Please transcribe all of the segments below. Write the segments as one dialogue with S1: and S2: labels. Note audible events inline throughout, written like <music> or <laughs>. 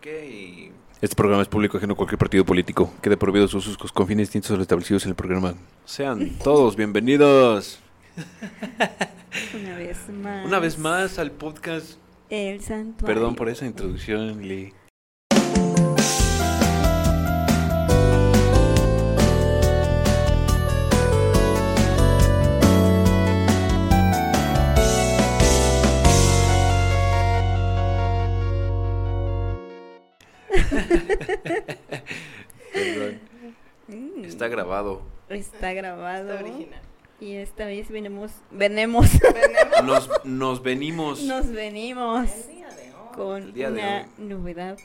S1: qué y...
S2: Este programa es público ajeno a cualquier partido político. Quede prohibido sus usos con fines distintos a los establecidos en el programa. Sean todos bienvenidos
S3: Una vez más.
S2: una vez más al podcast.
S3: El santuario.
S2: Perdón por esa introducción,
S3: <laughs>
S2: Lee. Perdón.
S3: Mm,
S2: Está grabado.
S3: está grabado.
S4: Está original.
S3: Y esta vez venimos. Venemos. <laughs>
S4: Venemos
S2: Nos, nos venimos
S3: Nos venimos
S4: el día de hoy.
S3: con
S2: El día de
S3: una
S2: hoy.
S3: novedad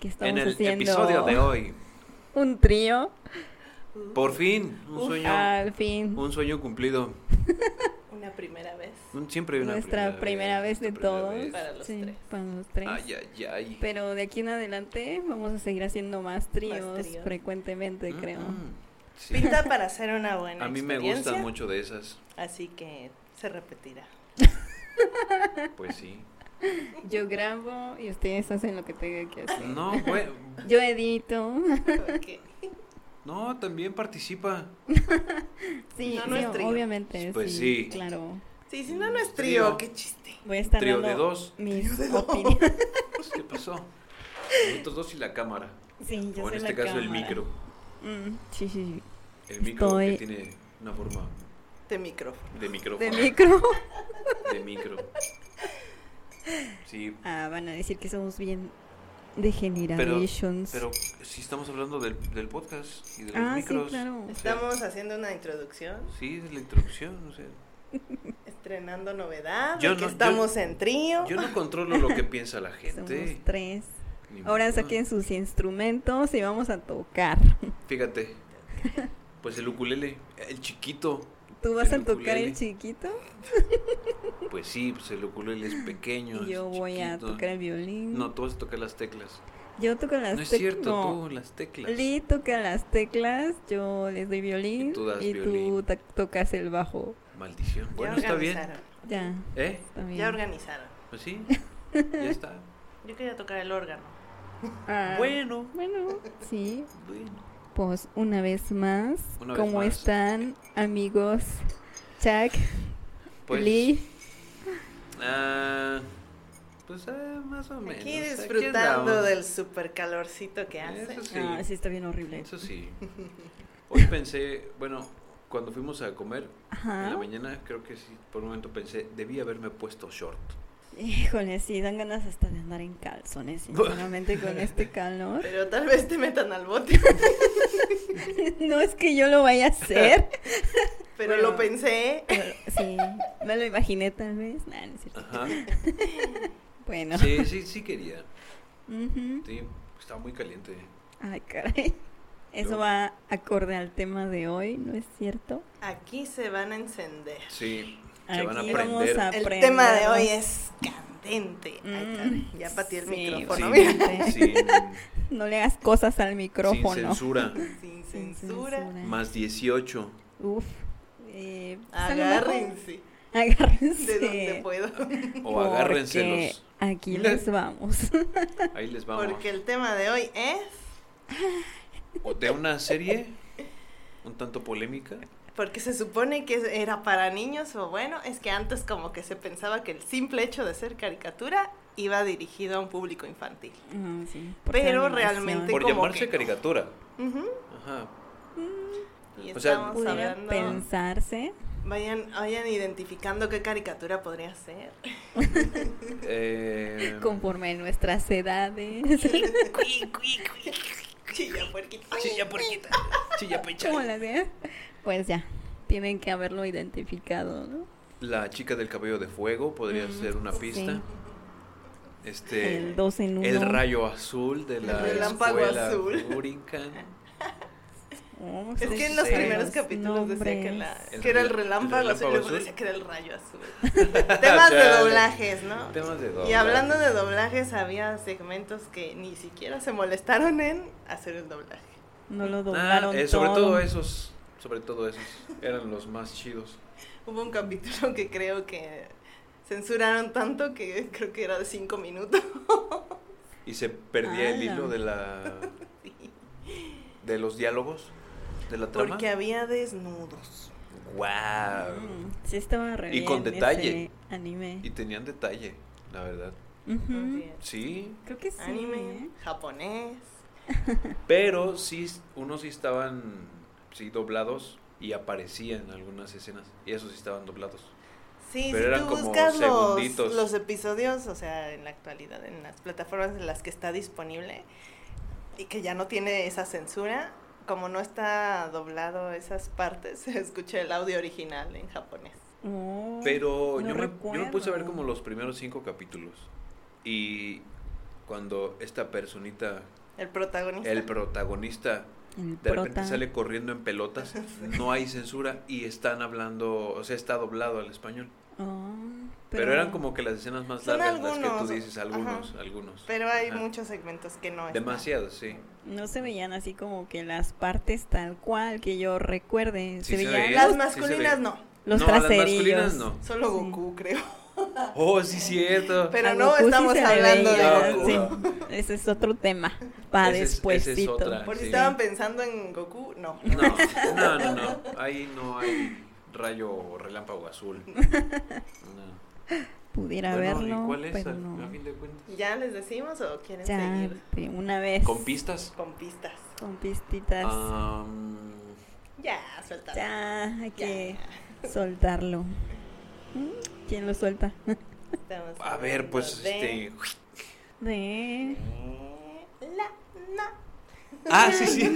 S3: que estamos
S2: en el
S3: haciendo.
S2: episodio de hoy.
S3: Un trío.
S2: Por fin, un
S4: Uf.
S2: sueño,
S3: Al fin.
S2: un sueño cumplido.
S4: Una primera vez.
S2: Un- Siempre hay una
S3: nuestra primera vez, de
S2: nuestra
S3: todos.
S2: primera vez.
S4: Para los tres.
S3: para los tres.
S2: Ay, ay, ay.
S3: Pero de aquí en adelante vamos a seguir haciendo más tríos,
S4: tríos.
S3: frecuentemente,
S2: Mm,
S3: creo.
S2: mm. Sí.
S4: Pinta para hacer una buena
S2: A mí me
S4: experiencia,
S2: gustan mucho de esas.
S4: Así que se repetirá.
S2: Pues sí.
S3: Yo grabo y ustedes hacen lo que tengan que hacer.
S2: No, güey,
S3: Yo edito.
S4: Ok.
S2: no, también participa.
S3: Sí,
S4: No, no
S3: sí,
S4: es trío.
S3: obviamente.
S2: Pues sí.
S3: Claro.
S4: <laughs> Sí, si no, no es
S2: Trío.
S4: trío. Qué chiste.
S3: Voy a estar
S2: Trío
S3: dando
S2: de dos.
S3: mis
S4: Trío de dos.
S3: opiniones. <laughs>
S2: Pues, ¿Qué pasó? Estos dos y la cámara.
S3: Sí, yo
S2: o
S3: soy
S2: en
S3: la
S2: este caso el
S3: cámara.
S2: micro.
S3: Mm, sí, sí,
S2: El micro que
S3: Estoy-
S2: tiene una forma
S4: Este micrófono.
S2: de
S3: sí.
S2: micrófono.
S3: De micro.
S2: <laughs> de micro. Sí,
S3: <laughs> Ah, van a decir que somos bien degenerations.
S2: pero sí estamos hablando del, del podcast y de los
S3: ah,
S2: micros. pues,
S3: sí, claro.
S2: O sea,
S4: Estamos haciendo una introducción,
S2: Sí, es la introducción. o sea,
S4: estrenando novedad,
S2: Yo
S4: de que
S2: no- yo-
S4: estamos en trío.
S2: yo no controlo lo que piensa la gente.
S3: Somos tres.
S2: ni
S3: Ahora
S2: modo.
S3: saquen sus instrumentos y vamos a tocar. <laughs>
S2: Fíjate. Pues el ukulele, el chiquito.
S3: ¿Tú vas a
S2: El
S3: tocar
S2: ukulele.
S3: el chiquito?
S2: Pues sí, pues el ukulele es pequeño.
S3: Y yo
S2: es
S3: voy a
S2: chiquito.
S3: tocar el violín.
S2: No, tú vas a tocar las teclas.
S3: Yo toco las
S2: no es
S3: tec-
S2: cierto,
S3: no.
S2: tú, las teclas.
S3: Lee toca las teclas, yo les doy violín
S2: Y tú das
S3: tú
S2: violín.
S3: ta- tocas el bajo.
S2: Maldición.
S4: Ya
S2: Bueno, está bien.
S4: organizaron,
S3: Ya,
S2: ¿Eh?
S3: está bien.
S4: Ya organizaron.
S2: Pues sí.
S3: <laughs>
S2: Ya está.
S4: Yo quería tocar el órgano.
S3: Ah,
S2: Bueno,
S3: bueno, sí.
S2: bueno.
S3: Pues una vez más,
S2: Una vez
S3: ¿cómo
S2: más.
S3: están amigos? Chuck,
S2: Pues,
S3: Lee,
S2: ah, pues ah, más o menos.
S4: Aquí
S2: andamos.
S4: disfrutando del super calorcito que hace.
S2: Eso sí.
S3: Ah, sí está bien horrible.
S2: Eso
S4: <laughs>
S2: sí. Hoy pensé, bueno, cuando fuimos a comer en
S4: Ah.
S3: Ajá.
S2: la mañana, creo que sí, por un momento pensé, debí haberme puesto short.
S3: Híjole, sí, dan ganas hasta de andar en
S2: <laughs>
S3: calzones, sinceramente, con este calor. <laughs>
S4: Pero tal vez te metan al bote. <laughs>
S3: No es que yo lo vaya a hacer.
S2: <laughs>
S4: Pero
S3: Bueno.
S4: lo pensé.
S3: pero sí, me lo imaginé tal vez. Nah, no es cierto.
S4: <laughs>
S2: Ajá.
S3: Bueno.
S2: Sí, sí, sí quería.
S3: Ujú.
S2: Sí, estaba muy caliente.
S3: Ay, caray. Eso
S2: No.
S3: va acorde al tema de hoy, ¿no es cierto?
S4: Aquí se van a encender.
S2: Sí, se
S3: Aquí
S2: van a
S3: vamos
S2: prender.
S3: a
S4: El
S3: aprender.
S4: tema de hoy es candente. Ay,
S3: Mm,
S4: caray, ya patí el
S3: sí,
S4: micrófono,
S3: sí. <laughs>
S4: mira. <laughs>
S2: sin,
S3: No le hagas cosas al
S2: sin
S3: micrófono.
S2: censura.
S4: Sin
S3: Sin
S4: censura.
S2: Más
S4: <laughs>
S2: 18.
S3: Uf. Eh, pues, a lo mejor-
S4: Agárrense
S3: Agárrense.
S4: de donde
S3: <laughs>
S4: puedo.
S2: O agárrenselos.
S3: porque
S4: <laughs>
S3: Aquí les vamos.
S2: Ahí les vamos.
S4: Porque el tema de hoy es.
S2: O de una serie un tanto polémica.
S4: Porque se supone que era para niños, o bueno, es que antes como que se pensaba que el simple hecho de ser caricatura iba dirigido a un público infantil.
S3: <laughs> Ah, sí, por
S4: Pero
S3: ser animación.
S4: realmente- Sí,
S2: Por
S4: como
S2: llamarse
S4: que-
S2: caricatura.
S4: Ujú.
S2: Ajá.
S4: Y
S2: O sea,
S4: estamos
S3: Pudiera
S4: hablando.
S3: pensarse.
S4: Vayan, vayan identificando qué caricatura
S3: <laughs>
S4: podría ser. <laughs>
S2: Eh,
S3: Conforme a nuestras edades, <laughs>
S4: Chilla, puerquito.
S2: Chilla puerquita. Chilla pecha.
S3: como las de- pues ya, tienen que haberlo identificado, ¿no?
S2: La chica del cabello de fuego podría
S3: Mm,
S2: ser una
S3: sí.
S2: pista. Este.
S3: el dos en uno.
S2: el rayo azul de la
S4: El relámpago
S2: escuela
S4: azul.
S2: Hurricane.
S3: Oh,
S4: Es
S3: sí,
S4: que en los
S3: sí.
S4: primeros
S3: Los
S4: capítulos decía que, la-
S3: nombres.
S2: El
S4: que era el
S2: rel- el
S4: relámpago, azul,
S2: relámpago
S4: luego
S2: azul.
S4: decía que era el rayo azul.
S3: <laughs>
S4: Temas de
S2: Chale.
S4: doblajes, ¿no?
S2: Temas de
S4: Y
S2: doblaje.
S4: hablando de doblajes, había segmentos que ni siquiera se molestaron en hacer el doblaje.
S3: No lo
S2: Ah,
S3: doblaron
S2: eh, sobre
S3: todo.
S2: todo esos. Sobre todo esos. Eran los más chidos.
S4: Hubo un capítulo que <laughs> creo que censuraron tanto que creo que era de cinco minutos.
S2: y se perdía el
S3: Ala.
S2: hilo de la de los diálogos de la trama.
S4: Porque había desnudos.
S2: Wow.
S3: Mm, sí estaba re
S2: Y con
S3: bien
S2: detalle.
S3: ese anime.
S2: Y tenían detalle, la verdad.
S3: Ujú.
S2: Sí,
S3: Creo que sí.
S4: Anime,
S3: ¿eh?
S4: japonés.
S2: pero sí unos sí estaban sí doblados y aparecían algunas escenas y esos sí estaban doblados.
S4: Sí,
S2: Pero
S4: si
S2: eran
S4: tú
S2: como
S4: buscas los,
S2: segunditos.
S4: los episodios, o sea, en la actualidad, en las plataformas en las que está disponible y que ya no tiene esa censura, como no está doblado esas partes, <laughs> escuché el audio original en japonés.
S3: Oh,
S2: Pero
S3: no
S2: yo, me, yo me puse a ver
S3: recuerdo.
S2: como los primeros cinco capítulos. Y cuando esta personita,
S4: El protagonista.
S2: el protagonista,
S3: el
S2: de
S3: prota.
S2: repente sale corriendo en pelotas, no hay censura y están hablando, o sea, está doblado al español.
S3: Oh,
S2: Pero, eran como que las escenas más
S4: Son
S2: largas, las que
S4: algunos,
S2: tú dices, algunos,
S4: ajá.
S2: algunos.
S4: Pero hay
S2: Ajá.
S4: muchos segmentos que no están.
S2: Demasiados, sí.
S3: No se veían así como que las partes tal cual que yo recuerde.
S2: Sí
S3: se
S2: se
S3: veían
S2: veía.
S3: los-
S4: Las
S2: Sí se
S4: masculinas
S2: ve.
S4: no,
S3: los
S2: no,
S3: traserillos.
S2: las masculinas no.
S4: solo
S3: Sí.
S4: Goku creo.
S2: Oh, sí, cierto.
S4: Pero
S3: A
S4: no
S3: Goku sí
S4: estamos
S3: se le
S4: hablando de
S3: veía,
S4: Goku.
S3: sí. Ese es otro tema. Para
S2: Ese es- ese es
S3: después.
S2: otra.
S4: Por si
S2: Ah, Sí.
S4: estaban pensando en Goku, no.
S2: No, no, no, no. Ahí no hay rayo o relámpago azul. No.
S3: Pudiera
S2: Bueno,
S3: verlo.
S2: ¿y cuál es?
S3: pero
S2: al-
S3: no.
S2: a fin de cuentas?
S4: ¿Ya les decimos o quieren
S3: Ya,
S4: seguir
S3: de una vez.
S2: ¿Con Ah. pistas?
S4: con pistas?
S3: Con pistitas.
S2: Am,
S4: Ya, suelta.
S3: Ya, hay
S4: Ya.
S3: que soltarlo. Mm, ¿Quién lo suelta?
S4: Estamos
S2: a ver, pues
S4: hablando
S2: este.
S3: De...
S4: de La, na.
S2: <laughs> Ah, sí, sí.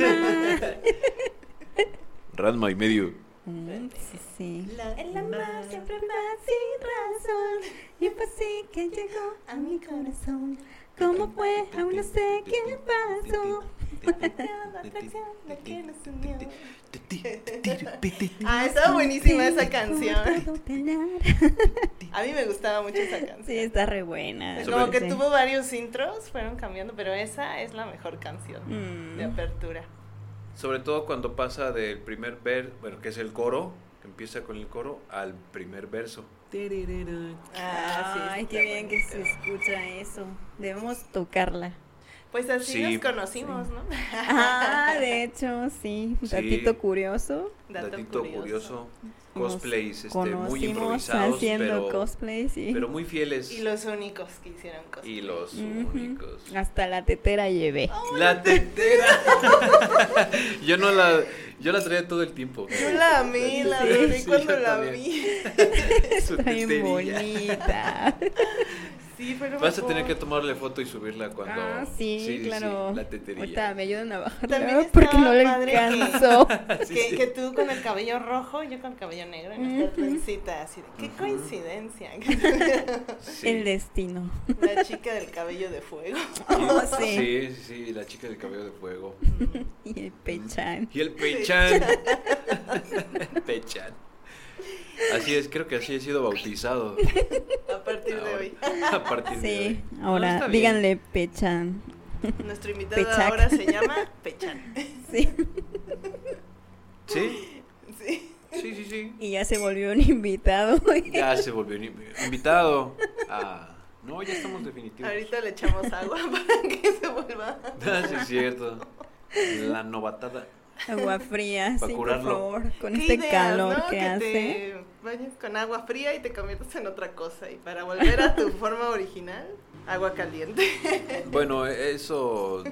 S2: Ranma y medio.
S3: Mm, sí, sí.
S4: La,
S1: En la mar
S4: na.
S1: siempre va sin razón Y fue así que llegó a mi corazón
S3: ¿Cómo fue? Aún no sé qué pasó. <laughs>
S2: <laughs>
S4: Cada atracción la que nos unió. Ah, estaba buenísima esa canción. A mí me gustaba mucho esa
S3: Sí,
S4: canción.
S3: está re buena.
S4: Como que
S3: Sí.
S4: tuvo varios intros, fueron cambiando, pero esa es la mejor canción
S3: Mm.
S4: de apertura.
S2: Sobre todo cuando pasa del primer verso, bueno, que es el coro, que empieza con el coro, al primer verso.
S4: Ah, sí,
S3: Ay,
S4: está
S3: qué bien que
S4: bonita.
S3: se escucha eso. Debemos
S4: <laughs>
S3: tocarla.
S4: Pues así
S2: Sí,
S4: nos conocimos, ¿no?
S3: Ah, de hecho, sí. Un
S2: Sí.
S3: Ratito curioso.
S4: <laughs> Dato
S2: Datito curioso. Cosplays este,
S3: Conocimos
S2: muy improvisados,
S3: haciendo
S2: pero,
S3: cosplay, sí.
S2: pero muy fieles.
S4: Y los únicos que hicieron cosas.
S2: Y los
S3: <laughs> Ujú. Ah.
S2: únicos.
S3: Hasta la tetera llevé.
S2: La tetera. yo no la, yo la traía todo el tiempo.
S4: Yo la amé, la
S2: tetera,
S4: adoré
S2: sí,
S4: cuando
S2: yo
S4: la
S2: también.
S4: vi.
S2: Su
S3: Está bien
S2: teterilla. <laughs>
S3: bonita.
S4: Sí, pero
S2: Vas a tener que tomarle foto y subirla cuando.
S3: Ah, sí, claro.
S2: la teterilla.
S3: Ahorita me ayudan a
S4: También
S3: bajarla
S4: estaba
S3: porque no le
S4: padre que-
S3: alcanzó.
S2: <laughs>
S4: <laughs>
S2: Sí,
S4: que,
S2: sí.
S4: que tú con el cabello rojo, yo con el cabello negro y nuestra
S3: Ujú.
S4: trencita así de, qué
S2: Ujú.
S4: coincidencia.
S2: <laughs>
S4: <laughs>
S2: Sí.
S3: El destino.
S4: la chica del cabello
S2: <laughs>
S4: de fuego.
S3: Oh, sí.
S2: sí, sí, sí, la chica del cabello de fuego.
S3: Y el pechán.
S2: Y el
S4: <laughs>
S2: Pechan. Pechan. Así es, creo que así he sido bautizado.
S4: A partir de
S2: ahora,
S4: hoy.
S2: A partir de
S3: Sí,
S2: hoy. No,
S3: ahora
S2: está bien.
S3: díganle pechán.
S4: Nuestro invitado
S3: Pechac.
S4: ahora se llama
S2: <laughs>
S4: Pechan.
S3: Sí.
S2: Sí,
S4: Sí.
S2: sí, sí, sí.
S3: Y ya se volvió un invitado. <laughs>
S2: Ya se volvió un invi- invitado. Ah, no, ya estamos definitivos.
S4: Ahorita le echamos agua <laughs> para que se vuelva.
S2: <laughs> Ah, sí, es cierto. La novatada.
S3: Agua fría,
S2: Pa'
S3: sí, por
S2: curarlo.
S3: favor. Con
S4: Qué
S3: este
S4: ideas,
S3: calor
S4: ¿no?
S3: que, hace.
S4: te bañes con agua fría y te conviertas en otra cosa. Y para volver a
S3: <laughs>
S4: tu forma original, agua caliente.
S2: Bueno, eso.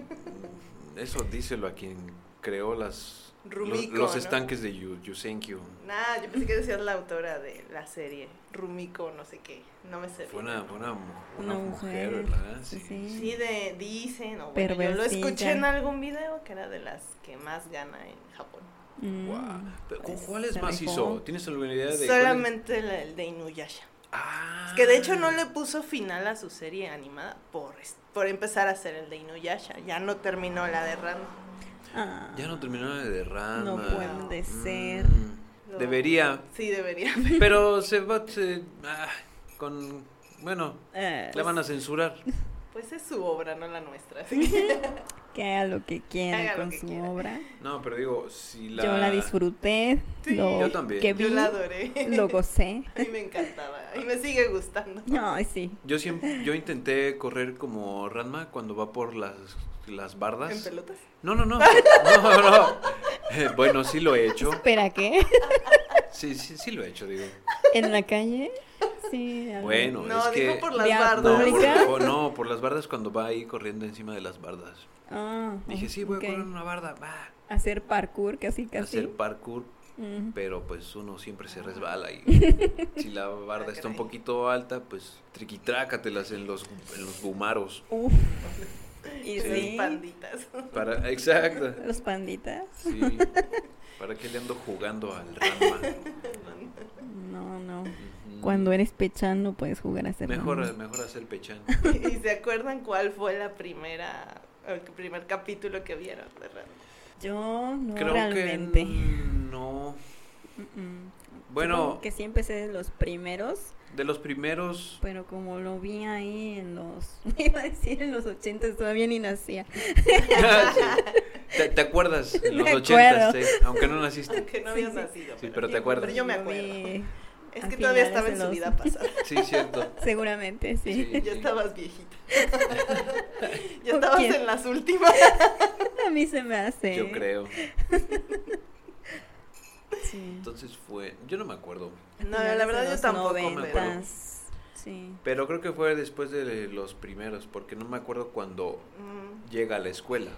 S2: Eso díselo a quien creó las.
S4: Rumico,
S2: los
S4: ¿no?
S2: estanques de Yu- Yusenkyu.
S4: Nah, yo pensé que decías la autora de la serie, Rumiko, no sé qué. No me sé.
S2: Fue una, fue una, mu- una
S3: Una
S2: mujer,
S3: mujer,
S2: ¿verdad?
S3: sí,
S4: Sí, de, dicen, o bueno, yo lo
S3: Perversilla.
S4: escuché en algún video que era de las que más gana en Japón.
S3: Mm.
S2: Guau. Pero, ¿cu-
S3: Pues,
S2: ¿Cuáles
S3: se
S2: más
S3: rifó.
S2: hizo? ¿Tienes alguna idea de cuáles?
S4: Solamente la- el de Inuyasha.
S2: Ah.
S4: Que de hecho no le puso final a su serie animada por, es- por empezar a hacer el de Inuyasha. Ya no terminó la de Ranma.
S3: Ah,
S2: Ya no terminó de derrama.
S3: No puede ser.
S4: Lo-
S2: Debería.
S4: Sí, debería.
S2: Pero se va. se- ah, con. Bueno,
S3: eh,
S2: la van a censurar.
S4: Pues es su obra, no la nuestra. así que-
S3: que haga lo que quiera
S4: Haga lo
S3: con
S4: que
S3: su
S4: quiera.
S3: obra.
S2: No, pero digo, si la...
S3: Yo la disfruté,
S4: Sí,
S3: lo
S2: yo también.
S3: que vi,
S4: <laughs> Yo la adoré.
S3: lo gocé.
S4: <laughs> A mí me encantaba. Y me sigue gustando.
S3: Ay, sí.
S2: Yo siempre, yo intenté correr como Ranma cuando va por las, las
S4: ¿En
S2: bardas.
S4: pelotas?
S2: No, no, <laughs> no. No, no. Eh, bueno, sí lo he hecho.
S3: Espera, ¿qué?
S2: Sí, sí, sí lo he hecho, digo.
S3: ¿En la calle? Sí. algo.
S2: Bueno,
S4: No,
S2: es
S4: dijo
S2: que...
S4: por las
S3: Vía
S2: No
S4: bardas.
S3: pública.
S2: por, no, por las bardas cuando va ahí corriendo encima de las bardas.
S3: Ah,
S2: Dije, sí, voy
S3: ok.
S2: a correr una barda, va.
S3: Hacer parkour, casi, casi.
S2: Hacer parkour,
S3: Mm.
S2: pero pues uno siempre se resbala
S3: <laughs>
S2: y si la barda está un
S4: caray.
S2: poquito alta, pues triquitrácatelas en los, en los gumaros.
S3: Uf. Y
S4: Esas
S3: sí,
S4: panditas. <laughs>
S2: Para, exacto.
S3: los panditas.
S2: Sí. ¿Para qué le ando jugando al Ranma?
S3: No, no.
S2: Ujú.
S3: Cuando eres pechán no puedes jugar a hacer
S2: Mm. Mejor, mejor hacer
S3: <laughs>
S2: pechán.
S4: <laughs> ¿Y se acuerdan cuál fue la primera, el primer capítulo que vieron de Ranma?
S3: Yo no
S2: Creo
S3: realmente.
S2: que no.
S3: Mm-mm.
S2: Bueno,
S3: Supongo que sí empecé de los primeros,
S2: de los
S3: <laughs>
S2: primeros
S3: pero como lo vi ahí en los, <laughs> iba a decir en los ochentas, todavía ni nacía.
S2: Sí. <laughs> ¿Te, te acuerdas? En los
S3: Me
S2: ochentas,
S3: acuerdo.
S2: sí, aunque no naciste.
S4: Que no habías
S3: sí.
S4: nacido.
S2: Sí, pero te acuerdas.
S4: Pero yo me
S3: Lo
S4: acuerdo.
S3: vi
S4: Es
S3: a
S4: que todavía
S3: finales
S4: estaba
S3: de
S4: en su
S3: los-
S4: vida pasada.
S2: Sí, cierto.
S3: <laughs> Seguramente, <laughs> sí.
S2: Sí.
S4: Ya estabas
S3: <laughs>
S4: viejita. ya estabas
S3: ¿Quién?
S4: en las últimas.
S3: <laughs> A mí se me hace.
S2: Yo creo.
S3: Sí.
S2: Entonces fue, yo no me acuerdo,
S4: No, la verdad yo tampoco.
S2: me acuerdo.
S4: Pero...
S3: noventas. Sí.
S2: pero creo que fue después de los primeros, porque no me acuerdo cuando
S4: Mm,
S2: llega a la escuela.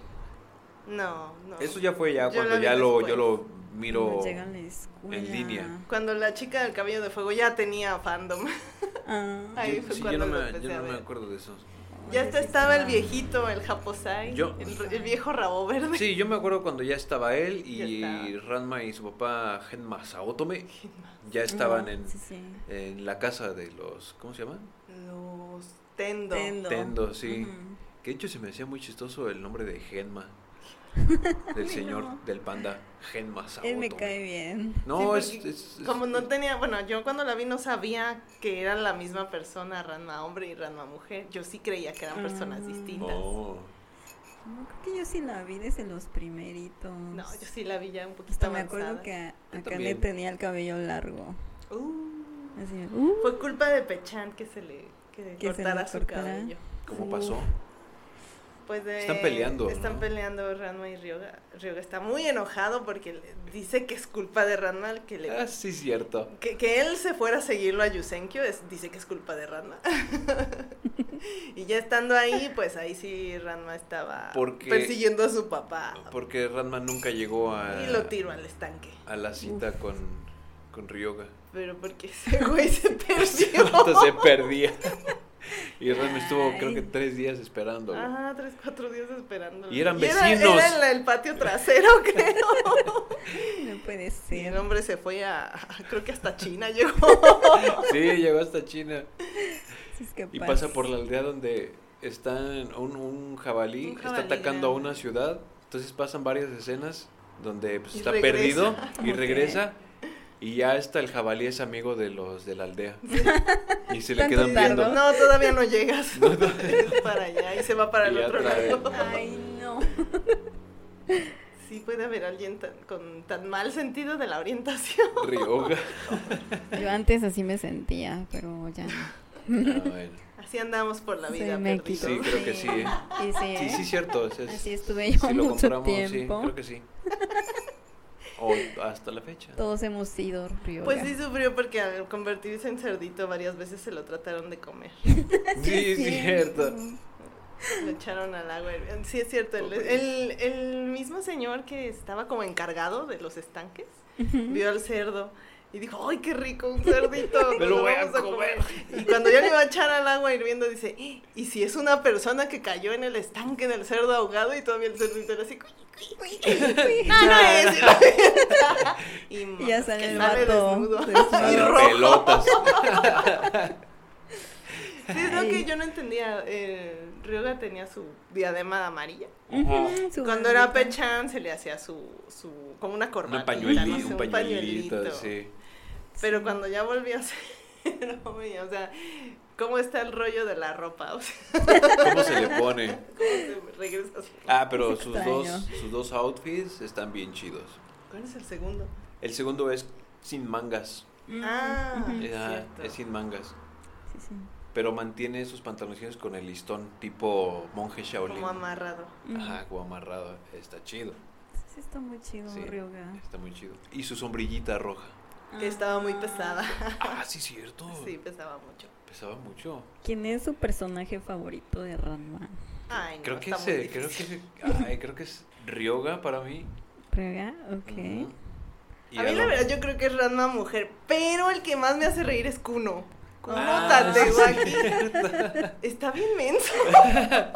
S4: No, no.
S2: Eso ya fue ya
S4: Yo
S2: cuando
S4: la vi
S2: ya lo yo
S4: después.
S2: lo miro.
S3: Cuando llega a la escuela.
S2: en línea.
S4: Cuando la chica del cabello de fuego ya tenía fandom.
S3: Ah.
S4: Ahí
S2: Yo-
S4: fue
S2: sí, yo
S4: cuando
S2: no,
S4: lo
S2: me,
S4: empecé
S2: yo
S4: a
S2: no me
S4: ver.
S2: acuerdo de eso.
S3: Oye,
S4: Ya hasta
S3: sí
S4: estaba el
S3: estaba.
S4: viejito, el Japosai.
S2: Yo-
S4: El, el viejo rabo verde.
S2: Sí, yo me acuerdo cuando ya estaba él
S4: Ya
S2: y
S4: estaba.
S2: Ranma y su papá Genma
S4: <laughs>
S2: Saotome ya estaban
S3: Ajá,
S2: en,
S3: Sí, sí.
S2: en la casa de los, ¿cómo se llama?
S4: Los Tendo.
S3: Tendo.
S2: Tendo, sí.
S3: Ujú.
S2: Que de hecho se me hacía muy chistoso el nombre de
S3: <laughs>
S2: Genma. Del
S3: Ay,
S2: señor,
S3: no.
S2: del panda, Genma Saoto.
S3: Él me cae bien.
S2: No, es,
S4: Sí, porque
S2: es- es-
S4: Como no tenía, bueno, yo cuando la vi no sabía que eran la misma persona, Ranma hombre y Ranma mujer. Yo sí creía que eran personas
S3: Ah.
S4: distintas.
S2: Oh.
S3: No, creo que yo sí la vi desde los primeritos.
S4: No, yo sí la vi ya un poquito
S3: Hasta me
S4: avanzada.
S3: acuerdo que a
S2: Yo
S3: a Kane
S2: también.
S3: tenía el cabello largo.
S4: Uh,
S3: Así, uh,
S4: fue culpa de Pechan que se le que
S3: Que se
S4: cortara
S3: le
S4: su
S3: cortara.
S4: cabello.
S2: ¿Cómo
S3: Uf.
S2: pasó?
S4: Pues de-
S2: Están peleando,
S4: Están
S2: ¿no?
S4: peleando Ranma y Ryoga. Ryoga está muy enojado porque le- dice que es culpa de Ranma el que le
S2: Ah, sí, cierto.
S4: Que, que él se fuera a seguirlo a Yusenkyo es- dice que es culpa de Ranma. <laughs> y ya estando ahí, pues ahí sí Ranma estaba
S2: Porque-
S4: persiguiendo a su papá.
S2: Porque Ranma nunca llegó a,
S4: Ah. Y lo tiró al estanque.
S2: a la cita con, con
S4: <laughs>
S2: Ryoga.
S4: Pero porque
S2: <laughs>
S4: ese güey se
S2: pues, Entonces se
S4: perdió.
S2: perdía. <laughs> Y Ranma estuvo
S3: Ay.
S2: creo que tres días esperándolo.
S4: Ajá, tres, cuatro días esperándolo.
S2: Y eran
S4: era-
S2: vecinos.
S4: Era, en el patio
S2: <laughs>
S4: trasero, creo. <laughs>
S3: no puede
S4: Sí, el
S3: ser.
S4: hombre se fue a, a- creo que hasta China llegó.
S2: Sí, llegó hasta China.
S3: Sí, es capaz.
S2: Y
S4: Pues
S2: pasa por la aldea donde están un, un jabalí,
S4: Un
S2: está
S4: jabalí
S2: atacando a
S4: grande.
S2: una ciudad. Entonces pasan varias escenas donde pues,
S4: Y
S2: está
S4: regresa.
S2: perdido y
S3: Ok.
S2: regresa. Y ya está el jabalí, es amigo de los de la aldea. Y se le
S3: Tanto
S2: quedan
S3: tardó.
S2: viendo.
S4: No, todavía
S2: <laughs>
S4: no llegas. Es para allá y se va para
S2: Y
S4: el
S2: ya
S4: otro
S2: otra vez,
S4: lado.
S2: ¿no? <laughs>
S3: Ay, no.
S4: Sí puede haber alguien tan- con tan mal sentido de la orientación. <laughs>
S2: Ryoga.
S3: Yo antes así me sentía, pero ya. no.
S2: <laughs> Ah, bueno.
S4: Así andamos por la
S3: Soy
S4: vida
S3: México.
S2: Sí,
S4: perdidos.
S2: creo que sí, ¿eh?
S3: Y sí,
S2: Sí,
S3: ¿eh?
S2: sí, cierto. es- es-
S3: Así estuve yo
S2: sí lo
S3: mucho
S2: compramos, sí,
S3: tiempo.
S2: creo que sí. O hasta la fecha.
S3: Todos hemos sido Ryoga.
S4: Pues sí sufrió porque al convertirse en cerdito varias veces se lo trataron de comer.
S2: Sí,
S3: es
S2: cierto.
S4: Lo echaron al agua. hirviendo. Sí es cierto, el, el- el mismo señor que estaba como encargado de los estanques vio al cerdo. Y dijo, ¡ay, qué rico, un cerdito!
S2: <laughs>
S4: nos
S2: Me lo voy a
S4: vamos
S2: comer.
S4: Y cuando ya le iba a echar al agua hirviendo, dice, "Eh, ¿y si es una persona que cayó en el estanque del cerdo ahogado? Y todavía el cerdito era así, "Cuy,
S3: <laughs>
S4: ¡No, no es! <laughs> y
S3: Y <laughs>
S4: más,
S3: ya sale
S4: que
S3: el
S4: sale
S3: vato.
S4: desnudo.
S3: <laughs> desnudo.
S4: Y
S2: Las
S4: rojo.
S2: pelotas.
S4: Sí, es lo
S3: Ay.
S4: que yo no entendía. eh, Ryoga tenía su diadema amarilla.
S2: Ajá.
S3: Ujú, su
S4: Cuando era
S3: bandita.
S4: Pechan se le hacía su, su como una
S2: Una
S4: corbata.
S2: pañuelita, un pañuelito, sí.
S4: <laughs> Pero cuando ya volvió a ser hombre, o sea, cómo está el rollo de la ropa. O sea,
S2: ¿Cómo se le pone?
S4: cómo se regresa su-
S2: Ah, pero
S3: Es
S2: sus
S3: extraño.
S2: dos, sus dos outfits están bien chidos.
S4: ¿Cuál es el segundo?
S2: El segundo es sin mangas.
S4: Ah,
S3: ujú.
S4: es
S2: Ah,
S4: cierto.
S2: es sin mangas. Eh,
S3: Sí, sí.
S2: Pero mantiene sus pantaloncillos con el listón tipo monje Shaolin.
S4: Como amarrado.
S3: Ujú.
S2: Ajá, como amarrado. Está chido.
S3: Sí, está muy chido,
S2: Sí.
S3: Ryoga.
S2: Está muy chido. Y su sombrillita roja.
S3: Ah.
S4: Que estaba muy pesada.
S2: Ah, sí, cierto.
S4: <laughs> Sí, pesaba mucho.
S2: Pesaba mucho.
S3: ¿Quién es su personaje favorito de Ranma?
S4: Ay, no,
S2: Creo que
S4: está muy
S2: ese, creo que
S4: difícil.
S2: ese, ay, creo que es Ryoga para mí.
S3: Ryoga, ok.
S2: Ujú. Y
S4: A mí la
S2: Adon-
S4: verdad yo creo que es Ranma mujer, pero el que más me hace reír es Kuno. Kuno
S2: Ah,
S4: Tatewaki.
S2: sí,
S4: <laughs>
S2: cierto.
S4: Está bien menso,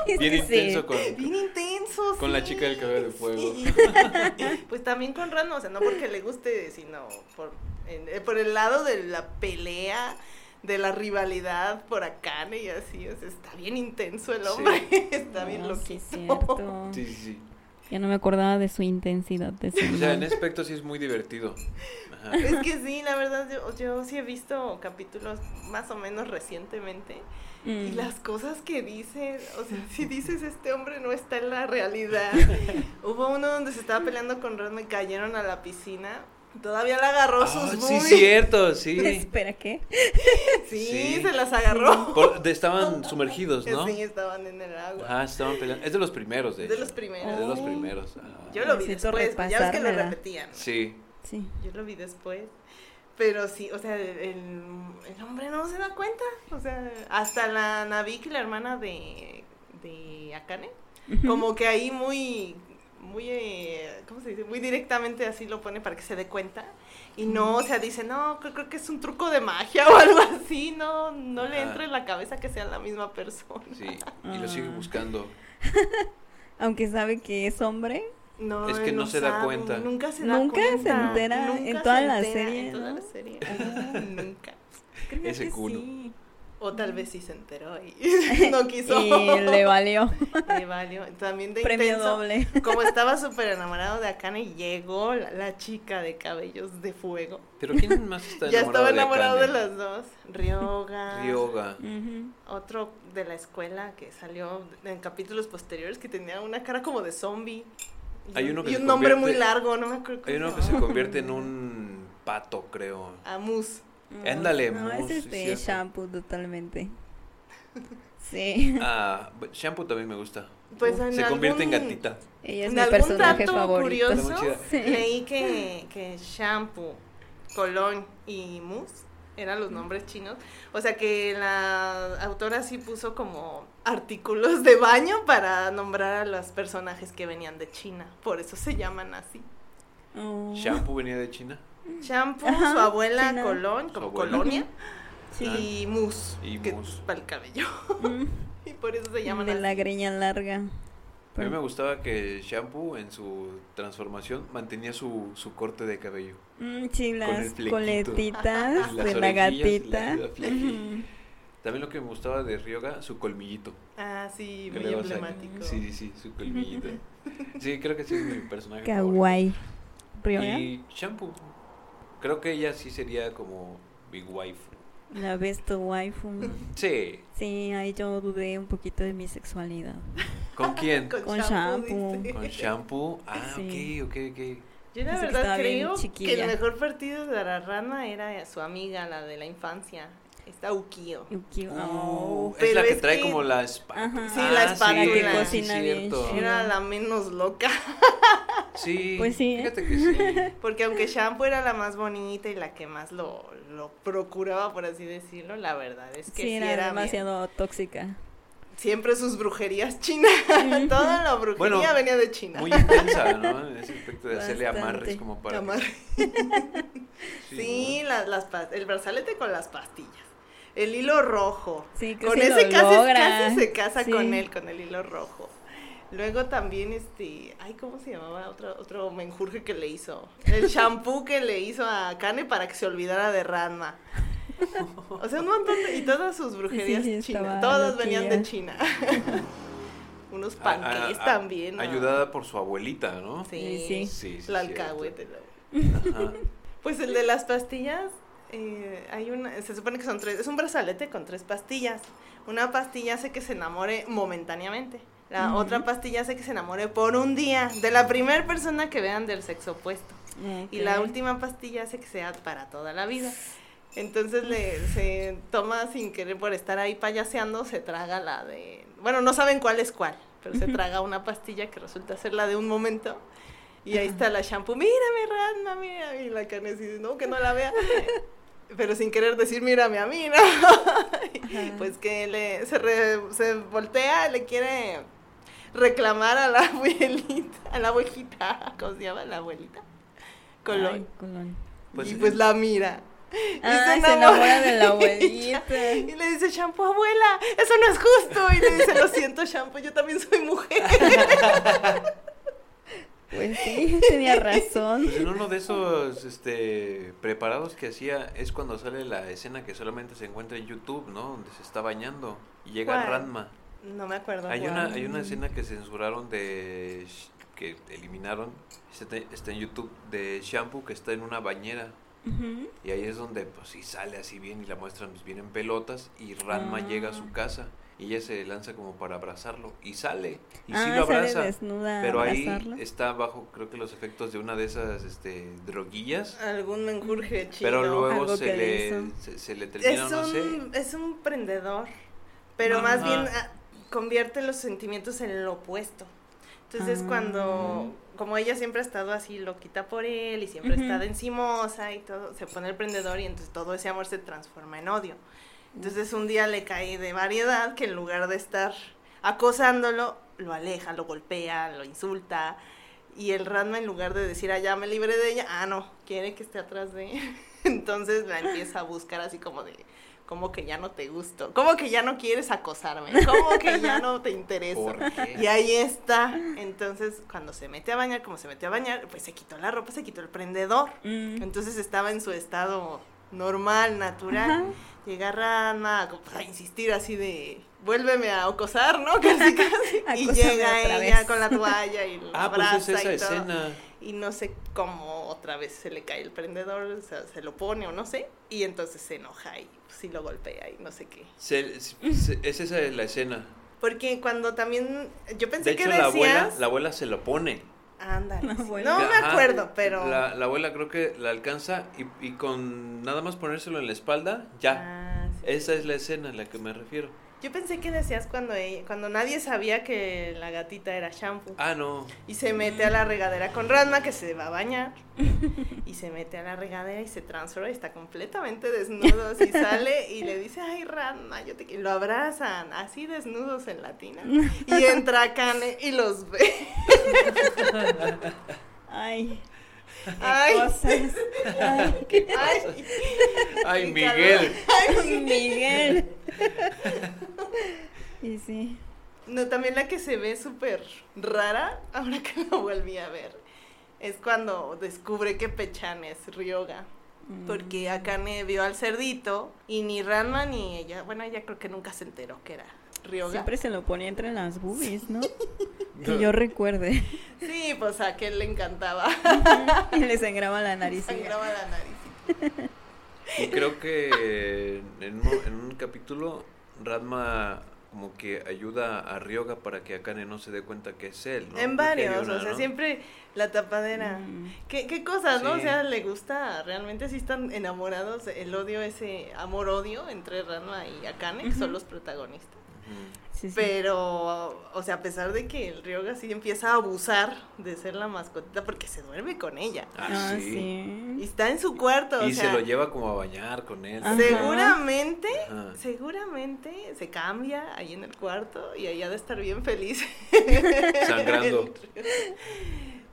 S3: Es
S2: Bien
S3: que
S2: intenso
S3: sí.
S2: con,
S4: bien intenso.
S2: Con la
S4: sí,
S2: chica del cabello de fuego. <laughs>
S4: sí. Pues también con Ranma, o sea, no porque le guste, sino por, en- eh, por el lado de la pelea, de la rivalidad por Akane y así. o sea, está bien intenso el
S2: Sí.
S4: hombre. <laughs> Está bien
S3: No,
S4: loquito.
S3: Ah, sí, es cierto.
S2: Sí, sí, sí.
S3: Ya no me acordaba de su intensidad. De su
S2: <laughs> O sea, en
S3: humor.
S2: ese aspecto sí es muy divertido. Ajá.
S4: Es que sí, la verdad, yo, yo sí he visto capítulos más o menos recientemente. Y
S3: Mm. <laughs>
S4: las cosas que dicen, o sea, si dices este hombre no está en
S2: <laughs>
S4: la realidad. Hubo uno donde se estaba peleando con Ranma y cayeron a la piscina. Todavía la agarró
S2: Ah,
S4: sus
S2: sí,
S4: boobies. Sí,
S2: cierto,
S4: <laughs>
S2: sí.
S3: Espera, ¿qué?
S2: Sí.
S4: se las
S2: <laughs>
S4: agarró.
S2: Por- de- estaban sumergidos, ¿no?
S4: Sí, estaban en el agua.
S2: Ajá, estaban peleando. Es de los primeros, de
S4: de
S2: hecho.
S4: los primeros.
S2: Es de los
S3: Oh.
S2: primeros. ajá.
S4: Yo lo vi
S3: Necesito
S4: después, ya ves que lo
S3: repasármela.
S4: repetían.
S2: Sí.
S3: Sí.
S4: <laughs> Yo lo vi después. Pero sí, o sea, el, el hombre no se da cuenta. O sea, hasta la Navik, la hermana de, de Akane, como que ahí muy, muy, eh, ¿cómo se dice? Muy directamente así lo pone para que se dé cuenta. Y no, o sea, dice, no, creo, creo que es un truco de magia <laughs> o algo así. No, no le
S2: Ajá.
S4: entra en la cabeza que sea la misma persona.
S2: Sí, y lo sigue
S3: Ah.
S2: buscando.
S3: Aunque sabe que
S2: <laughs>
S3: es hombre.
S4: No,
S2: Es que
S4: él
S2: no se da cuenta.
S4: Nunca se da
S3: Nunca se
S4: cuenta.
S3: entera en
S4: Nunca
S3: toda
S4: se
S3: la
S4: entera
S3: serie,
S4: en toda
S3: ¿no?
S4: la serie.
S3: <laughs>
S4: Ah, nunca.
S3: Creo
S2: Ese
S3: que
S2: culo.
S3: sí.
S4: O tal vez sí se enteró y <laughs> no quiso.
S3: Y
S2: <laughs>
S3: le valió
S4: <laughs> Le valió. También de
S3: premio
S4: intenso.
S3: doble. <laughs>
S4: Como estaba súper enamorado de Akane, llegó la, la chica de cabellos de fuego.
S2: Pero ¿quién más está enamorado
S4: <laughs> ya estaba enamorado de,
S2: Akane?
S4: los dos. Ryoga.
S2: Ryoga.
S3: Ujú.
S4: Otro de la escuela que salió en capítulos posteriores que tenía una cara como de zombie. Y
S2: Hay
S4: un-
S2: uno que
S4: y
S2: se
S4: un nombre muy
S2: convierte-
S4: largo, no me acuerdo.
S2: Hay
S4: cómo
S2: uno que se
S4: llamaba.
S2: convierte en un pato, creo.
S4: <laughs> Ah. Amus.
S2: Ándale,
S3: No,
S2: Mus,
S3: ese es
S2: sí,
S3: de
S2: cierto.
S3: shampoo
S2: <laughs>
S3: totalmente. Sí.
S2: Ah, but shampoo también me gusta.
S4: Pues en
S2: Se convierte en
S4: algún-
S2: gatita.
S3: Ella es
S4: En
S3: mi
S4: algún
S3: personaje
S4: dato
S3: favorito.
S4: curioso,
S2: Está muy chida.
S3: Sí.
S4: Leí que, que shampoo, colón y mousse eran
S2: Mm.
S4: los nombres chinos. O sea que la autora sí puso como artículos de baño para nombrar a los personajes que venían de China. Por eso se llaman así.
S3: Oh.
S2: Shampoo venía de China
S4: Shampoo,
S3: Ajá,
S4: su abuela
S3: China.
S4: colón,
S2: Su
S4: como
S2: abuela. <laughs> Ah,
S4: colonia,
S3: Sí.
S4: y mousse,
S2: y
S4: que
S2: mousse.
S4: para el cabello. <laughs>
S3: Mm.
S4: Y por eso se llaman
S3: De
S4: así.
S3: la greña larga.
S2: A mí me
S3: Pero-
S2: gustaba que Shampoo en su transformación mantenía su, su corte de cabello.
S3: Mm, sí, las
S2: flequito.
S3: coletitas
S2: Y
S3: de
S2: las
S3: la
S2: orejillas,
S3: gatita.
S2: la- la flequilla.
S3: Ujú.
S2: También lo que me gustaba de Ryoga, su colmillito.
S4: Ah, sí,
S2: que
S4: muy
S2: le va a salir.
S4: emblemático.
S2: Sí, sí, sí, su
S4: <laughs>
S2: colmillito. Sí, creo que sí es mi personaje. favorito.
S3: Kawaii. Ryoga,
S2: Y Shampoo. Creo que ella sí sería como mi waifu.
S3: la best waifu.
S2: Sí.
S3: Sí, ahí yo dudé un poquito de mi sexualidad.
S4: <laughs>
S2: ¿Con quién?
S4: Con,
S3: Con
S4: shampoo.
S3: shampoo.
S4: dice.
S2: Con Shampoo. Ah,
S3: Sí.
S2: ok, ok, ok.
S4: Yo la
S3: Dice que
S4: verdad
S3: estaba bien
S4: creo que
S3: chiquilla.
S4: el mejor partido de la rana era su amiga, la de la infancia, esta Ukio.
S3: Yukio.
S2: Uh,
S3: Oh.
S2: es la
S4: pero
S2: que
S4: es
S2: trae
S4: que- Ah,
S2: como la espátula.
S3: Ajá. Sí, la
S4: espátula.
S2: Ah, sí,
S4: La que
S2: sí,
S3: cocina bien
S2: cierto.
S3: chido.
S4: Era la menos loca, <laughs>
S2: Sí,
S3: Pues sí, ¿eh?
S2: Fíjate que sí.
S4: porque aunque Shampoo era la más bonita y la que más lo, lo procuraba, por así decirlo, la verdad es que
S3: Sí, era,
S4: bien.
S3: demasiado tóxica.
S4: Siempre sus brujerías chinas, <laughs> toda la brujería
S2: Bueno,
S4: venía de China.
S2: Muy intensa, ¿no? En ese aspecto de hacerle
S3: Bastante.
S2: amarres como para. que-
S4: Amar-
S2: Sí,
S4: Sí, las, las pas- el brazalete con las pastillas. El hilo rojo.
S3: Sí, que
S4: con
S3: sí
S4: ese
S3: lo
S4: casi,
S3: logra.
S4: casi se casa
S3: Sí.
S4: con él, con el hilo rojo. Luego también este, ay, ¿cómo se llamaba? Otro, otro menjurje que le hizo.
S3: <laughs>
S4: El shampoo que le hizo a Kane para que se olvidara de Ranma. O sea, un montón de, y todas sus brujerías
S3: Sí, sí, estaba
S4: chinas, todas venían de
S3: loquilla. <laughs>
S4: China. Unos
S2: ¿no? A- a-
S4: panqués
S2: a-
S4: también. ¿no?
S2: Ayudada por su abuelita, ¿no?
S4: Sí,
S3: Sí,
S2: Sí, sí.
S4: la
S2: cierto.
S4: alcahuete. la-
S2: Ajá.
S4: Pues el de las pastillas eh, hay una, se supone que son tres, es un brazalete con tres pastillas. Una pastilla hace que se enamore momentáneamente. La
S3: Ujú.
S4: otra pastilla hace que se enamore por un día de la primera persona que vean del sexo opuesto. Y la
S3: Ok.
S4: última pastilla hace que sea para toda la vida. Entonces le, se toma sin querer por estar ahí payaseando, se traga la de... Bueno, no saben cuál es cuál, pero se traga una pastilla que resulta ser la de un momento. Y ahí está la shampoo, mírame, Ranma, mira. Y la carne así, no, que no la vea. <laughs> Pero sin querer decir, mírame a mí, ¿no? Y
S3: Ajá.
S4: <laughs> pues que le, se, re- se voltea, le quiere reclamar a la <laughs> abuelita, a la abuelita, ¿cómo se llama? La abuelita. Colón.
S3: Ay, Colón.
S2: Pues,
S4: y pues la mira. Y
S3: Ah, se enamora de la abuelita.
S4: <laughs> Y le dice, shampoo, abuela, eso no es justo. Y le dice, lo siento, shampoo, yo también soy mujer.
S2: <laughs>
S3: Pues sí, tenía razón.
S2: Pues en uno de esos este, preparados que hacía es cuando sale la escena que solamente se encuentra en YouTube, ¿no? Donde se está bañando y llega
S4: ¿Cuál?
S2: Ranma.
S4: No me acuerdo.
S3: Ah,
S2: Hay
S4: cuál.
S2: una, hay una escena que censuraron de... Sh- que eliminaron, está, está en YouTube, de Shampoo que está en una bañera.
S3: Ujú.
S2: Y ahí es donde, pues sí, sale así bien y la muestran pues, bien en pelotas y Ranma
S3: Ah.
S2: llega a su casa y ella se lanza como para abrazarlo y sale. Y sí
S3: Ah,
S2: lo
S3: sale
S2: abraza.
S3: desnuda a
S2: Pero ahí
S3: abrazarlo.
S2: está bajo, creo que los efectos de una de esas este, droguillas.
S4: Algún menjurje chido.
S2: pero luego
S3: Ah, Algo
S2: se
S3: que
S2: le,
S3: hizo.
S2: se, se le termina,
S4: es
S2: no sé.
S4: un, es un prendedor, pero más
S2: Ajá.
S4: bien ah, convierte los sentimientos en lo opuesto. Entonces
S3: Ah.
S4: cuando, como ella siempre ha estado así loquita por él y siempre ha
S3: Ujú.
S4: estado encimosa y todo, se pone el prendedor y entonces todo ese amor se transforma en odio. Entonces un día le cae de variedad que en lugar de estar acosándolo, lo aleja, lo golpea, lo insulta. Y el Ranma en lugar de decir, ah, ya me libré de ella, ah, no, quiere que esté atrás de él. <laughs> Entonces la empieza a buscar así como de, como que ya no te gusto, como que ya no quieres acosarme, como que ya no te interesa.
S2: ¿Por
S3: <laughs>
S2: qué?
S4: Y ahí está. Entonces cuando se mete a bañar, como se metió a bañar, pues se quitó la ropa, se quitó el prendedor.
S3: Mm.
S4: Entonces estaba en su estado normal, natural.
S3: Ajá.
S4: Llega Ranma a, pues, a insistir así de, vuélveme a acosar, ¿no? <laughs>
S3: <laughs>
S4: Casi, casi. y
S3: Acósame
S4: llega
S3: otra
S4: ella
S3: vez.
S4: con la
S2: <laughs>
S4: toalla y lo
S2: Ah,
S4: abraza
S2: pues es esa
S4: y todo.
S2: escena.
S4: Y no sé cómo otra vez se le cae el prendedor, o sea, se lo pone o no sé. Y entonces se enoja y sí lo golpea y no sé qué.
S2: Se- se- es esa la escena.
S4: Porque cuando también, yo
S2: De
S4: pensé
S2: hecho,
S4: que
S2: la abuela,
S4: decías...
S2: la abuela se lo pone.
S4: Ándale,
S3: La
S4: sí.
S3: abuela.
S4: No me
S2: Ajá,
S4: acuerdo, pero...
S2: La, la abuela creo que la alcanza y, y con nada más ponérselo en la espalda, ya.
S4: Ah, sí.
S2: Esa es la escena a la que me refiero.
S4: Yo pensé que decías cuando, ella- cuando nadie sabía que la gatita era shampoo.
S2: Ah,
S4: <laughs>
S2: no.
S4: Y se mete a la regadera con Ranma, que se va a bañar. Y se mete a la regadera y se transforma y está completamente desnudo. Así sale y le dice, ay, Ranma, yo te quiero". Y lo abrazan, así desnudos en latina. Y entra Kane y los ve.
S3: Ay, qué
S4: Ay.
S3: cosas. Ay, qué-
S4: <laughs> Ay,
S2: Ay,
S4: Y
S2: Miguel.
S3: Miguel. <laughs> Y sí.
S4: No, también la que se ve súper rara, ahora que la volví a ver, es cuando descubre que Pechan es Ryoga.
S3: Mm.
S4: Porque Akane vio al cerdito y ni Ranma ni ella, bueno, ella creo que nunca se enteró que era Ryoga.
S3: Siempre se lo ponía entre las boobies, ¿no? Que yo recuerde. <laughs>
S4: Sí, pues a aquel le encantaba.
S3: Y le sangraba la
S4: <laughs>
S3: nariz.
S4: Sangraba la nariz.
S2: Y creo que en un, en un capítulo, Radma como que ayuda a Ryoga para que Akane no se dé cuenta que es él, ¿no?
S4: en
S2: Creo que hay
S4: varios,
S2: una,
S4: o sea,
S2: ¿no?
S4: siempre la tapadera.
S3: Mm.
S4: ¿Qué, qué cosas, no? O
S2: Sí.
S4: sea, le gusta, realmente sí están enamorados, el odio, ese amor-odio entre Ranma y Akane, que son
S3: Ujú.
S4: los protagonistas.
S2: Ujú.
S3: Sí, sí.
S4: Pero, o sea, a pesar de que el Ryoga sí empieza a abusar de ser la mascotita porque se duerme con ella.
S2: Ah, sí.
S4: Y está en su cuarto, o
S2: Y
S4: sea,
S2: se lo lleva como a bañar con él.
S3: Ajá.
S4: seguramente,
S2: Ajá.
S4: seguramente se cambia ahí en el cuarto y allá de estar bien feliz. <laughs>
S2: Sangrando.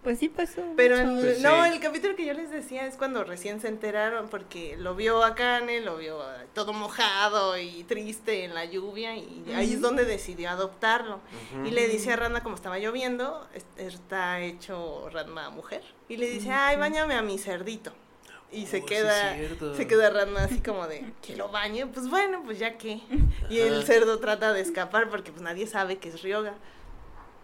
S3: Pues sí pasó.
S4: Pero
S3: mucho.
S4: el-
S2: Pues
S4: no,
S2: sí.
S4: el capítulo que yo les decía es cuando recién se enteraron porque lo vio a Kane, lo vio eh, todo mojado y triste en la lluvia y ahí es
S3: Ujú.
S4: donde decidió adoptarlo.
S2: Ujú.
S4: Y le dice a Ranma, como estaba lloviendo, es- está hecho Ranma mujer. Y le dice, ay, bañame a mi cerdito. Y se
S2: Oh, sí es
S4: queda,
S2: cierto.
S4: se queda Ranma así como de, que lo bañe, pues bueno, pues ya qué. Y el
S2: Ajá.
S4: cerdo trata de escapar porque pues nadie sabe que es Ryoga.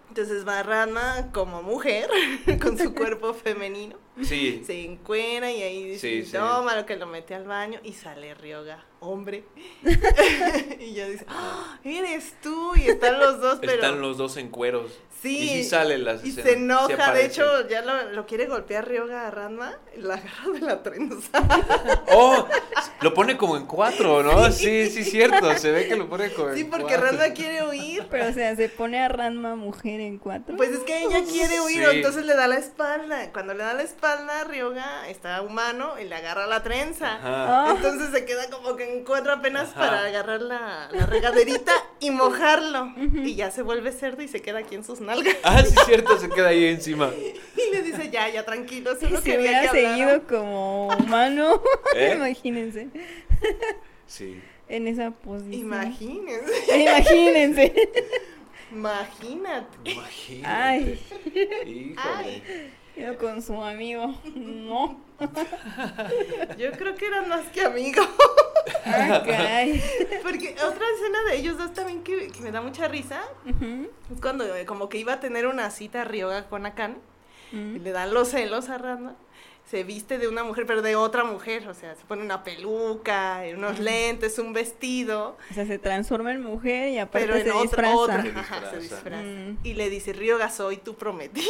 S4: Entonces va Ranma como mujer, <laughs> con su cuerpo femenino,
S2: Sí,
S4: <laughs> se encuera y ahí dice,
S2: Sí, sí.
S4: toma lo que lo mete al baño y sale Ryoga, hombre. <laughs> y yo dice, "Ah, eres tú y están los dos, pero...
S2: están los dos en cueros.
S4: Sí,
S2: y sí sale la
S4: Y
S2: escena,
S4: se
S2: sí
S4: enoja, de
S2: aparece.
S4: hecho, ya lo, lo quiere golpear Ryoga a Ranma, la agarra de la trenza.
S2: ¡Oh! Lo pone como en cuatro, ¿no? Sí, sí, cierto. Se ve que lo pone como en
S4: Sí, porque
S2: cuatro.
S4: Ranma quiere huir.
S3: Pero, o sea, se pone a Ranma mujer en cuatro.
S4: Pues es que ella quiere huir,
S2: Sí.
S4: entonces le da la espalda. Cuando le da la espalda, Ryoga está humano y le agarra la trenza.
S2: Ajá.
S3: Ah,
S4: Entonces se queda como que en cuatro apenas
S2: Ajá.
S4: para agarrar la, la regaderita
S3: <laughs>
S4: y mojarlo. Y ya se vuelve cerdo y se queda aquí en sus nalgas. <laughs>
S2: Ah, sí, cierto, se queda ahí encima. ¿Eh?
S4: Y le dice, ya, ya, tranquilo,
S3: <laughs>
S4: solo
S3: si
S4: quería
S3: hubiera
S4: que hablara".
S3: seguido como humano, <laughs>
S2: ¿Eh?
S3: imagínense,
S2: Sí.
S3: en esa posición.
S4: Imagínense,
S3: <laughs> Imagínense.
S4: imagínate.
S2: Imagínate.
S3: Ay.
S2: Híjole.
S3: Yo con su amigo. No.
S4: <laughs> Yo creo que eran más que
S3: <laughs>
S4: amigos.
S3: Ah, caray.
S4: Porque otra escena de ellos dos también que, que me da mucha risa
S3: Ujú.
S4: es cuando eh, como que iba a tener una cita Ryoga con Akan. y
S3: Mm.
S4: le dan los celos a Ranma. Se viste de una mujer, pero de otra mujer. O sea, se pone una peluca, unos lentes, un vestido,
S3: O sea, se transforma en mujer y aparte
S4: pero en
S3: se
S4: otra.
S3: disfraza.
S4: otra.
S2: Se
S4: Ajá, se
S2: disfraza.
S4: disfraza.
S3: Mm.
S4: Y le dice, Ryoga, soy tu prometida.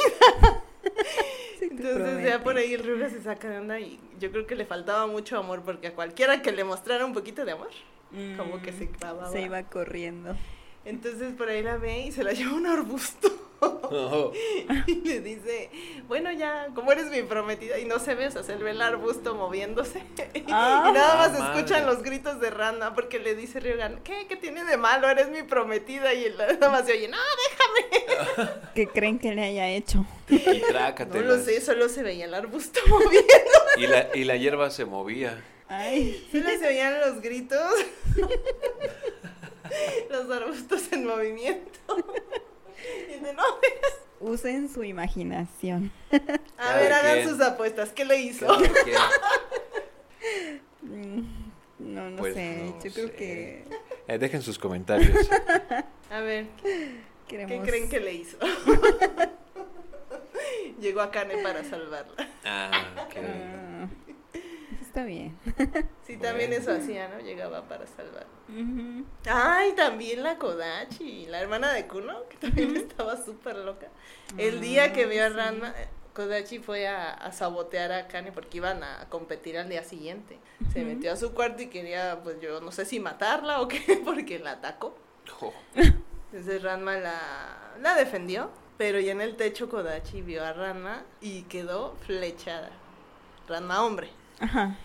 S3: Sí, te
S4: Entonces
S3: promete.
S4: ya por ahí el Ryoga se saca de onda y yo creo que le faltaba mucho amor porque a cualquiera que le mostrara un poquito de amor, como que se
S3: Mm.
S4: clavaba.
S3: Se iba
S4: <laughs>
S3: corriendo.
S4: Entonces por ahí la ve y se la lleva a
S2: <laughs>
S4: un arbusto.
S2: No.
S4: Y le dice, bueno, ya, como eres mi prometida, y no se ve, o sea, se ve el arbusto moviéndose.
S3: Ah.
S4: <laughs> y nada más
S2: Ah, madre.
S4: escuchan los gritos de Randa, porque le dice Ryogan, ¿qué? ¿Qué tiene de malo? Eres mi prometida. Y él nada más se oye, no,
S3: ¿Qué creen que le haya hecho?
S2: Y
S4: no
S2: trácatelas.
S4: lo sé, solo se veía el arbusto
S2: <laughs>
S4: moviendo.
S2: Y la, y la hierba se movía.
S3: Ay.
S4: Solo se oían los gritos. <laughs> los arbustos en movimiento. <laughs> Y dice, no,
S3: Usen su imaginación.
S4: a
S2: Cada
S4: ver, hagan
S2: quien.
S4: sus apuestas. ¿Qué le hizo?
S2: Cada quien.
S3: Mm, No, no
S2: Pues
S3: sé.
S2: no
S3: Yo creo
S2: sé.
S3: que
S2: Eh, dejen sus comentarios.
S4: A ver, ¿qué
S3: queremos.
S4: creen que le hizo? <laughs> Llegó a Kane para salvarla.
S2: Ah, qué
S3: Ah, eso está bien.
S4: Sí, también
S2: Bueno.
S4: eso hacía, ¿no? Llegaba para salvar.
S3: Ujú.
S4: Ay, también la Kodachi, la hermana de Kuno, que también estaba súper loca.
S3: Ah, Mm.
S4: El día que vio a Ranma, eh, Kodachi fue a, a sabotear a Kane porque iban a competir al día siguiente. Se
S3: Ujú.
S4: metió a su cuarto y quería, pues yo no sé si matarla o qué, <laughs> porque la atacó.
S2: Oh,
S4: Entonces Ranma la, la defendió, pero ya en el techo Kodachi vio a Ranma y quedó flechada. Ranma hombre.
S3: Ajá.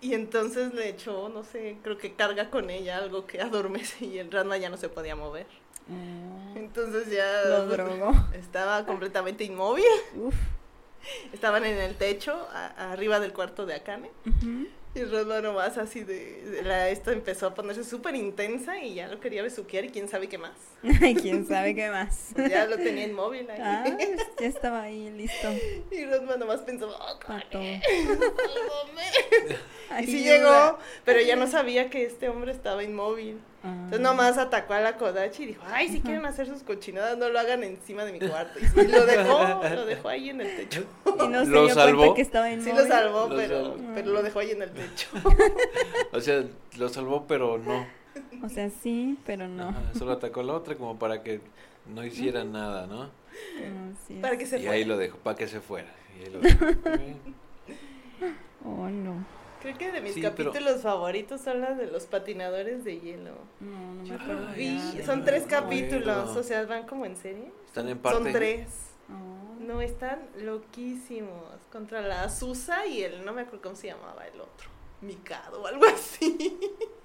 S4: Y entonces le echó, no sé, creo que carga con ella algo que adormece y el Ranma ya no se podía mover.
S3: Mm,
S4: Entonces ya
S3: Lo
S4: <laughs>
S3: drogó.
S4: estaba completamente inmóvil.
S3: Uf.
S4: Estaban en el techo, a- arriba del cuarto de Akane.
S3: Ujú.
S4: Y Ranma nomás así de... de La, esto empezó a ponerse súper intensa y ya lo quería besuquear y quién sabe qué más.
S3: <laughs> Ay, quién sabe qué más.
S4: <laughs> Pues ya lo tenía inmóvil ahí. <laughs>
S3: Ah, pues, ya estaba ahí listo.
S4: Y Ranma nomás pensó, oh,
S3: Para
S4: Kane,
S3: todo.
S4: sálvame".
S3: <laughs>
S4: Y sí
S3: Ayuda.
S4: llegó, pero ya no sabía que este hombre estaba inmóvil. Entonces
S3: Ah.
S4: nomás atacó a la Kodachi y dijo, ay, si
S3: Ajá.
S4: quieren hacer sus cochinadas, no lo hagan encima
S3: <laughs>
S4: de mi cuarto. Y sí, lo dejó, lo dejó ahí en el techo.
S3: Ah. Y no se
S2: ¿Lo
S3: dio
S2: salvó?
S3: cuenta que estaba
S4: Sí
S3: inmóvil.
S4: lo salvó,
S2: Lo
S4: pero,
S2: salvó.
S4: pero lo dejó ahí en
S2: <laughs>
S4: el techo.
S2: O sea, lo salvó, pero no.
S3: O sea, sí, pero no.
S2: Ajá, solo atacó a la otra como para que no hiciera nada, ¿no?
S3: Así
S4: Para
S3: es.
S4: que se
S2: y ahí
S4: fuera.
S2: lo dejó, para que se fuera. Y ahí lo dejó.
S3: Oh, no.
S4: Creo que de mis
S2: Sí, pero-
S4: capítulos favoritos son las de los patinadores de hielo.
S3: No, no me
S2: Yo
S3: acuerdo.
S4: Vi-
S3: ya de
S4: son
S3: nada.
S4: tres
S2: no me
S4: capítulos,
S2: acuerdo.
S4: o sea, van como en serie.
S2: Están en parte.
S4: Son tres.
S3: Oh.
S4: No, están loquísimos. Contra la Azusa y el, no me acuerdo cómo se llamaba el otro. Mikado o algo así. <laughs>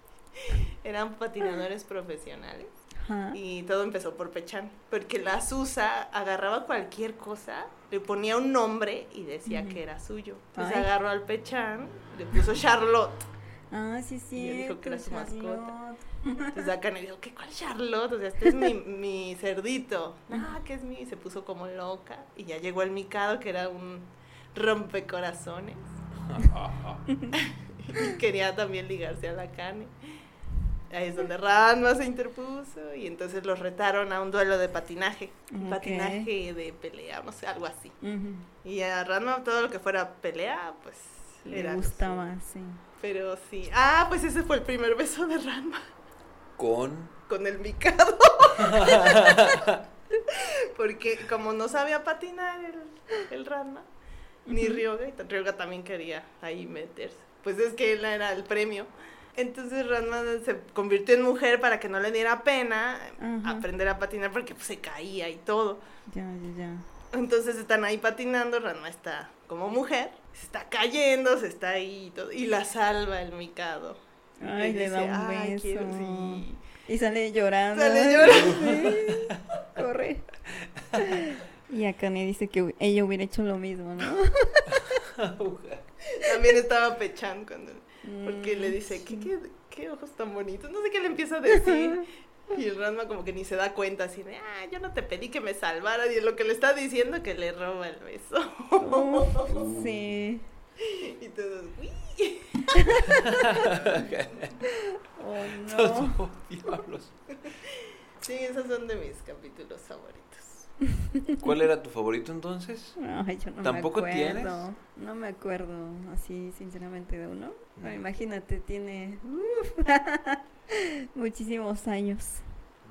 S4: Eran patinadores profesionales.
S3: Ajá.
S4: Y todo empezó por Pechan. Porque la Susa agarraba cualquier cosa, le ponía un nombre y decía
S3: Ujú.
S4: que era suyo. Entonces
S3: Ay.
S4: agarró al Pechan, le puso Charlotte.
S3: Ah, sí, sí.
S4: Y él dijo que era su mascota.
S3: mascota.
S4: Entonces acá le dijo, ¿qué cuál Charlotte? O sea, este es mi, mi cerdito. Ah, que es mi. Y se puso como loca. Y ya llegó el Mikado, que era un rompecorazones. Y quería también ligarse a la Cane. Ahí es donde Ranma se interpuso y entonces los retaron a un duelo de patinaje,
S3: Ok.
S4: patinaje de pelea, no sé, algo así.
S3: Ujú.
S4: Y a Ranma todo lo que fuera pelea, pues
S3: Le
S4: era lo
S3: gusta
S4: suyo.
S3: más, sí.
S4: Pero sí. Ah, pues ese fue el primer beso de Ranma
S2: Con. <laughs>
S4: <laughs> con el
S3: <laughs>
S4: micado. Porque como no sabía patinar el, el Ranma, ni
S3: Ujú.
S4: Ryoga, y t- Ryoga también quería ahí meterse. Pues es que él era el premio. Entonces Ranma se convirtió en mujer para que no le diera pena
S3: Ajá.
S4: aprender a patinar porque pues, se caía y todo.
S3: Ya, ya, ya.
S4: Entonces están ahí patinando, Ranma está como mujer, se está cayendo, se está ahí y todo, y la salva el Mikado.
S3: Ay,
S4: Él
S3: le da
S4: dice,
S3: un
S4: "Ay,
S3: beso.
S4: quiero- sí".
S3: Y sale llorando.
S4: Sale llorando.
S3: Sí. Corre. Y Akane dice que ella hubiera hecho lo mismo, ¿no?
S4: También estaba Pechan cuando... Porque le
S3: Mm,
S4: dice, ¿qué,
S3: sí.
S4: qué, qué ojos tan bonitos? No sé qué le empieza a decir.
S3: <laughs>
S4: Y el Ranma como que ni se da cuenta, así de, ah, yo no te pedí que me salvara. Y lo que le está diciendo que le roba el beso. <laughs>
S3: Uf, sí.
S4: Y todos, "Uy".
S3: Oh,
S2: Todos,
S3: no.
S2: oh, diablos.
S4: Sí, esos son de mis capítulos favoritos.
S2: ¿Cuál era tu favorito entonces?
S3: Ay, yo no
S2: ¿Tampoco
S3: me acuerdo.
S2: tienes?
S3: No me acuerdo así sinceramente de uno. Pero
S2: Mm.
S3: Imagínate, tiene uf, <laughs> muchísimos años.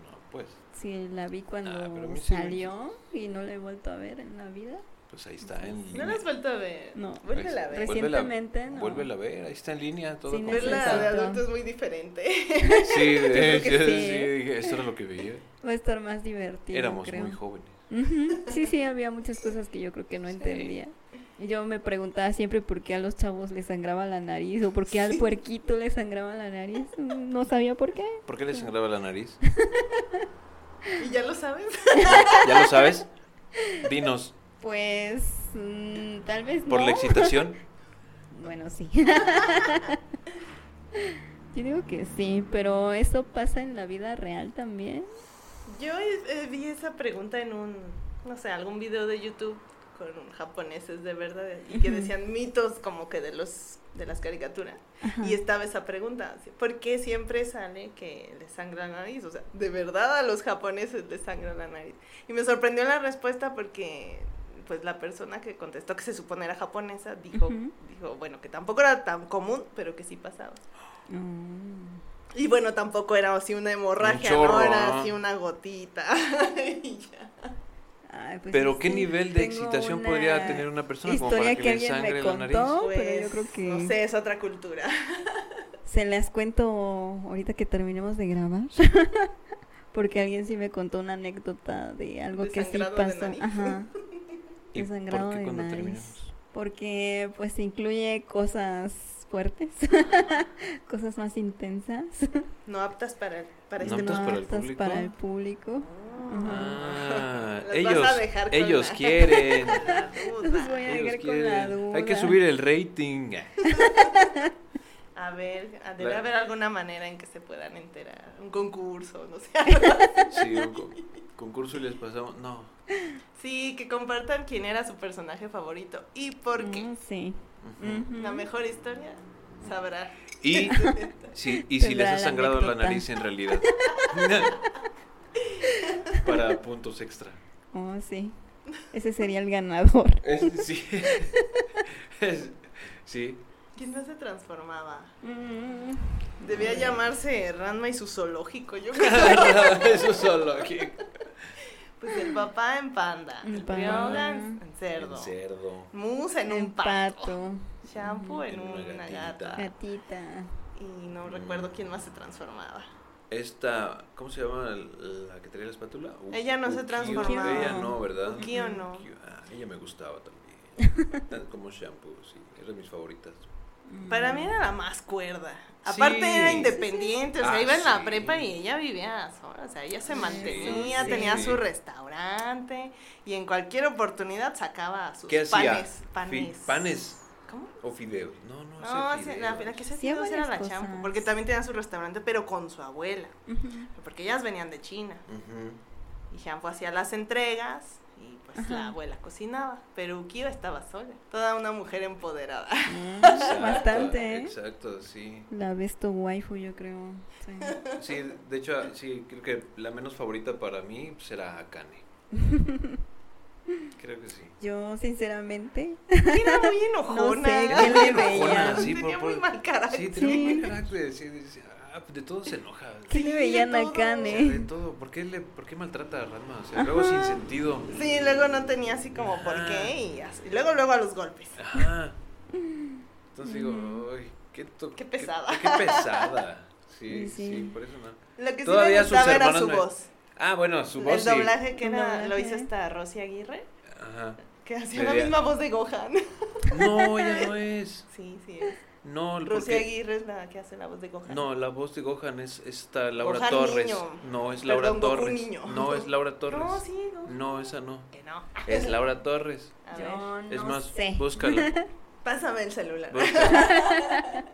S2: No, pues,
S3: Sí, la vi cuando
S2: Ah, pero a mí sí me-
S3: salió y no la he vuelto a ver en la vida.
S2: pues ahí está en
S4: ¿No
S2: línea.
S4: las falta ver?
S3: No.
S4: Vuélvela a ver.
S2: Reci-
S3: Recientemente, no.
S2: Vuélvela a ver, ahí está en línea todo.
S3: Sí,
S2: completo.
S4: Verla de
S3: Exacto.
S4: adulto es muy diferente.
S2: <laughs> Sí, de
S3: creo
S2: hecho,
S3: que
S2: sí,
S3: sí.
S2: dije, esto era lo que veía.
S3: Va a estar más divertido.
S2: Éramos
S3: creo.
S2: muy jóvenes.
S3: Ujú, Sí, sí, había muchas cosas que yo creo que no entendía. Y Yo me preguntaba siempre por qué a los chavos les sangraba la nariz o por qué al puerquito le sangraba la nariz. Mm, No sabía por qué.
S2: ¿Por qué le sangraba la nariz?
S4: ¿Y ya lo sabes?
S2: ¿Ya lo sabes? Dinos,
S3: Pues mm, tal vez
S2: ¿por
S3: no. Pues
S2: la
S3: <laughs>
S2: excitación?
S3: Bueno, sí. <laughs> Yo digo que sí, pero eso pasa en la vida real también.
S4: Yo eh, vi esa pregunta en un, no sé, algún video de YouTube con japoneses de verdad y que
S3: Ujú.
S4: decían mitos como que de los de las caricaturas
S3: Ajá.
S4: y estaba esa pregunta así, ¿por qué siempre sale que les sangra la nariz? O sea, de verdad a los japoneses les sangra la nariz y me sorprendió la respuesta porque pues la persona que contestó que se supone era japonesa dijo
S3: Ujú.
S4: dijo bueno que tampoco era tan común pero que sí pasaba
S3: Mm.
S4: y bueno tampoco era así una hemorragia
S2: chorro,
S4: no era
S2: ajá.
S4: así una gotita <laughs> y ya.
S3: Ay, pues
S2: ¿Pero
S3: sí,
S2: qué
S3: sí,
S2: nivel de
S3: tengo
S2: excitación
S3: una
S2: podría tener una persona como para
S3: historia
S2: que,
S3: que
S2: le
S3: alguien me
S2: sangre la nariz?
S3: contó, pero yo creo que
S4: pues, No sé, es otra cultura. <laughs>
S3: se las cuento ahorita que terminemos de grabar. <laughs> Porque alguien sí me contó una anécdota de algo
S4: ¿De
S3: que sí
S4: sangrado de
S3: pasó.
S4: nariz?
S3: Ajá.
S2: ¿Y
S3: el sangrado
S2: por qué
S3: de
S2: cuando
S3: nariz.
S2: terminamos?
S3: Porque pues incluye cosas fuertes, <laughs> cosas más intensas,
S4: No aptas para, para
S2: No
S4: este
S2: aptas para el
S3: aptas
S2: público.
S3: para el público.
S2: Ah,
S4: <laughs>
S3: <laughs>
S4: Las vas a
S2: ellos,
S4: dejar con
S2: ellos
S4: <laughs> la-
S2: quieren.
S4: podcast.
S3: Los voy a
S2: ellos
S3: dejar con la
S2: quieren. Hay que
S3: duda.
S2: subir el
S3: <laughs>
S2: rating.
S4: A ver, a- debe
S2: Claro.
S4: haber alguna manera en que se puedan enterar. Un concurso,
S3: <laughs>
S4: no sé.
S2: Sí, un con- concurso y les pasamos. No.
S4: Sí, que compartan quién era su personaje favorito y por qué. Mm,
S3: Mm, sí.
S2: Ujú.
S3: Ujú.
S4: La mejor historia sabrá. <laughs>
S2: Y, si, y si les
S3: Tendrá
S2: ha
S3: la
S2: sangrado la
S3: anécdota.
S2: nariz en
S3: <laughs>
S2: realidad. Para puntos extra.
S3: Oh, sí. Ese sería el
S4: <laughs>
S3: ganador.
S2: Es- sí. <laughs> Es- sí.
S4: ¿Quién no se transformaba?
S3: Mm.
S4: Debía llamarse Ranma y su zoológico,
S2: <laughs>
S4: yo creo.
S2: Eso solo. aquí.
S4: Pues el papá en panda,
S3: En
S4: el
S3: panda.
S4: Ryoga en cerdo,
S2: Cerdo. Mm.
S4: Mousse en un
S3: Un
S4: pato. Ah.
S3: pato. Eh.
S4: Shampoo en,
S2: En una
S4: una
S2: gatita.
S4: gata.
S3: Gatita.
S4: Y no
S2: Mm.
S4: recuerdo quién más se transformaba.
S2: Esta, ¿cómo se llama la que traía la espátula? U-
S4: Ella no se
S2: Ukio.
S4: transformaba.
S2: Ella no, ¿verdad?
S4: Ukio no.
S2: Ukio. Ah, ella me gustaba
S4: <laughs>
S2: también. Tan Como shampoo, sí. Es de mis favoritas.
S4: Para mí era la más cuerda. Aparte
S2: Sí.
S4: era independiente, o sea,
S2: Ah,
S4: iba en
S2: sí.
S4: la prepa y ella vivía sola, o sea, ella se
S3: Sí,
S4: mantenía,
S3: sí.
S4: tenía su restaurante y en cualquier oportunidad sacaba sus
S2: ¿Qué hacía?
S4: panes, panes.
S2: Fi- panes
S4: ¿Cómo?
S2: o fideos. No, no,
S4: No,
S2: hacía
S4: sí, la,
S2: fideos.
S4: la que se
S3: Sí,
S4: hacía dos era
S3: varias
S4: la
S3: cosas.
S4: champo, porque también tenía su restaurante, pero con su abuela, <laughs>
S3: Ujú.
S4: porque ellas venían de China.
S2: Ujú.
S4: Y Shampoo hacía las entregas y pues
S3: Ajá.
S4: la abuela cocinaba, pero Ukiyo estaba sola, toda una
S3: <laughs>
S4: mujer empoderada.
S2: Exacto,
S3: Mm, Bastante, ¿eh?
S2: Exacto, sí.
S3: La besto waifu, yo creo.
S4: <laughs>
S3: sí.
S2: Sí, de hecho, sí, creo que la menos favorita para mí será
S3: <laughs>
S2: Akane. Creo que sí.
S3: Yo, sinceramente,
S4: Era muy enojona.
S3: ¿qué le
S4: Muy
S3: veía?
S4: enojona,
S2: Sí,
S4: tenía
S2: por-
S4: muy mal carácter.
S2: Sí, tenía
S3: Sí.
S2: buen carácter, sí, dice, ah, de todo se enoja.
S3: ¿qué
S4: Sí,
S3: le veían
S4: todo,
S3: a
S2: O sea, de
S3: Kane?
S2: todo. ¿Por qué, le, ¿Por qué maltrata a Ranma? O sea, luego sin sentido.
S4: Sí, luego no tenía así como por qué y, así- y luego luego a los golpes.
S2: Ajá. Entonces digo,
S3: Mm.
S2: ay, qué, to-
S4: Qué pesada.
S2: Qué, pesada. Sí,
S3: Y
S2: sí,
S3: sí.
S2: por eso no.
S4: Lo que sí
S2: Todavía
S4: me
S2: sus
S4: gustaba era
S2: hermanos
S4: su
S2: me-
S4: voz.
S2: Ah, bueno, su
S4: El
S2: voz sí.
S4: doblaje que
S3: El
S4: era, lo
S3: doblaje.
S4: hizo esta Rosy Aguirre,
S2: Ajá.
S4: que hacía
S2: Me
S4: la
S2: veía-
S4: misma voz de Gohan. <laughs>
S2: No, ya no es.
S4: Sí, sí es.
S2: No,
S4: Rosy
S2: porque...
S4: Aguirre es la que hace la voz de Gohan.
S2: No, la voz de Gohan es esta Laura
S4: Gohan
S2: Torres.
S4: niño.
S2: No, es Laura
S4: Perdón, Goku
S2: Torres.
S4: niño.
S2: No, es Laura Torres. Mm.
S4: No, sí, no.
S2: No, esa no.
S4: Que no.
S2: Es Laura Torres.
S4: A
S3: <laughs>
S4: ver,
S3: Yo no
S2: es más,
S3: sé.
S2: búscala.
S4: pásame el celular.
S2: búscala.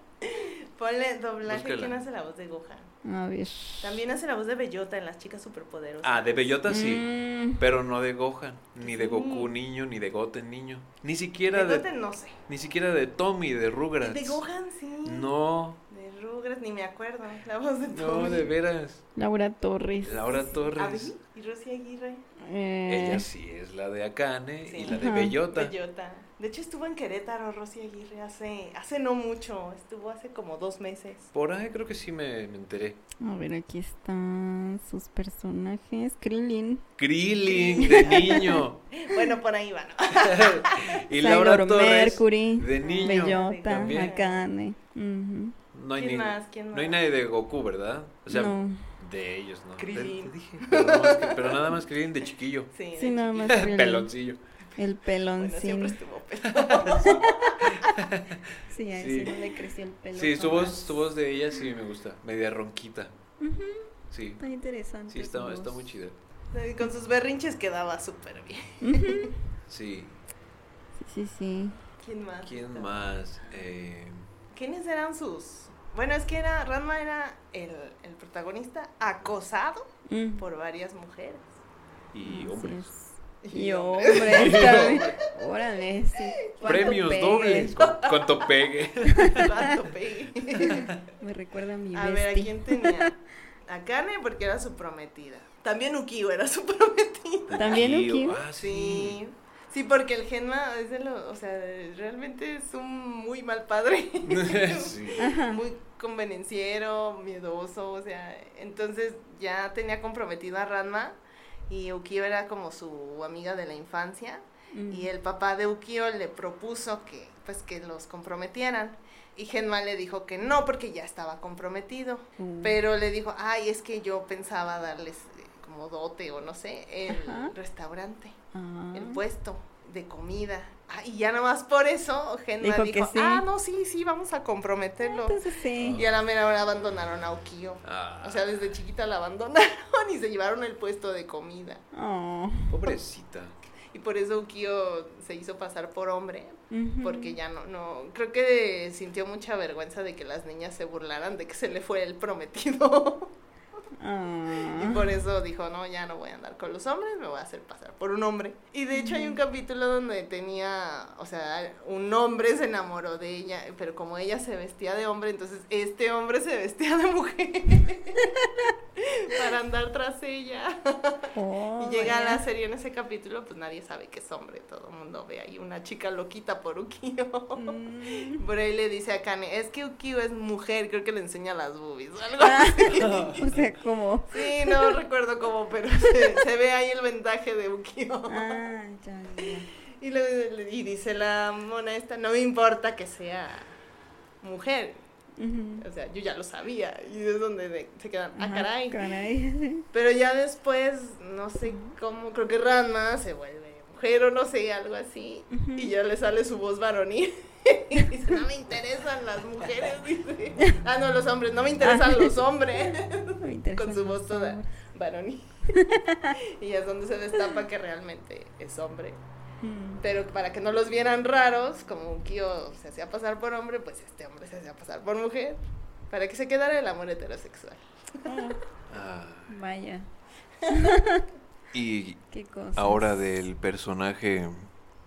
S4: Ponle doblaje.
S2: Búscala.
S4: ¿Quién hace la voz de Gohan?
S3: A ver.
S4: También hace la voz de Bellota en Las Chicas Superpoderosas.
S2: Ah, de Bellota sí.
S3: Mm,
S2: Pero no de Gohan, ni de
S4: Sí.
S2: Goku niño, ni de Goten niño. Ni siquiera de,
S4: Bellota no sé.
S2: ni siquiera de Tommy, de Rugrats.
S4: De Gohan sí.
S2: No,
S4: De Rugrats ni me acuerdo. La voz de
S2: no,
S4: Tommy.
S2: de veras.
S3: Laura Torres.
S2: Laura
S4: ¿A
S2: Torres.
S4: mí? Y Rosy Aguirre.
S3: Eh,
S2: Ella sí es la de Akane y
S4: Sí.
S2: la de
S3: Ajá.
S2: Bellota.
S4: Bellota. De hecho estuvo en Querétaro Rosy Aguirre hace, hace no mucho. Estuvo hace como dos meses.
S2: Por ahí creo que sí me, me enteré.
S3: A ver, aquí están sus personajes. Krillin.
S2: Krillin de niño.
S4: Bueno, por ahí va, ¿no?
S3: <laughs>
S2: y
S3: Sailor
S2: Laura Torres.
S3: Mercury.
S2: de niño.
S3: Bellota.
S2: También.
S3: Akane. ujú.
S2: No hay,
S4: ¿Quién
S2: ni-
S4: más? ¿Quién
S2: no hay
S4: más?
S2: nadie de Goku, ¿verdad? O sea,
S3: no.
S2: de ellos, ¿no? Te-
S4: Krillin.
S2: te dije, Pero, nada más que- pero nada más Krillin de chiquillo.
S4: Sí.
S3: Sí, nada más.
S2: <laughs>
S3: Krillin.
S2: Peloncillo.
S3: El
S4: Bueno,
S3: peloncín.
S4: siempre estuvo pero-
S3: Sí, a
S2: Sí.
S3: ese no le creció el pelo.
S2: Sí, su
S3: jamás.
S2: voz, su voz de ella sí me gusta. Media ronquita.
S3: Ujú, Pues,
S2: Sí.
S3: Está interesante.
S2: Sí,
S3: su
S2: está, está
S3: voz.
S2: muy chida.
S4: Sí, Con sus berrinches quedaba súper bien.
S3: Ujú,
S2: Sí.
S3: Sí, sí, sí.
S4: ¿Quién más?
S2: ¿Quién
S4: Estaba-
S2: más? Eh,
S4: ¿Quiénes eran sus...? Bueno, es que era, Ranma era el, el protagonista acosado
S3: Mm,
S4: por varias mujeres.
S2: y
S3: así
S2: hombres.
S3: Ah, es.
S4: Y
S3: Y
S4: <laughs> hombres.
S3: <laughs> hombres también. Órale, sí. ¿Cuánto
S2: Premios
S3: pegue?
S2: dobles. Con- Cuanto pegue.
S4: Cuánto pegue.
S3: Me recuerda a mi
S4: A ver, ¿a
S3: bestie.
S4: quién tenía? A Kane porque era su prometida. También Ukiyo era su <laughs> prometida.
S3: También
S2: Y-
S3: Uki.
S2: Ah, sí.
S4: Sí. Sí, porque el Genma es de lo... O sea, realmente es un muy mal
S2: <laughs>
S4: padre.
S2: Sí.
S3: <laughs> Ajá.
S4: muy convenenciero, miedoso, o sea, entonces ya tenía comprometido a Ranma y Ukio era como su amiga de la infancia
S3: Mm.
S4: y el papá de Ukio le propuso que pues que los comprometieran y Genma le dijo que no porque ya estaba comprometido,
S3: Uh,
S4: pero le dijo, "Ay, es que yo pensaba darles eh, como dote o no sé, el
S3: Ajá.
S4: restaurante,
S3: ah.
S4: el puesto de comida." Ah, y ya nomás por eso Genma
S3: Dijo
S4: dijo,
S3: que sí. Ah,
S4: "Ah, no, sí, sí, vamos a comprometerlo."
S3: Entonces sí.
S4: Y a la mera hora abandonaron a Ukiyo.
S2: Ah,
S4: O sea, desde chiquita la abandonaron <laughs> y se llevaron el puesto de comida. Ah.
S3: Oh,
S2: pobrecita.
S4: Y por eso Ukiyo se hizo pasar por hombre,
S3: ujú.
S4: porque ya no, no, creo que sintió mucha vergüenza de que las niñas se burlaran de que se le fue el prometido. <laughs>
S3: Ah.
S4: Y por eso dijo, no, ya no voy a andar con los hombres, me voy a hacer pasar por un hombre. Y de hecho hay un capítulo donde tenía, o sea, un hombre se enamoró de ella, pero como ella se vestía de hombre, entonces este hombre se vestía de mujer <laughs> para andar tras ella.
S3: Oh,
S4: y llega
S3: vaya.
S4: la serie en ese capítulo, pues nadie sabe que es hombre, todo el mundo ve ahí una chica loquita por Ukiyo. <laughs>
S3: Mm.
S4: Por ahí le dice a Kane, es que Ukiyo es mujer, creo que le enseña las boobies o algo así.
S3: Ah.
S4: <laughs>
S3: O sea, como.
S4: Sí, no recuerdo cómo, pero se, se ve ahí el vendaje de Ukio.
S3: Ah, ya, ya, ya.
S4: Y, le- y dice la mona esta, no me importa que sea mujer.
S3: Ujú.
S4: O sea, yo ya lo sabía. Y es donde de- se quedan, ah,
S3: Ajá,
S4: caray.
S3: caray. <laughs>
S4: Pero ya después, no sé cómo, creo que Ranma se vuelve mujer o no sé, algo así.
S3: Ujú.
S4: Y ya le sale su voz varonil. <laughs> Y dice, no me interesan las mujeres, dice. Ah, no, los hombres, no me interesan los hombres.
S3: Me interesan
S4: Con su
S3: los
S4: voz toda-
S3: sabores.
S4: varonil. <laughs> y es donde se destapa que realmente es hombre.
S3: Mm.
S4: Pero para que no los vieran raros, como Ukio se hacía pasar por hombre, pues este hombre se hacía pasar por mujer. Para que se quedara el amor heterosexual.
S3: Ah,
S2: Ah,
S3: vaya.
S2: Y
S3: Qué cosa.
S2: ahora del personaje,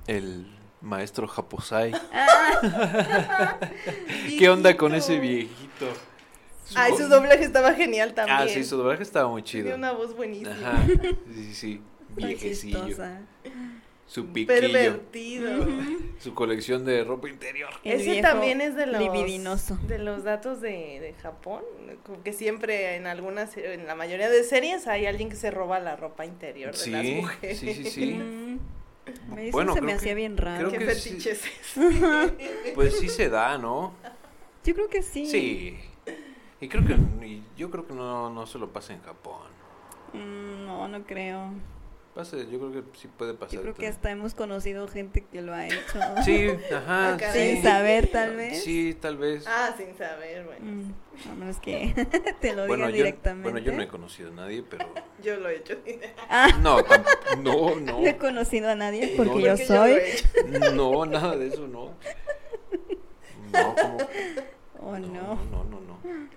S2: el maestro Japosai.
S3: Ah,
S2: ¿Qué onda con ese viejito?
S4: Ay, su doblaje estaba genial también.
S2: Ah, sí, su doblaje estaba muy chido.
S4: Tiene una voz buenísima.
S2: Ajá, sí, sí, <laughs> viejecillo. Su piquillo,
S4: Pervertido.
S2: su colección de ropa interior.
S4: Ese también es de los,
S3: libidinoso.
S4: de los datos de, de Japón, como que siempre en algunas, en la mayoría de series hay alguien que se roba la ropa interior de
S2: Sí,
S4: las
S2: sí,
S4: mujeres.
S2: sí, sí.
S3: Me
S2: Bueno,
S3: Mm, se
S2: creo
S3: me
S2: que-
S3: hacía bien raro.
S2: creo
S4: Qué
S2: que sí.
S4: fetiche es ese.
S2: <laughs> Pues sí se da, ¿no?
S3: Yo creo que sí.
S2: Sí. Y creo que y yo creo que no, no se lo pasa en Japón.
S3: Mm, no, no creo.
S2: Pasa, yo creo que sí puede pasar.
S3: Yo creo que
S2: también.
S3: hasta hemos conocido gente que lo ha hecho.
S2: <laughs> Sí, ajá.
S4: Ah, caray.
S3: <laughs> Sin
S2: sí.
S3: saber, tal vez.
S2: Sí, tal vez.
S4: Ah, sin saber, bueno.
S3: Mm, a menos que <laughs> te lo
S2: bueno,
S3: digan
S2: yo,
S3: directamente.
S2: bueno, yo no he conocido a nadie, pero.
S4: Yo lo he hecho. <laughs>
S3: Ah,
S2: No, tamp- no, no.
S3: <laughs> <laughs> no he conocido a nadie porque
S2: No.
S3: yo
S4: Porque lo
S3: soy.
S4: he hecho.
S2: No, nada de eso, no. No, como.
S3: <laughs> Oh,
S2: no,
S3: no.
S2: no, no, no.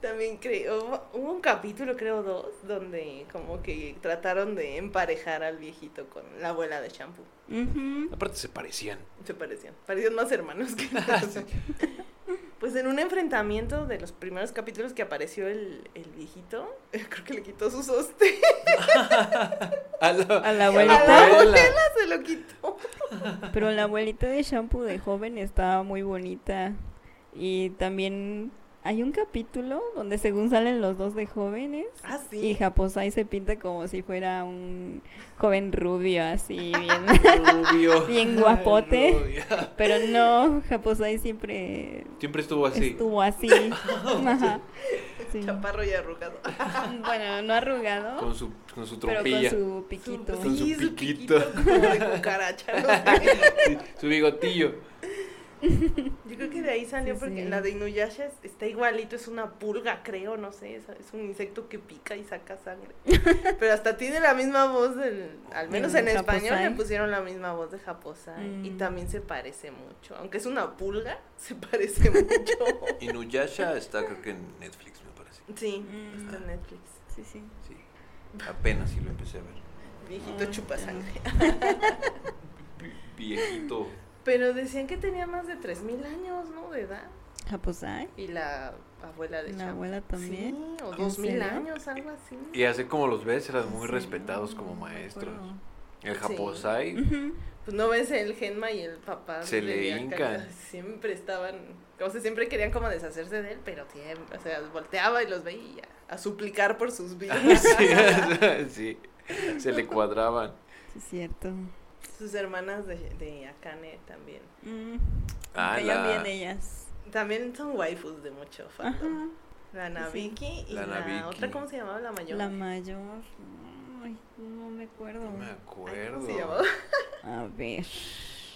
S4: También creo, hubo, hubo un capítulo, creo dos, donde como que trataron de emparejar al viejito con la abuela de shampoo.
S3: Ujú.
S2: Aparte se parecían.
S4: Se parecían, parecían más hermanos que hermanos. Pues en un enfrentamiento de los primeros capítulos que apareció el, el viejito, <laughs> creo que le quitó su sostén,
S2: A la,
S3: A la
S2: a
S3: abuelita.
S2: abuela.
S4: se lo quitó.
S3: Pero la abuelita de shampoo de joven estaba muy bonita. Y también hay un capítulo donde según salen los dos de jóvenes.
S4: Ah, sí.
S3: Y Japosai se pinta como si fuera un joven rubio, así bien.
S2: Rubio.
S3: Bien guapote.
S2: Rubia.
S3: Pero no, Japosai siempre
S2: Siempre estuvo así.
S3: estuvo así. Ajá. Sí.
S4: Chaparro y arrugado.
S3: Bueno, no arrugado,
S2: Con su, con su
S3: pero con
S2: trompilla.
S3: su piquito.
S2: Con su
S4: sí, su
S2: piquito.
S4: piquito. como de cucaracha, no sé.
S2: Sí, su bigotillo.
S4: Yo creo que de ahí salió
S3: Sí,
S4: porque
S3: sí.
S4: la de Inuyasha es- está igualito, es una pulga, creo, no sé, es, es un insecto que pica y saca
S3: <laughs>
S4: sangre. Pero hasta tiene la misma voz del, al menos en
S3: Del
S4: español le
S3: Japosai.
S4: pusieron la misma voz de Japosai y
S3: Mm.
S4: también se parece mucho, aunque es una pulga, <laughs> se
S3: <laughs>
S4: parece mucho.
S2: Inuyasha está creo que en Netflix, me parece.
S4: Sí,
S3: Mm.
S4: está en Netflix.
S3: Sí, sí.
S2: Sí. Apenas si lo empecé a ver.
S4: Viejito
S3: Ah,
S4: chupa
S3: ya.
S4: sangre.
S2: Vi- Viejito.
S4: Pero decían que tenía más de 3000 años, ¿no? de edad.
S3: Japosai,
S4: Y la abuela de
S3: la
S4: Shamu.
S3: abuela también.
S4: Sí, o
S2: ¿En
S4: 2000
S3: serio?
S4: años, algo así.
S2: Y así como los ves, eran Pues muy
S3: Sí,
S2: respetados
S3: no,
S2: como
S3: no me
S2: maestros.
S3: acuerdo.
S2: El
S3: <laughs>
S4: Sí.
S2: Japosai,
S3: Ujú.
S4: Pues no ves el Genma y el papá.
S2: Se
S4: de
S2: le
S4: Leia
S2: hincan.
S4: Kaka, <laughs> Siempre estaban, o sea, siempre querían como deshacerse de él, pero siempre, o sea, volteaba y los veía a suplicar por sus vidas.
S2: <laughs> sí, sí, se le cuadraban.
S3: Sí, es cierto.
S4: <laughs> sus hermanas de, de Akane también.
S3: Mm.
S2: Ah,
S3: Me caían
S2: la-
S3: bien ellas.
S4: También son waifus de mucho fandom.
S3: Ajá.
S4: La Nabiki y
S2: La
S4: la,
S2: Nabiki.
S4: otra, ¿cómo se llamaba? La mayor.
S3: La mayor. Ay, no me acuerdo.
S2: No me
S4: Ay, ¿Cómo se
S2: acuerdo.
S4: llamaba? <laughs>
S3: A ver.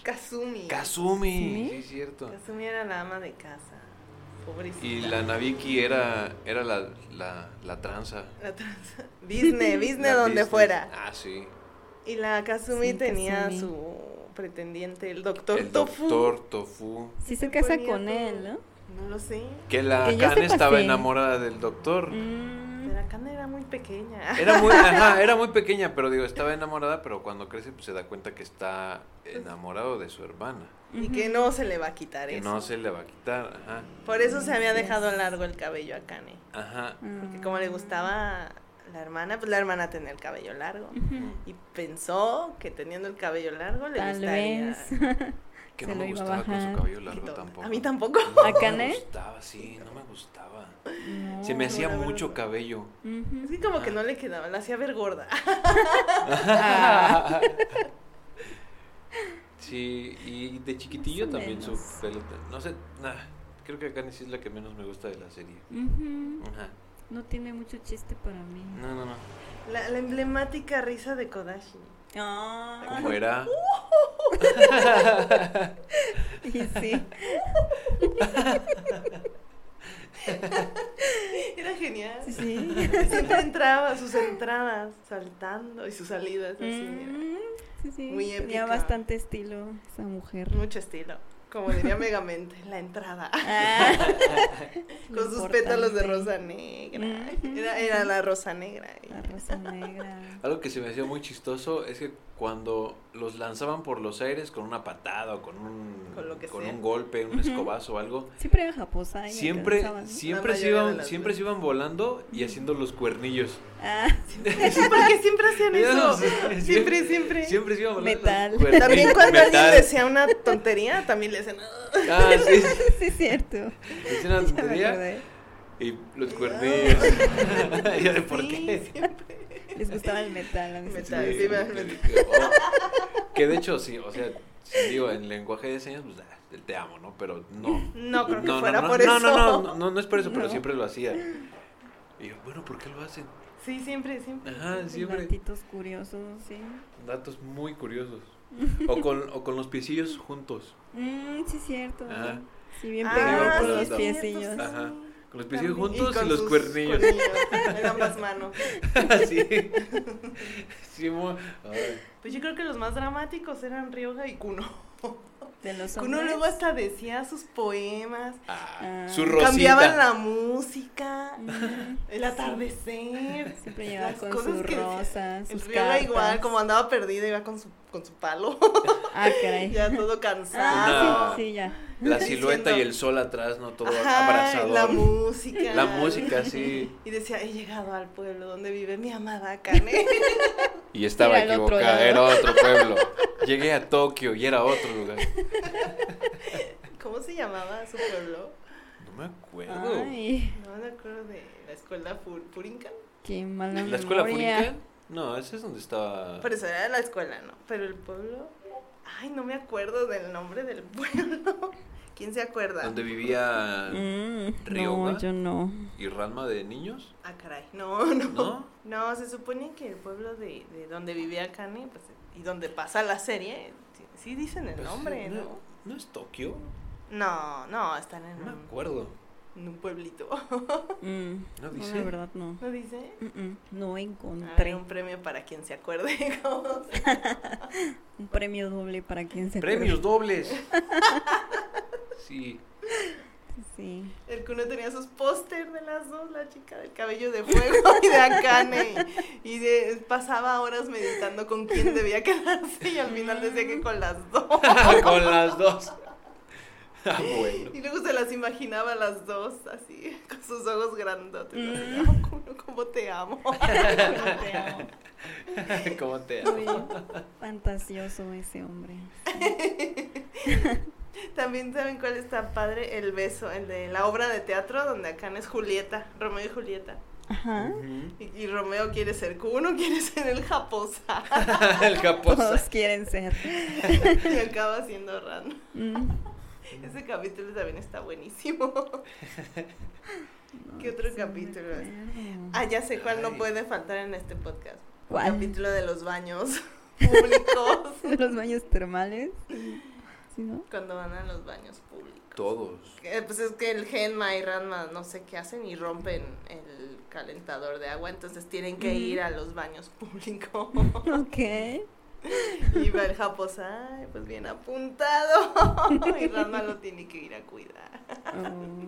S4: Kazumi.
S2: Kazumi,
S3: ¿Kazumi?
S2: sí, es cierto.
S4: Kazumi era la ama de casa. Pobrecita.
S2: Y la Nabiki era, era la, la, la tranza.
S4: La tranza. Disney, Disney
S2: La
S4: donde
S2: business.
S4: fuera.
S2: Ah, sí.
S4: Y la Kazumi
S3: Sí,
S4: tenía
S3: Kazumi.
S4: su pretendiente, el doctor
S2: El
S4: Tofu.
S2: doctor Tofu.
S3: Sí se
S4: Se
S3: casa
S4: ponía
S3: con
S4: todo.
S3: él, ¿no?
S4: No lo sé.
S2: Que la
S3: Que yo
S2: Khan
S3: sepa,
S2: estaba
S3: sí.
S2: enamorada del doctor.
S3: Mm.
S4: Pero Akane era muy
S2: <laughs>
S4: pequeña.
S2: Era
S3: <laughs>
S2: muy, ajá, era muy pequeña, pero digo, estaba enamorada, pero cuando crece pues, se da cuenta que está enamorado de su hermana.
S4: Y que no se le va a quitar
S2: Que
S4: eso.
S2: no se le va a quitar, ajá.
S4: Por eso se había
S3: Así
S4: dejado
S3: es.
S4: largo el cabello a Akane.
S2: Ajá.
S3: Ujú.
S4: Porque como le gustaba la hermana, pues la hermana tenía el cabello largo.
S3: Ujú.
S4: Y pensó que teniendo el cabello largo le
S3: Tal
S4: gustaría. <laughs>
S3: vez.
S2: Que
S3: Se
S2: no
S3: lo
S2: me
S3: iba a
S2: gustaba con su
S3: bajar.
S2: cabello
S4: Y
S2: largo
S4: todo.
S2: tampoco.
S4: A mí tampoco.
S2: No,
S3: ¿A Kane?
S2: me gustaba, sí, no me gustaba.
S3: No.
S2: Se me hacía
S4: la verdad
S2: mucho
S4: no.
S2: cabello.
S3: Ujú.
S4: Es que como
S2: Ah.
S4: que no le quedaba, la hacía ver gorda. <laughs>
S2: <laughs> sí, y de chiquitillo
S3: Más o
S2: también su
S3: menos.
S2: pelo. te- No sé, nah, creo que Kane sí es la que menos me gusta de la serie.
S3: Ujú.
S2: Ajá.
S3: No tiene mucho chiste para mí.
S2: No, no, no.
S4: La, la emblemática risa de Kodashi.
S3: Ah,
S2: ¿Cómo era?
S3: y <laughs> sí.
S4: Era genial.
S3: Sí, sí.
S4: Siempre entraba, sus entradas saltando y sus salidas así. mira.
S3: Mm, sí, sí.
S4: Muy
S3: Tenía
S4: épica.
S3: bastante estilo esa mujer.
S4: Mucho estilo. Como diría Megamente, la <laughs> entrada.
S3: Ah,
S4: Con sus
S3: importante.
S4: pétalos de rosa negra.
S3: Ujú.
S4: Era, era la rosa negra. y- <laughs>
S3: La rosa negra.
S2: Algo que se me hacía muy chistoso es que cuando los lanzaban por los aires con una patada o con un,
S4: Con lo que sea.
S2: un golpe, un
S3: Ujú.
S2: escobazo o algo,
S3: Siempre era japosa. y
S2: siempre,
S3: alcanzaban, ¿no?
S2: siempre,
S4: La
S2: se
S4: mayoría de
S2: iban,
S4: las
S2: siempre se iban volando y haciendo los cuernillos.
S3: Ah, <laughs>
S2: <laughs>
S4: Porque <laughs> siempre hacían
S2: No,
S4: eso.
S2: sí,
S4: Siempre, siempre.
S2: Siempre se iban volando.
S3: Metal.
S2: los cuernillos,
S4: También cuando alguien
S2: metal.
S4: decía una tontería, también le decían. "Ah".
S2: Ah, sí, sí,
S3: sí, es cierto.
S2: decía una
S3: Ya me
S2: tontería
S3: acordé.
S2: y los cuernillos. <laughs> ya de por
S4: Sí,
S2: qué.
S4: siempre.
S3: Les gustaba el metal. a mí se-
S4: Metal, sí, me-
S2: que- que- o- que de hecho sí, o sea, si digo en lenguaje de señas, pues ah, te amo, ¿no? Pero no.
S4: No creo que
S2: no,
S4: fuera
S2: no,
S4: por
S2: no,
S4: eso.
S2: No, no, no, no, no es por eso, pero
S3: No.
S2: siempre lo hacía. Y yo, bueno, ¿por qué lo hacen?
S4: Sí, siempre, siempre.
S2: Ajá, siempre.
S3: Datitos curiosos, sí.
S2: Datos muy curiosos. O con, o con los piecillos juntos.
S3: Mm, sí, es cierto.
S2: Ajá.
S3: Sí, bien
S2: Ah,
S3: pegado
S2: sí,
S3: con
S2: es cierto,
S3: los piecillos.
S2: sí. Ajá. Con los
S4: También.
S2: piecillos juntos y,
S4: con
S2: los
S4: sus
S2: cuernillos.
S4: cuernillos, En ambas manos.
S2: <laughs> sí. Sí, mo- ay.
S4: Pues yo creo que los más dramáticos eran Ryoga y Kuno.
S3: De los
S4: Kuno
S3: hombres.
S4: luego hasta decía sus poemas,
S2: Ah,
S3: Ah.
S2: su rosita.
S4: cambiaban la música,
S3: Mm, <laughs>
S4: el atardecer.
S3: Siempre llegaba
S4: Las
S3: con
S4: cosas
S3: sus
S4: que decía.
S3: rosas,
S4: El
S3: sus
S4: Ryoga
S3: cartas.
S4: igual, como andaba perdida, iba con su, con su palo,
S3: Ah, caray.
S4: <laughs> ya todo cansado.
S3: Ah,
S2: No.
S3: sí, sí, ya.
S2: La silueta
S4: Diciendo-
S2: y el sol atrás, no todo
S4: Ajá,
S2: abrazador.
S4: La música.
S2: La música, sí.
S4: Y decía, he llegado al pueblo donde vive mi amada Kane. <laughs>
S2: Y estaba
S3: Era el otro
S2: equivocada, era
S3: lado.
S2: otro pueblo. Llegué a Tokio y era otro lugar.
S4: ¿Cómo se llamaba su pueblo?
S2: No me
S4: Oh.
S2: acuerdo.
S3: Ay,
S4: No me acuerdo de la escuela Pur Purincan.
S3: qué mala
S2: ¿La escuela
S3: memoria.
S2: pública? No, ese es donde estaba.
S4: Pero eso era la escuela, ¿no? Pero el pueblo. Ay, no me acuerdo del nombre del pueblo. <laughs> ¿Quién se acuerda?
S2: Donde vivía
S3: Mm,
S2: Ryoga.
S3: No, yo no.
S2: y Ranma de niños.
S4: Ah, caray. <laughs> No, no.
S2: ¿No?
S4: No, se supone que el pueblo de, de donde vivía Kane pues, y donde pasa la serie. sí- Sí dicen el
S2: Pues,
S4: nombre,
S2: no,
S4: ¿no?
S2: ¿No es Tokio?
S4: No, no, están en
S2: No me
S4: un,
S2: acuerdo.
S4: en un pueblito. <laughs>
S3: Mm,
S2: ¿No
S3: no,
S2: dice?
S3: la verdad no.
S4: ¿No dice?
S3: Mm, mm, No
S4: Ah,
S3: encontré
S4: era un premio para quien se acuerde. <laughs> ¿cómo se-
S3: un premio doble para quien se
S2: Premios
S3: acuerde.
S2: dobles. sí. <laughs>
S3: Sí.
S4: <laughs> El Kuno tenía sus póster de las dos, la chica del cabello de fuego <laughs> y de Akane. Y, y de- pasaba horas meditando con quién debía quedarse y al final decía que con las dos.
S2: Con las dos. <laughs> Ah, bueno.
S4: Y luego se las imaginaba a las dos, así, <laughs> con sus ojos grandotes. así,
S3: Mm.
S4: "Oh, Kuno, cómo te
S3: <laughs>
S4: amo.
S3: Te amo.
S2: <laughs> ¿Cómo te
S3: Muy
S2: amo?
S3: <laughs> fantasioso ese hombre.
S4: También saben cuál está padre, el beso, el de la obra de teatro donde Akane es Julieta, Romeo y Julieta.
S3: Ajá.
S2: Ujú.
S4: Y, y Romeo quiere ser Kuno, <laughs> quiere ser el japosa.
S2: <laughs> El
S3: Todos
S2: japonés.
S3: quieren ser.
S4: Y acaba siendo random.
S3: Mm,
S4: Ese capítulo también está
S3: <laughs>
S4: buenísimo.
S3: no,
S4: ¿Qué otro
S3: sí me
S4: capítulo es?
S3: acuerdo.
S4: Ah, ya sé cuál no
S2: Ay.
S4: puede faltar en este podcast.
S3: ¿Cuál?
S4: Capítulo de los baños <laughs>
S3: <laughs>
S4: públicos.
S3: De los baños termales. ¿Sí, no?
S4: Cuando van a los baños públicos.
S2: Todos.
S4: Que, Pues es que el Genma y Ranma no sé qué hacen y rompen el calentador de agua, entonces tienen que
S3: Ujú.
S4: ir a los baños <laughs> públicos.
S3: <laughs> Ok.
S4: y va el Japos, ay, pues bien apuntado. <laughs> y Ranma lo tiene que ir a cuidar.
S3: Oh.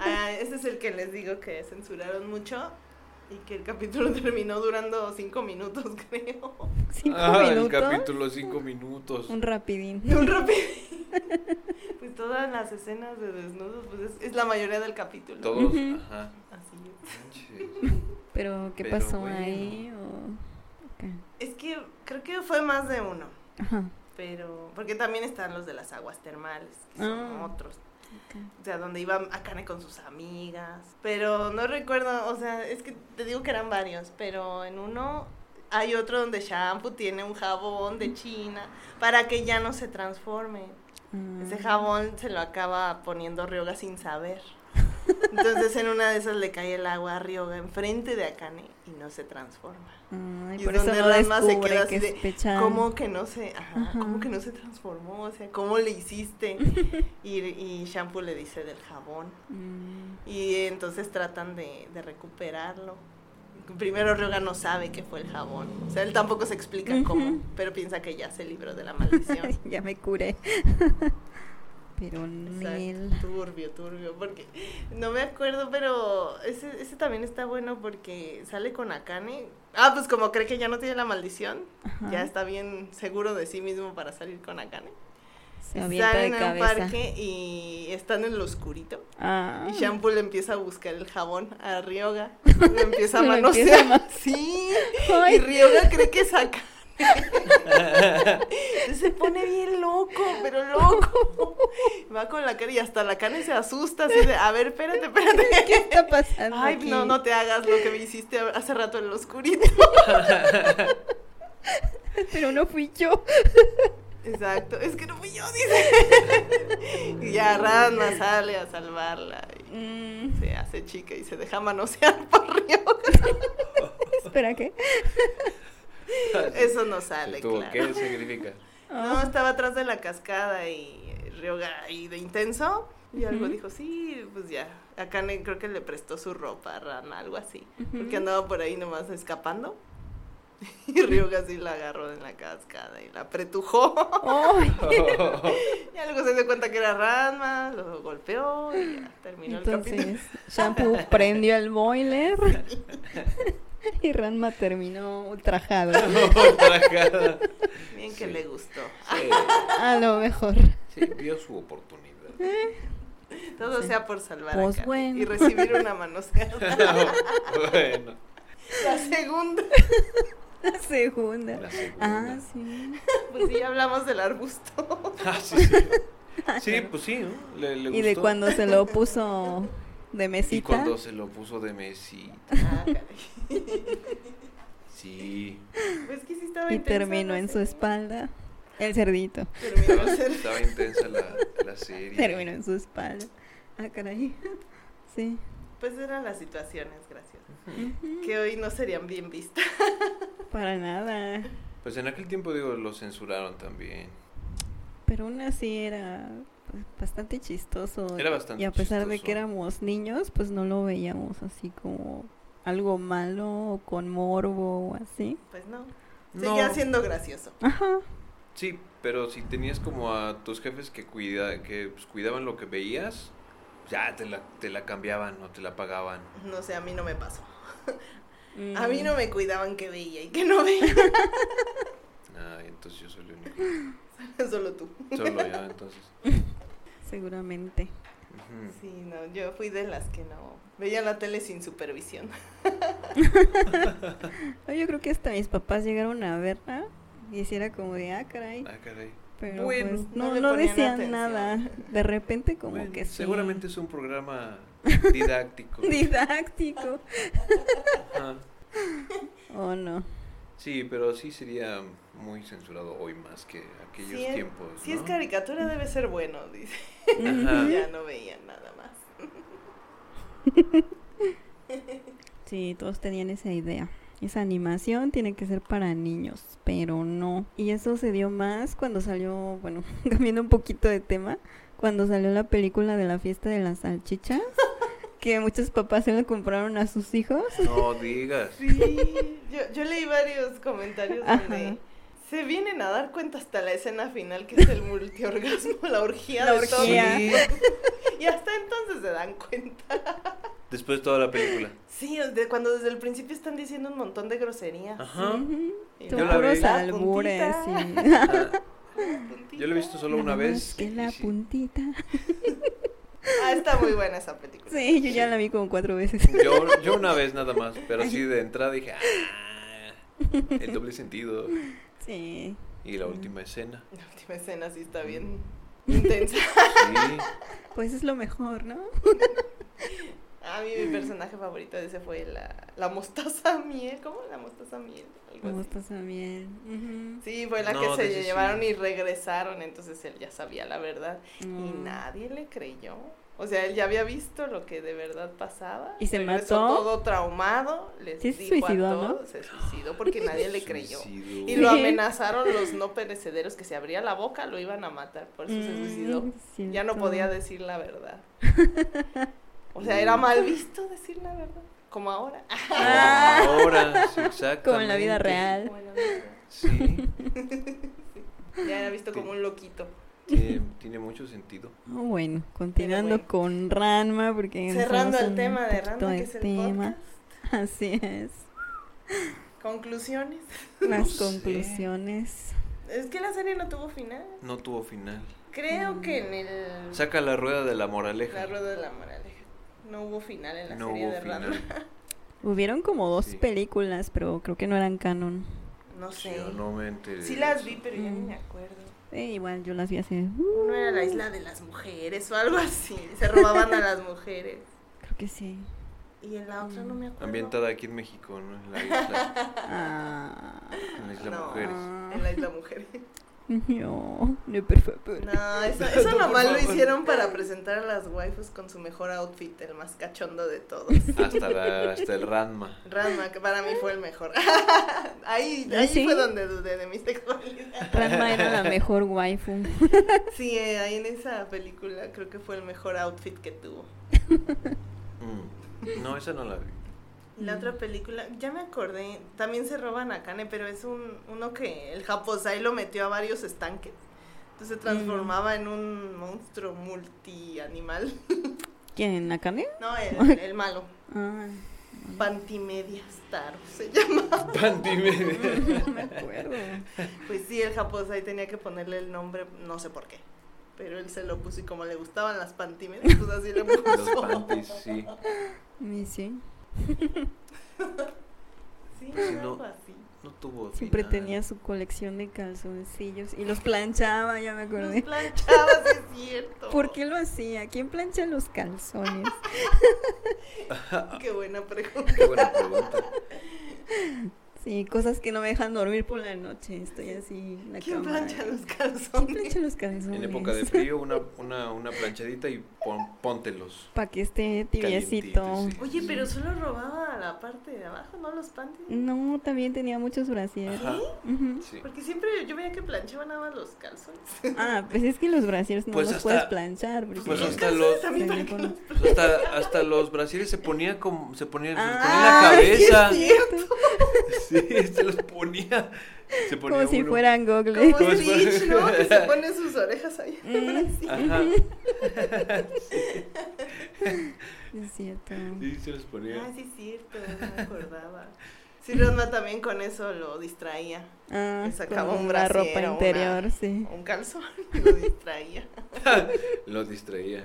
S4: Ah, ese es el que les digo que censuraron mucho y que el capítulo <laughs> terminó durando cinco minutos, <laughs> creo.
S3: Cinco
S2: Ah, el
S3: minutos.
S2: capítulo 5 minutos.
S3: Un rapidín.
S4: <laughs> De un rapidito. Pues todas las escenas de desnudos, pues es, es la mayoría del capítulo.
S2: Todos.
S3: Ujú.
S2: <laughs> Ajá.
S4: Así
S2: Manches.
S3: Pero, ¿qué
S2: Pero
S3: pasó
S2: bueno.
S3: ahí? O- ok.
S4: es. Es que creo que fue más de uno,
S3: Ajá.
S4: pero... Porque también están los de las aguas termales, que son
S3: Ah.
S4: otros.
S3: ok.
S4: O sea, donde iba Akane con sus amigas. Pero no recuerdo, o sea, es que te digo que eran varios, pero en uno hay otro donde shampoo tiene un jabón de China para que ya no se transforme.
S3: Ah.
S4: Ese jabón se lo acaba poniendo Ryoga sin saber. Entonces en una de esas le cae el agua a Ryoga enfrente de Akane y no se transforma.
S3: Ay,
S4: Y es
S3: por eso
S4: donde
S3: no
S4: Ranma se
S3: descubre
S4: queda así
S3: que
S4: de,
S3: es Pechan.
S4: ¿Cómo que no se, ajá,
S3: Ajá.
S4: cómo que no se transformó? O sea, ¿cómo le hiciste? Y, y Shampoo le dice del jabón. <laughs>
S3: Mm, <laughs>
S4: Y entonces tratan de, de recuperarlo. primero Ryoga no sabe qué fue el jabón. O sea, él tampoco se explica cómo,
S3: Ujú.
S4: pero piensa que ya se libró de la maldición.
S3: ya me curé. Pero Nel.
S4: Exacto, turbio, turbio, porque no me acuerdo, pero ese, ese también está bueno porque sale con Akane. Ah, pues como cree que ya no tiene la maldición,
S3: Ajá.
S4: ya está bien seguro de sí mismo para salir con Akane.
S3: Se avienta de
S4: Salen a un
S3: cabeza.
S4: parque y están en lo oscurito.
S3: Ah. <laughs>
S4: Y Shampoo le empieza a buscar el jabón a Ryoga. Lo empieza a
S3: Lo
S4: manosear.
S3: empieza a ma-
S4: Sí.
S3: Ay.
S4: Y Ryoga cree
S3: <laughs>
S4: que saca. se pone bien loco, pero loco. Va con la cara y hasta la cara se asusta. Así de, a ver, espérate,
S3: ¿Qué
S4: espérate.
S3: está pasando?
S4: Ay,
S3: aquí?
S4: no, no te hagas lo que me hiciste hace rato en lo oscurito.
S3: Pero no fui yo.
S4: Exacto, es que no fui yo, dice. Y ya Ranma sale a salvarla. Y
S3: Mm,
S4: se hace chica y se deja manosear por Ryoga.
S3: <laughs> Espera, ¿qué?
S4: Eso no sale,
S2: Tuvo
S4: claro.
S2: ¿Qué significa? <laughs>
S4: No,
S3: Ah.
S4: estaba atrás de la cascada y Ryoga ahí de intenso. Y algo
S3: Ujú.
S4: dijo, sí, pues ya. Akane creo que le prestó su ropa a Rana, algo así.
S3: Ujú.
S4: Porque andaba por ahí nomás escapando. <laughs> Y Ryoga así la agarró en la cascada y la apretujó. <laughs>
S3: Ay,
S2: Oh,
S4: Y algo se dio cuenta que era Ranma, lo golpeó y ya terminó el capítulo.
S3: Entonces, Shampoo prendió el boiler. <laughs> Y Ranma terminó ultrajado.
S2: Ultrajada.
S4: Bien que
S2: Sí.
S4: le gustó.
S2: Sí,
S3: A lo mejor.
S2: sí, vio su oportunidad.
S3: <laughs>
S4: Todo sea por salvar
S3: Pues
S4: a Akane
S3: bueno.
S4: y recibir
S3: <laughs>
S4: una manoseada.
S2: bueno,
S4: <laughs> La segunda.
S3: La segunda.
S2: la segunda.
S3: Ah, sí.
S4: Pues sí, ya hablamos del arbusto.
S2: Ah, sí, sí.
S3: <laughs>
S2: Sí, pues sí, ¿no? Le, le
S3: Y de
S2: gustó.
S3: cuando se lo puso de mesita.
S2: Y cuando se lo puso de Messi.
S4: <laughs> Ah, caray.
S2: Sí,
S4: <laughs> Pues que sí estaba
S3: Y
S4: intensa,
S3: terminó
S4: no
S3: en
S4: sé.
S3: su espalda el cerdito.
S4: Terminó
S3: <laughs>
S4: en ser-
S2: estaba intensa la, la serie.
S3: Terminó en su espalda. Ah, caray. Sí.
S4: Pues eran las situaciones, gracias.
S3: Ujú.
S4: Que hoy no serían bien vistas.
S3: Para nada.
S2: Pues en aquel tiempo, digo, lo censuraron también.
S3: Pero aún así era pues, bastante chistoso.
S2: Era bastante
S3: Y a pesar de
S2: chistoso.
S3: que éramos niños, pues no lo veíamos así como algo malo o con morbo o así.
S4: Pues no. Seguía
S2: No,
S4: siendo gracioso.
S3: Ajá.
S2: sí, pero si tenías como a tus jefes que, cuida, que pues, cuidaban lo que veías, ya te la, te la cambiaban o te la pagaban.
S4: No sé, a mí no me pasó. A
S3: Mm.
S4: mí no me cuidaban que veía y que no veía. <laughs>
S2: Ay, Ah, entonces yo soy el único.
S3: <laughs>
S4: Solo tú.
S2: Solo yo, entonces.
S3: Mm, Seguramente.
S2: Ujú.
S4: Sí, no, yo fui de las que no. Veía la tele sin supervisión.
S3: No, Yo creo que hasta mis papás llegaron a verla y hiciera como de, ah, caray.
S2: Ah, caray.
S3: Pero
S4: Bueno,
S3: pues,
S4: no
S3: no,
S4: le
S3: no,
S4: ponían
S3: decían
S4: atención.
S3: nada. De repente como
S2: Bueno,
S3: que sí.
S2: Seguramente es un programa didáctico.
S3: <laughs> Didáctico.
S2: Ajá.
S3: Oh, no.
S2: Sí, pero sí sería muy censurado hoy más que aquellos
S4: Si es-
S2: tiempos.
S4: Si
S2: ¿no?
S4: es caricatura, debe ser bueno, dice.
S3: <laughs>
S2: Ajá.
S4: Ya no veía nada más.
S3: Sí, todos tenían esa idea. Esa animación tiene que ser para niños, pero no. Y eso se dio más cuando salió, bueno, <laughs> cambiando un poquito de tema, cuando salió la película de la fiesta de las
S2: <laughs>
S3: salchichas, que muchos papás se la compraron a sus hijos.
S2: No digas.
S4: Sí, yo, yo leí varios comentarios
S3: Ajá.
S4: donde se vienen a dar cuenta hasta la escena final que es el multiorgasmo, la orgía
S3: La
S4: de todo.
S2: Sí.
S3: orgía.
S4: Y hasta entonces se dan cuenta.
S2: Después toda la
S3: <laughs>
S2: película.
S4: Sí, de cuando desde el principio están diciendo un montón de groserías.
S2: Ajá.
S3: Ujú.
S4: Y
S3: Son
S2: Yo la vi.
S3: puros
S4: La
S3: albures.
S4: puntita.
S3: sí.
S2: Ajá.
S4: puntita.
S2: Ah, Yo lo he visto <laughs> solo
S3: Nada
S2: una
S3: más
S2: vez.
S3: Que
S2: y
S3: la
S2: sí.
S3: puntita.
S2: <laughs>
S4: Ah, está muy buena esa película.
S3: Sí, yo ya la vi como cuatro
S2: <laughs>
S3: veces.
S2: Yo, yo una vez nada más, pero así de entrada dije, "Ah, el doble sentido.
S3: Sí.
S2: Y la última escena.
S4: La última escena sí está bien intensa. <laughs>
S2: Sí.
S3: Pues es lo mejor, ¿no?
S4: A mí mi personaje favorito de ese fue la, la mostaza miel. ¿Cómo? La mostaza miel. Algo
S2: Pues
S3: Me
S4: así.
S3: gusta también.
S4: Sí, fue la
S2: No,
S4: que
S2: de
S4: se
S2: ese
S4: llevaron
S2: sí.
S4: y regresaron, entonces él ya sabía la verdad y
S3: Mm.
S4: nadie le creyó. O sea, él ya había visto lo que de verdad pasaba.
S3: ¿Y se
S4: regresó
S3: mató?
S4: todo traumado, les
S3: Sí se
S4: dijo
S3: suicidó,
S4: a
S3: ¿no?
S4: todos, se suicidó porque nadie le creyó.
S2: Suicidio.
S4: Y lo
S3: Sí.
S4: amenazaron los no perecederos que si abría la boca lo iban a matar, por eso
S3: Mm,
S4: se suicidó.
S3: <laughs>
S4: Ya no podía decir la verdad. O sea, era mal visto decir la verdad. Como ahora.
S2: Ahora, sí, exactamente.
S3: Como en la vida real.
S4: Como en la vida.
S2: Sí,
S4: Ya era visto como un loquito.
S2: tiene, tiene mucho sentido.
S3: Ah, bueno, continuando
S4: bueno.
S3: con Ranma, porque...
S4: Cerrando
S3: entramos
S4: el
S3: un
S4: tema de
S3: poquito
S4: Randa, que
S3: del
S4: es el
S3: tema. <laughs>
S4: podcast.
S3: Así es.
S4: Conclusiones.
S2: No
S3: Las
S2: sé.
S3: conclusiones.
S4: Es que la serie no tuvo final.
S2: No tuvo final.
S4: Creo
S3: Mm.
S4: que en el.
S2: Saca la rueda de la moraleja.
S4: La rueda de la moraleja. No hubo final en la
S2: no
S4: serie
S2: hubo
S4: de Randa.
S2: final.
S3: Hubieron como dos
S2: Sí.
S3: películas, pero creo que no eran canon.
S4: <laughs> No sé.
S2: Yo no eh, me enteré
S4: Sí
S2: de
S4: las
S2: eso.
S4: vi, pero ya ni
S3: Mm.
S4: me acuerdo.
S3: Eh, igual yo las vi hace... uh,
S4: Uno era la isla de las mujeres o algo así. Se robaban a las mujeres.
S3: uh, creo que sí.
S4: Y en la otra no me acuerdo.
S2: Ambientada aquí en México, ¿no? En la isla,
S3: Ah, <laughs>
S2: en la isla
S4: No.
S2: Mujeres.
S4: En la isla
S2: <laughs>
S4: mujeres.
S3: no, no, por favor.
S4: No, eso,
S2: No,
S4: eso
S2: por
S4: nomás lo
S2: favor.
S4: hicieron para presentar a las waifus con su mejor outfit, el más cachondo de todos.
S2: Hasta, la- hasta el Ranma.
S4: Ranma, que para mí fue el mejor. <laughs> ahí
S3: ¿Ah,
S4: ahí
S3: sí?
S4: fue donde dudé de mi sexualidad.
S3: Ranma
S4: <laughs>
S3: era la mejor waifu.
S4: Sí, eh, ahí en esa película creo que fue el mejor outfit que tuvo.
S2: Mm. No, esa no
S4: <laughs>
S2: la vi.
S4: Y La
S3: Mm.
S4: otra película, ya me acordé, también se roban a Kane, pero es un, uno que el Japosai lo metió a varios estanques. Entonces se transformaba en un
S2: <laughs>
S4: monstruo multianimal.
S3: ¿Quién? ¿La carne?
S4: No, el, el malo.
S3: Ah,
S4: Pantimedias Taro se <laughs> llama.
S2: Pantimedia.
S3: no me
S4: <laughs>
S3: acuerdo.
S4: Pues sí, el Japosai tenía que ponerle el nombre, no sé por qué. Pero él se lo puso y como le gustaban las pantimedias, pues así
S2: <laughs>
S4: le
S2: Los
S4: puso.
S2: panties, sí.
S3: Y sí,
S4: Sí,
S2: Sí,
S4: algo
S2: no.
S4: así.
S2: No tuvo
S3: siempre
S2: final.
S3: tenía su colección de calzoncillos y los planchaba, ya me
S4: Los
S3: acordé.
S4: planchabas, es cierto.
S3: ¿Por qué lo hacía? ¿Quién plancha los calzones?
S4: Ah, Qué buena pregunta.
S2: Qué buena pregunta.
S3: <laughs> Sí, cosas que no me dejan dormir por la noche. Estoy así en la
S4: ¿Quién
S3: cama.
S4: plancha los
S3: ¿Quién
S4: calzones?
S3: eh. plancha los calzones?
S2: En época de frío, una, una, una planchadita y pon- póntelos.
S3: Para que esté tibiecito.
S2: Calientito, sí.
S4: Oye, pero solo robaba la parte de abajo, no los panties.
S3: No, también tenía muchos brasieres.
S2: Ajá,
S3: Ujú.
S2: sí.
S4: Porque siempre yo veía que planchaban nada más los <laughs> calzones.
S3: Ah, pues es que los brasieres no
S2: Pues
S3: los
S2: hasta-
S3: puedes planchar. Porque
S2: Pues
S4: Los
S2: hasta
S4: calzones
S2: los-
S4: también
S3: se
S4: para
S3: le
S4: que
S3: pone-
S4: los-
S2: Pues hasta, hasta los brasiles se ponía como se ponía, se los
S3: Ah, <laughs>
S2: ponía en la cabeza.
S4: sí es
S2: <laughs> Sí, se los ponía. Se ponía
S3: Como si
S2: uno.
S3: fueran gogles.
S4: Como
S2: ¿Cómo se pone?
S4: Stitch, ¿no?
S2: <laughs>
S4: Que se pone sus orejas ahí.
S3: Mm,
S2: Ajá.
S3: <laughs> es cierto.
S2: Sí, se los ponía.
S4: Ah, sí es cierto, <laughs> no me acordaba. Sí, Ronma también con eso lo distraía.
S3: Ah,
S4: Le sacaba
S3: con
S4: un
S3: la
S4: brasier
S3: ropa
S4: o una-
S3: interior, sí.
S4: Un calzón <laughs> lo distraía.
S2: Lo distraía.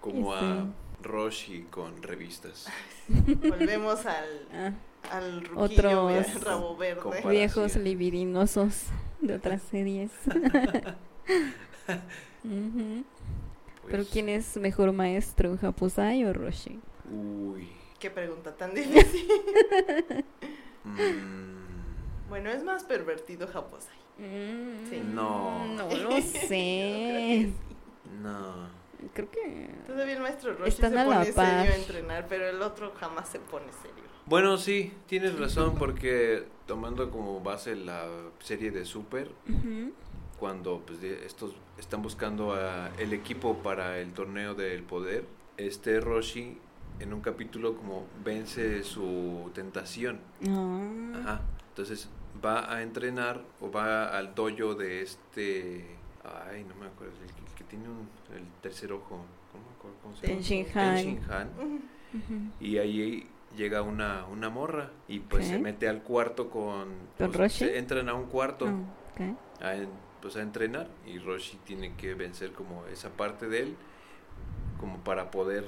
S2: Como
S3: Y
S2: a Roshi con revistas.
S4: Volvemos al,
S3: Ah,
S4: al ruquillo
S3: Otros-
S4: el rabo verde.
S2: Compa-
S3: viejos
S2: Brasier.
S3: libidinosos de
S4: <laughs>
S3: otras series. Ujú. Pero
S2: Pues,
S3: ¿quién es mejor maestro, Japosai o Roshi?
S2: Uy.
S4: Qué pregunta tan difícil.
S2: Mm.
S4: Bueno, es más pervertido Japosai. Sí.
S2: No.
S3: <laughs> No lo sé.
S2: No.
S3: Creo que.
S4: Todavía el maestro Roshi
S3: Están
S4: se
S3: a la
S4: pone
S3: par.
S4: serio a entrenar, pero el otro jamás se pone serio. <laughs>
S2: Bueno, sí, tienes razón porque tomando como base la serie de Super,
S3: Ujú.
S2: cuando pues, de- estos están buscando a el equipo para el torneo del poder, este Roshi en un capítulo como vence su tentación.
S3: Ah.
S2: Ajá. Entonces va a entrenar o va al dojo de este... Ay, no me acuerdo, el que, el que tiene un- el tercer ojo. ¿Cómo, me acuerdo cómo se llama?
S3: Tenshin Han.
S2: Tenshin Han.
S3: Ujú.
S2: Y ahí llega una, una morra y pues se
S3: Ok.
S2: mete al cuarto con...
S3: ¿Con
S2: pues,
S3: Roshi?
S2: se entran a un cuarto
S3: Ah, ok.
S2: a, en- pues, a entrenar y Roshi tiene que vencer como esa parte de él como para poder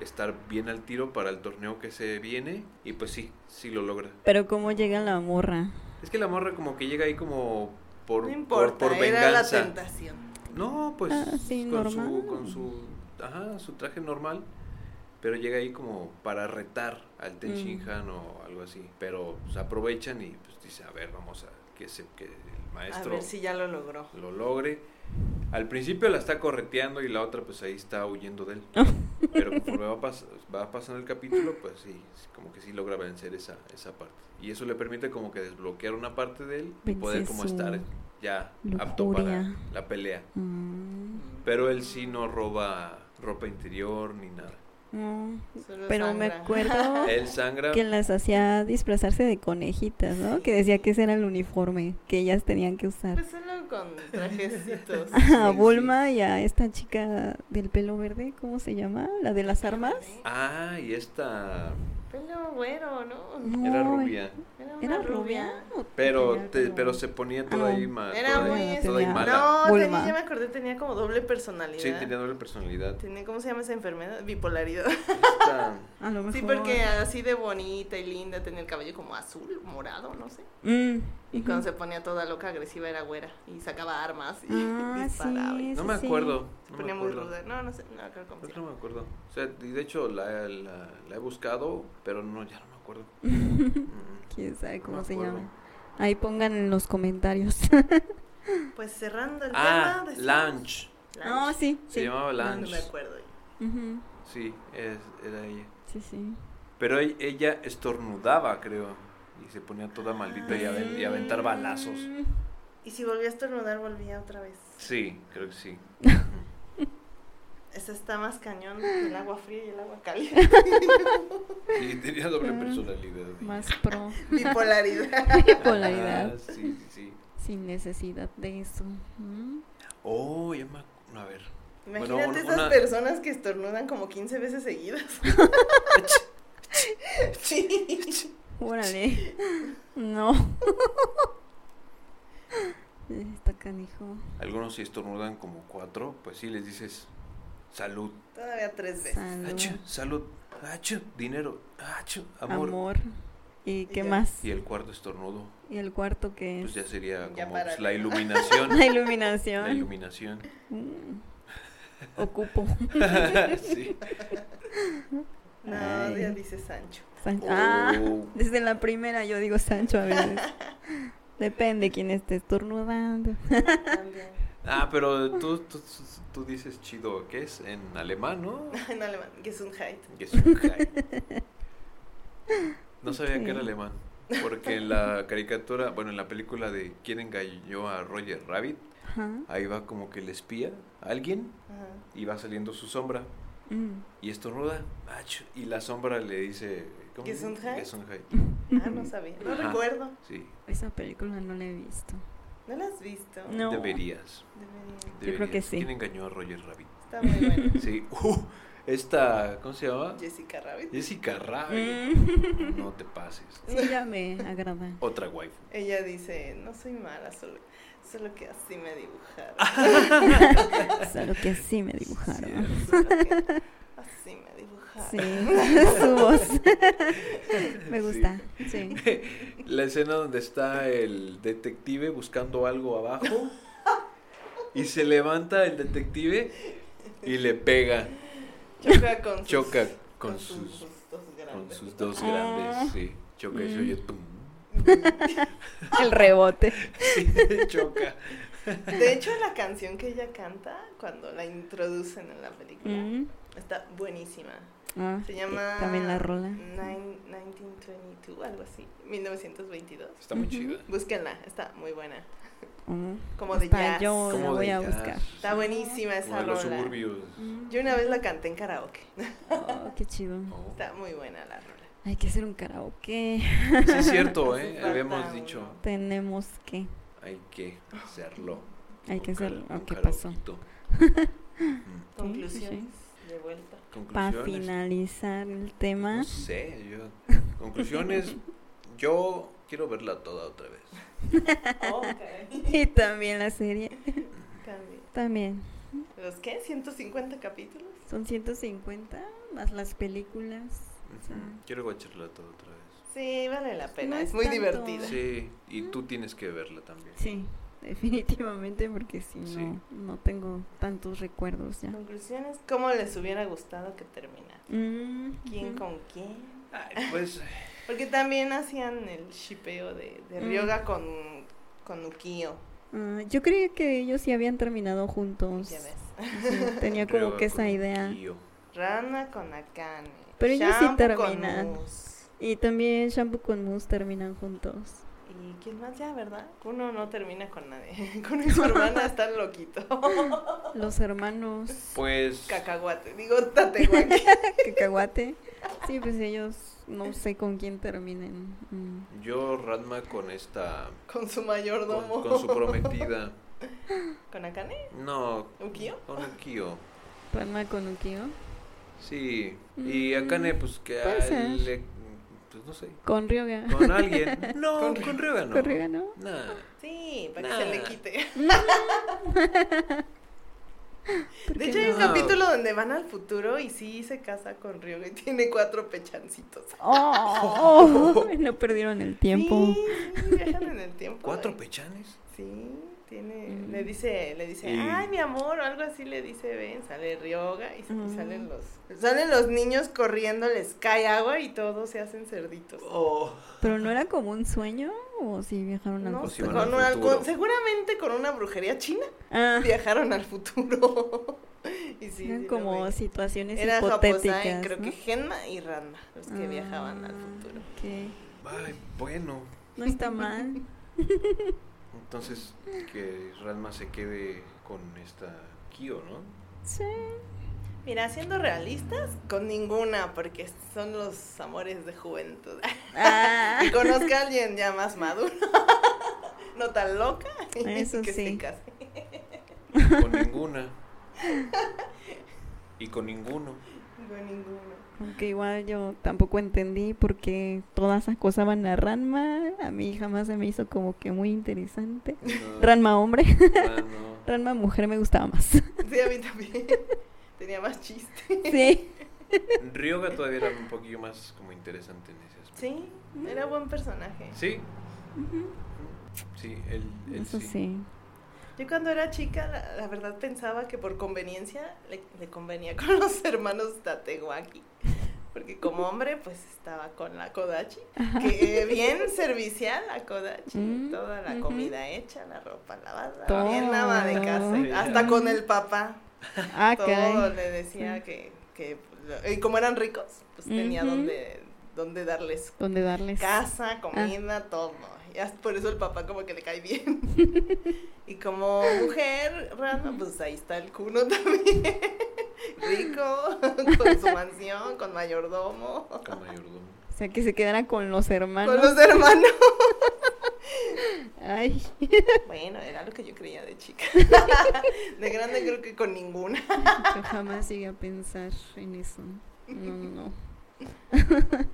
S2: estar bien al tiro para el torneo que se viene y pues sí, sí lo logra.
S3: Pero ¿cómo llega la morra?
S2: Es que la morra como que llega ahí como por,
S4: No
S2: por,
S4: importa,
S2: por
S4: era la
S2: venganza.
S4: tentación.
S2: No, pues
S3: Ah, sí,
S2: con,
S3: normal.
S2: su, con su, ajá, su traje normal, pero llega ahí como para retar al Ten
S3: Mm.
S2: Shinhan o algo así. Pero pues, aprovechan y pues dice, a ver, vamos a que, se, que el
S4: A
S2: maestro
S4: ver si ya lo logró.
S2: lo logre. Al principio la está correteando y la otra pues ahí está huyendo
S3: <laughs>
S2: de él. Pero conforme va, pas- va pasando el capítulo, pues sí, es como que sí logra vencer esa, esa parte. Y eso le permite como que desbloquear una parte de él y
S3: Vence
S2: poder como
S3: su
S2: estar ya apto para
S3: lujuria.
S2: la pelea.
S3: Mm.
S2: Pero él sí no roba ropa interior ni nada.
S3: Mm,
S4: Solo
S3: pero me
S4: sangra.
S3: acuerdo
S2: Él sangra.
S3: que las hacía disfrazarse de conejitas, ¿no? Que decía que ese era el uniforme que ellas tenían que usar.
S4: Pues solo con trajecitos.
S3: <laughs> A
S2: sí.
S3: Bulma y a esta chica del pelo verde, ¿cómo se llama? ¿La de las armas?
S2: Ah, y esta
S4: Pelo güero, ¿no?
S3: No,
S2: era rubia.
S4: Era una
S3: ¿Era rubia? ¿O
S2: Pero,
S3: tenía
S2: te-
S3: pelo?
S2: pero se ponía toda
S3: Ah,
S2: ahí mal.
S4: Era
S2: toda,
S4: muy
S2: ahí-
S4: este,
S2: toda ahí
S3: tenía-
S2: mala.
S4: No,
S3: Bulma.
S4: tenía, ya me acordé, tenía como doble personalidad.
S2: Sí, tenía doble personalidad.
S4: Tenía, ¿cómo se llama esa enfermedad?
S3: <laughs>
S4: Bipolaridad.
S2: Esta-
S3: A lo mejor.
S4: Sí, porque así de bonita y linda tenía el cabello como azul, morado, no sé.
S3: Mm,
S4: Y
S3: ujú.
S4: cuando se ponía toda loca, agresiva, era güera. Y sacaba armas y
S3: Ah,
S4: disparaba.
S3: sí,
S4: y
S2: no
S3: sí,
S2: me
S3: sí.
S2: acuerdo. No
S4: se
S2: me
S4: ponía muy
S2: acuerdo.
S4: ruda. No, no sé, no creo
S2: Creo
S4: que
S2: que no me acuerdo. O sea, y de hecho la, la, la he buscado, pero no, ya no me
S3: <laughs>
S2: acuerdo. Mm,
S3: Quién sabe
S2: no
S3: cómo
S2: me
S3: se
S2: acuerdo.
S3: llama. Ahí pongan en los
S4: <laughs>
S3: comentarios.
S4: Pues cerrando el
S2: Ah,
S4: tema. decimos-
S2: Lunch.
S3: No, sí.
S2: Se
S3: sí.
S2: llamaba
S4: No me
S2: Lunch.
S4: acuerdo.
S3: Ujú,
S2: Sí, es- era ella.
S3: Sí, sí.
S2: Pero e- ella estornudaba, creo. Y se ponía toda maldita y, aven- y aventar balazos.
S3: Mm,
S4: Y si volvía a estornudar, volvía otra vez.
S2: Sí, creo que sí.
S4: Ese está más cañón que el agua fría y el agua <laughs> caliente.
S2: Y tenía doble
S3: Ah,
S2: personalidad.
S3: Más pro. <laughs>
S4: Bipolaridad.
S3: Polaridad.
S2: Ah, sí, sí, sí.
S3: Sin necesidad de eso. Mm.
S2: Oh, ya me ac- A ver.
S4: Imagínate
S2: Bueno, una-
S4: esas
S2: una-
S4: personas que estornudan como 15
S2: <laughs>
S4: veces seguidas. sí.
S3: Órale. No. <laughs> Está canijo.
S2: Algunos si estornudan como cuatro, pues sí les dices salud.
S4: Todavía tres veces.
S3: Salud,
S2: Achú, salud. Achú, dinero. Achú, amor.
S3: amor. ¿Y qué
S4: ya.
S3: más?
S2: Y el cuarto estornudo,
S3: ¿Y el cuarto que
S2: pues
S3: es?
S2: ya sería
S4: Ya
S2: como
S4: para
S2: pues,
S4: de-
S2: la iluminación.
S3: <laughs> La
S2: la
S3: iluminación.
S2: iluminación.
S3: Mm. Ocupo.
S2: <laughs> sí.
S4: No,
S3: Ay.
S4: ya dice <laughs> Sancho.
S3: San- Ah,
S2: Oh.
S3: desde la primera yo digo Sancho a veces. Depende quién esté estornudando. <laughs>
S4: También.
S2: Ah, pero tú, tú, tú dices chido, ¿qué es? En alemán, ¿no?
S4: En alemán, Gesundheit.
S2: Gesundheit. No sabía que era
S3: Ok.
S2: alemán. Porque en la caricatura, bueno, en la película de ¿Quién engañó a Roger Rabbit?
S3: Ajá.
S2: Ahí va como que le espía a alguien
S4: Ajá.
S2: y va saliendo su sombra.
S3: Mm.
S2: Y estornuda, macho. Y la sombra le dice... ¿cómo dice?
S4: Gesundheit.
S2: Gesundheit.
S4: Ah, no sabía. No
S2: Ajá.
S4: recuerdo.
S2: Sí,
S3: Esa película no la he visto.
S4: ¿No la has visto?
S3: No.
S2: deberías.
S4: Debería.
S3: creo que
S2: deberías.
S3: sí.
S2: ¿Quién engañó a Roger Rabbit?
S4: Está
S3: <laughs>
S4: muy buena.
S2: Sí. <laughs> Uh, esta, ¿cómo se llama?
S4: Jessica Rabbit.
S2: Jessica Rabbit.
S3: Mm.
S2: No te pases.
S3: <laughs> Sí, ya me
S2: <laughs>
S3: agrada.
S2: Otra waifu.
S4: Ella dice, no soy mala, solo, solo que así me dibujaron.
S2: Ah,
S3: Solo que así me dibujaron.
S4: Solo que así me dibujaron.
S3: Sí, <laughs> su voz. <laughs> Me gusta, sí.
S2: <laughs> La escena donde está el detective buscando algo abajo y se levanta el detective y le pega,
S4: Choca con sus,
S2: choca con
S4: con
S2: sus,
S4: sus dos
S2: con
S4: grandes.
S2: sus dos
S3: Ah.
S2: grandes, sí, choca y se
S3: Mm.
S2: oye tum. <laughs>
S3: El rebote.
S2: Sí, choca.
S4: De hecho, la canción que ella canta cuando la introducen en la película
S3: Mm.
S4: está buenísima.
S3: Ah,
S4: Se llama...
S3: eh, También la rola.
S4: Nine- 1922, algo así. 1922.
S2: Está muy
S3: Ujú.
S2: chida.
S4: Búsquenla, está muy buena.
S3: Mm.
S4: Como de
S3: Hasta
S4: jazz.
S3: yo la
S2: Como de
S3: voy a
S2: jazz,
S3: buscar.
S4: Está buenísima esa
S2: Como de los
S4: rola.
S2: suburbios.
S3: Mm.
S4: Yo una vez la canté en karaoke.
S3: Oh, qué chido.
S2: Oh.
S4: Está muy buena la rola.
S3: Hay que hacer un karaoke.
S2: Sí, es
S4: <laughs>
S2: cierto,
S4: Hace
S2: ¿eh?
S4: falta
S2: Habíamos
S4: uno.
S2: dicho,
S3: Tenemos que.
S2: hay que hacerlo.
S3: Hay que
S2: Un car-
S3: hacerlo.
S2: un
S3: ¿Qué pasó? <laughs>
S2: karaoquito. Mm.
S4: Conclusiones de vuelta.
S3: Para
S2: Conclusiones.
S3: finalizar el tema.
S2: No sé, yo.
S3: <laughs>
S2: Conclusiones, yo quiero verla toda otra vez.
S4: Ok.
S3: <laughs> Y también la serie.
S4: También.
S3: También.
S4: ¿Los qué? ¿150 capítulos?
S3: Son 150 más las películas. O sea,
S2: Ujú, Quiero guacharla toda otra vez.
S4: Sí, vale la pena.
S3: No
S4: es
S3: es
S4: muy
S3: tanto.
S4: divertida.
S2: Sí, y tú tienes que verla también.
S3: Sí, <laughs> definitivamente porque si no,
S2: Sí.
S3: no tengo tantos recuerdos ya.
S4: Conclusiones, ¿cómo les hubiera gustado que terminara?
S3: Mm,
S4: ¿Quién
S3: ujú.
S4: con quién?
S2: Ay, pues,
S4: Porque también hacían el shipeo de, de
S3: Mm.
S4: Ryoga con, con Ukio.
S3: Ah, yo creía que ellos sí habían terminado juntos.
S4: Ya ves. <laughs>
S3: Sí,
S2: <laughs>
S3: tenía como
S2: Ryoga
S3: que esa
S2: con
S3: idea.
S2: Kyo.
S4: Rana con Akane.
S3: Pero ellos sí
S4: Shampoo con
S3: terminan.
S4: Mus,
S3: Y también Shampoo con Moose terminan juntos.
S4: Y quién más ya, ¿verdad? Uno no termina con nadie. <laughs> Con su hermana está loquito.
S2: <laughs>
S3: Los hermanos
S2: Pues.
S4: Cacahuate, digo, tatehuaque.
S3: cacahuate. Sí, pues ellos no sé con quién terminen. Mm.
S2: Yo, Ranma, con esta.
S4: Con su
S2: Con,
S4: mayordomo.
S2: con su prometida.
S4: ¿Con Akane?
S2: No,
S4: ¿Ukio?
S2: con Ukio.
S3: Palma con Ukio.
S2: Sí. Y Akane, pues que. a
S3: Mm. Puede ser.
S2: él le- pues no sé.
S3: Con Ryoga. <laughs>
S2: Con alguien. No,
S4: Con-
S2: con, Ryoga no.
S3: Con Ryoga,
S4: <laughs>
S3: ¿no?
S2: Nah.
S4: Sí, para
S2: Nah.
S4: que se le quite.
S3: ¿Por
S4: De
S3: qué
S4: hecho, hay un
S2: no?
S4: capítulo donde van al futuro y sí se casa con Ryoga y tiene cuatro pechancitos.
S3: Oh, <laughs> no perdieron el tiempo.
S4: Sí, sí, viajan en el tiempo.
S2: ¿Cuatro
S4: Y-
S2: pechanes?
S4: Sí, tiene,
S3: Mm.
S4: le dice, le dice,
S2: Y-
S4: ay mi amor, o algo así le dice, ven, sale Ryoga y, sa- y
S3: Mm.
S4: salen los, salen los niños corriendo, les cae agua y todos se hacen cerditos.
S2: Oh.
S3: Pero no era como un sueño o si viajaron al
S2: O
S4: No,
S3: futuro?
S2: si
S4: sé,
S2: van al
S4: con una-
S2: futuro.
S4: con- seguramente con una brujería china <laughs>
S3: Ah,
S4: viajaron al futuro. y sí,
S3: eran
S4: sí lo
S3: como
S4: vi.
S3: situaciones
S4: era Japosai,
S3: hipotéticas.
S4: creo
S3: ¿no?
S4: que Genma y Ranma, los pues, que
S3: Ah,
S4: viajaban al futuro. <laughs>
S3: ok.
S2: Ay, bueno.
S3: No está mal.
S2: Entonces, que Ranma se quede con esta Kyo, ¿no?
S3: Sí.
S4: Mira, siendo realistas, con ninguna, porque son los amores de juventud. <laughs>
S3: Ah,
S4: y conozca a alguien ya más maduro, <laughs> no tan loca, <laughs> y
S3: Eso
S4: que
S3: sí.
S4: se case.
S2: Con ninguna. Y con ninguno.
S4: Con ninguno.
S3: aunque igual yo tampoco entendí por qué todas acosaban a Ranma. A mí jamás se me hizo como que muy interesante.
S2: No,
S3: Ranma hombre, <laughs>
S2: ah, no.
S3: Ranma mujer me gustaba <laughs> más.
S4: Sí, a mí también. <laughs> Tenía más chiste.
S3: Sí.
S2: Ryoga todavía era un poquillo más como interesante en ese aspecto.
S4: Sí,
S3: Mm.
S4: era buen personaje.
S2: Sí. Sí, él, él
S3: Eso
S2: sí.
S3: sí.
S4: Yo cuando era chica, la, la verdad pensaba que por conveniencia le, le convenía <laughs> con los hermanos Tatewaki. Porque como hombre, pues estaba con la Kodachi.
S3: <laughs>
S4: Que bien servicial la Kodachi.
S3: Mm,
S4: toda la
S3: ujú.
S4: comida hecha, la ropa lavada.
S3: Todo.
S4: Bien ama de casa.
S2: Sí.
S4: Hasta con el papá.
S3: Ah,
S4: todo
S3: caray.
S4: le decía que, que y como eran ricos, pues tenía
S3: Ujú.
S4: donde, donde darles
S3: ¿Dónde darles? Ah.
S4: casa, comida, todo. Y hasta por eso el papá como que le
S3: <laughs>
S4: cae bien. y como mujer random, pues ahí está el cuno también. <laughs> Rico, con su mansión, con mayordomo,
S2: Con mayordomo.
S3: O sea, que se quedara con los hermanos.
S4: con los hermanos.
S3: <laughs> Ay,
S4: Bueno, era lo que yo creía de
S3: <laughs>
S4: chica. de grande creo que con ninguna.
S3: yo jamás llegué a pensar en eso. No, no,
S4: <laughs>
S3: no.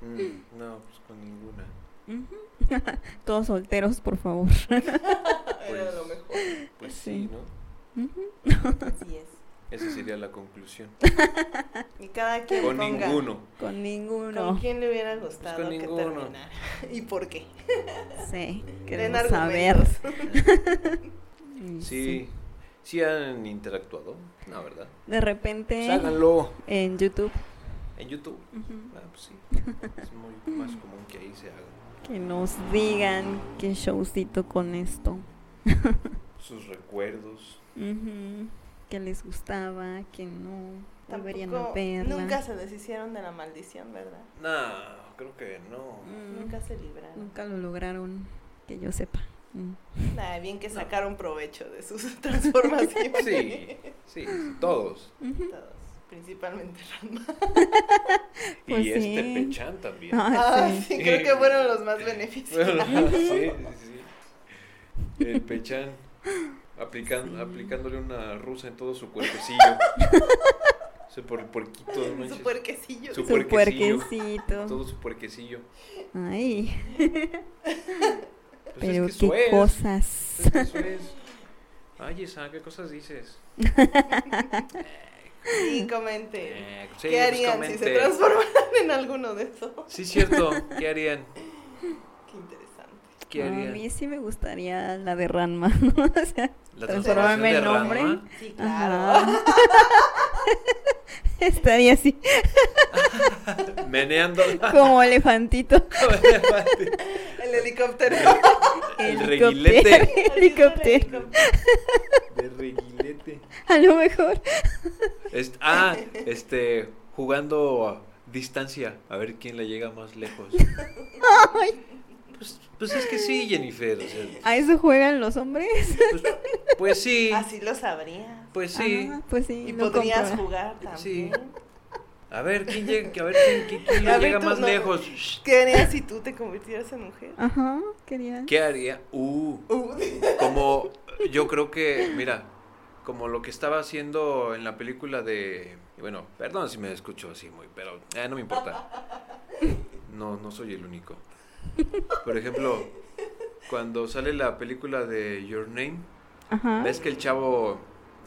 S2: Mm, no, pues con ninguna.
S3: Ujú. Todos solteros, por favor. <laughs>
S4: Era
S2: Pues-
S4: lo mejor.
S2: Pues
S3: Sí.
S2: sí, ¿no?
S3: Ujú.
S4: Así es.
S2: Esa sería la conclusión.
S4: Y cada quien
S2: Con
S4: ponga.
S2: ninguno. Pues
S3: Con
S4: ¿Con
S3: ninguno.
S4: quién le hubiera gustado
S2: con
S4: que
S2: ninguno.
S4: terminara? <laughs> ¿Y por qué?
S3: Sí,
S4: Den
S3: queremos saber.
S4: argumentos.
S3: Y
S2: Sí. Sí han interactuado, la verdad.
S3: De
S2: Pues
S3: repente
S2: háganlo
S3: en YouTube.
S2: en YouTube.
S3: ujú,
S2: Ah,
S3: <laughs>
S2: pues sí. Es muy más común que ahí se hagan
S3: Que nos digan qué showcito con esto.
S2: sus recuerdos.
S3: Ujú, Que les gustaba, que no. Deberían
S4: Tampoco-
S3: verla.
S4: Nunca se deshicieron de la maldición, ¿verdad?
S2: No, creo que no.
S3: Mm,
S4: Nunca se libraron.
S3: nunca lo lograron, que yo sepa. Mm.
S4: Nada, bien que
S2: No.
S4: sacaron provecho de sus <laughs> transformaciones.
S2: Sí, sí, sí, todos.
S3: Ujú.
S4: Todos, principalmente Ranma.
S3: Pues
S2: y
S3: sí.
S2: este Pechan también.
S3: Ah,
S4: Ah,
S3: sí.
S4: sí, creo que
S2: Eh,
S4: fueron los más beneficiosos.
S2: <laughs> Bueno, sí, sí,
S3: <laughs>
S2: sí. El Pechan aplican-
S3: Sí.
S2: aplicándole una rusa en todo su
S3: <laughs>
S2: cuerpecillo. Ese por, puerquito, no
S4: <laughs> Su
S2: manches.
S4: puerquecillo.
S2: Su
S3: Su
S2: puerquecillo.
S3: puerquecito.
S2: Todo su puerquecillo.
S3: Ay,
S2: Pues es
S3: pero
S2: que eso
S3: qué
S2: es.
S3: cosas.
S2: Pues Es que eso es. Ay, Isa, ¿qué cosas dices?
S4: Sí, comente.
S2: Eh, sí,
S4: ¿Qué
S2: pues
S4: harían si se
S2: comente.
S4: transformaran en alguno de esos?
S2: Sí, cierto. ¿Qué harían?
S4: Qué interesante.
S2: ¿Qué
S3: a
S2: harían?
S3: mí sí me gustaría la de Ranma. <laughs> ¿no? O sea,
S2: ¿La
S3: transformarme
S2: transformación de
S3: Pues en hombre.
S2: Ranma?
S4: Sí, claro.
S3: ajá. <laughs> Estaría así, <laughs>
S2: Meneando
S3: como elefantito.
S4: <laughs>
S3: <laughs>
S4: El helicóptero.
S2: <laughs> El
S3: Helicóptero.
S2: reguilete.
S3: Helicóptero.
S2: De reguilete.
S3: A lo mejor.
S2: Est- ah, este, jugando a distancia, a ver quién le llega más lejos.
S3: Ay,
S2: pues, pues es que sí, Jennifer. o sea,
S3: ¿A eso juegan los hombres?
S2: pues, pues sí,
S4: Así lo sabrías.
S2: pues sí.
S3: Ah, pues sí.
S4: Y
S3: lo
S4: podrías
S3: comprueba.
S4: jugar
S2: Sí.
S4: también.
S2: A ver, ¿quién llega, a ver, ¿quién, quién- quién le
S4: A ver,
S2: llega
S4: tú
S2: más
S4: no.
S2: lejos? Shh.
S4: ¿Qué harías si tú te convirtieras en mujer?
S3: Ajá, quería.
S2: ¿Qué haría? Uh, como yo creo que, mira, como lo que estaba haciendo en la película de... y Bueno, perdón si me escucho así muy, pero eh, no me importa. No, no soy el único. Por ejemplo, cuando sale la película de Your Name,
S3: Ajá.
S2: ¿ves que el chavo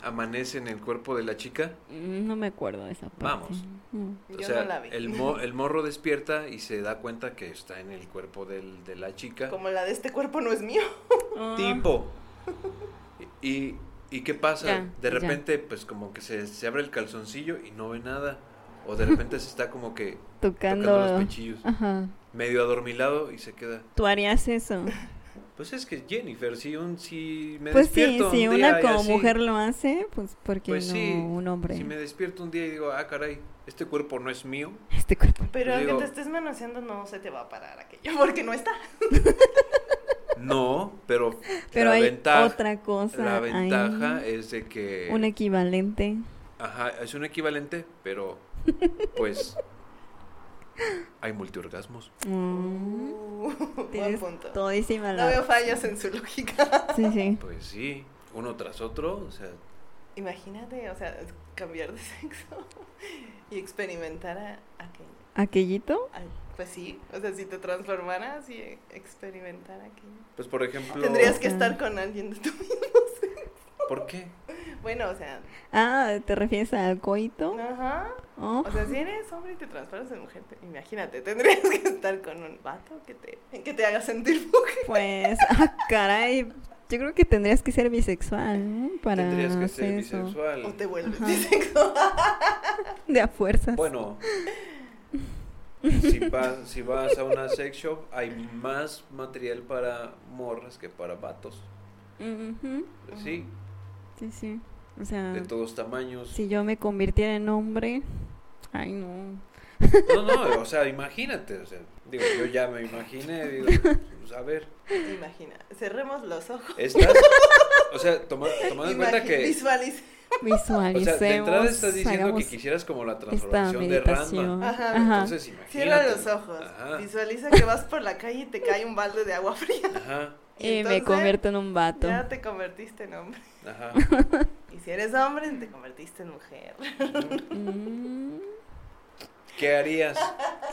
S2: amanece en el cuerpo de la chica?
S3: Mm, No me acuerdo de esa parte.
S2: Vamos.
S3: Mm.
S2: o
S4: Yo
S2: sea,
S4: no la vi.
S2: El, mo- el morro despierta y se da cuenta que está en el cuerpo del- de la chica.
S4: Como la de este cuerpo no es mío.
S3: Ah,
S2: Tipo. <laughs> ¿Y, y qué pasa?
S3: Ya,
S2: de
S3: ya.
S2: repente, pues como que se, se abre el calzoncillo y no ve nada. O de repente se está como que
S3: <laughs> Tocando. Ah.
S2: tocando los pechillos.
S3: Ajá.
S2: Medio adormilado y se queda.
S3: ¿Tú harías eso?
S2: Pues es que Jennifer, si, un, si me
S3: pues sí,
S2: despierto
S3: si
S2: un
S3: una
S2: día y
S3: como
S2: así,
S3: mujer lo hace, pues porque
S2: Pues
S3: no
S2: sí,
S3: un hombre.
S2: Si me despierto un día y digo, ah, caray, este cuerpo no es mío.
S3: Este cuerpo.
S4: Pero
S2: Yo
S4: aunque
S2: digo-
S4: te estés manoseando, no se te va a parar aquello. Porque no está.
S2: No, pero,
S3: Pero
S2: la
S3: hay
S2: ventaja,
S3: otra cosa.
S2: la
S3: ahí,
S2: ventaja eh, es de que...
S3: Un equivalente.
S2: Ajá, es un equivalente, pero
S3: <laughs>
S2: pues hay multiorgasmos.
S3: Mm,
S4: Uh, buen
S3: tienes
S4: punto.
S3: todísima la-
S4: No veo fallas en su lógica.
S3: Sí, sí.
S2: Pues sí, uno tras otro, o sea,
S4: Imagínate, o sea, cambiar de <laughs> sexo y experimentar a- aquello.
S3: ¿Aquellito?
S4: Ay, Pues sí, o sea, si te transformaras y e- experimentar aquello.
S2: pues por ejemplo,
S4: Tendrías que
S3: Ajá.
S4: estar con alguien de tu <laughs>
S2: ¿por qué?
S4: Bueno, o sea,
S3: Ah, ¿te refieres al coito?
S4: ajá.
S3: Oh,
S4: O sea, si eres hombre y te transformas en mujer, te- imagínate, tendrías que estar con un vato que te, que te haga sentir mujer.
S3: pues, ah, caray. Yo creo que tendrías que ser bisexual, ¿no? Para
S2: Tendrías que
S3: hacer
S2: ser
S3: eso.
S2: bisexual.
S4: O te vuelves
S3: Ajá.
S4: bisexual.
S3: De a fuerzas.
S2: Bueno, si vas, si vas a una sex shop hay más material para morras que para vatos.
S3: Ujú,
S2: Sí,
S3: Sí, sí. O sea,
S2: de todos tamaños.
S3: si yo me convirtiera en hombre. Ay, no.
S2: No, no, o sea, imagínate, o sea, digo, yo ya me imaginé, digo, pues, a ver,
S4: Imagina, cerremos los ojos.
S2: Estás, o sea, toma- tomando en cuenta
S4: imagi-
S2: que,
S4: Visualiza.
S2: o
S3: Visualicemos.
S2: sea, de entrada estás diciendo que
S3: hagamos
S2: quisiera como la
S3: esta
S2: transformación de Randma.
S3: meditación.
S4: Ajá,
S2: Entonces, imagínate.
S4: Cierra los ojos.
S2: Ajá,
S4: Visualiza que vas por la calle y te cae un balde de agua fría.
S2: ajá,
S3: y me
S4: entonces,
S3: convierto en un vato.
S4: Ya te convertiste en hombre.
S2: ajá. <laughs>
S4: Y si eres hombre, te convertiste en mujer.
S3: Mm,
S2: ¿Qué harías?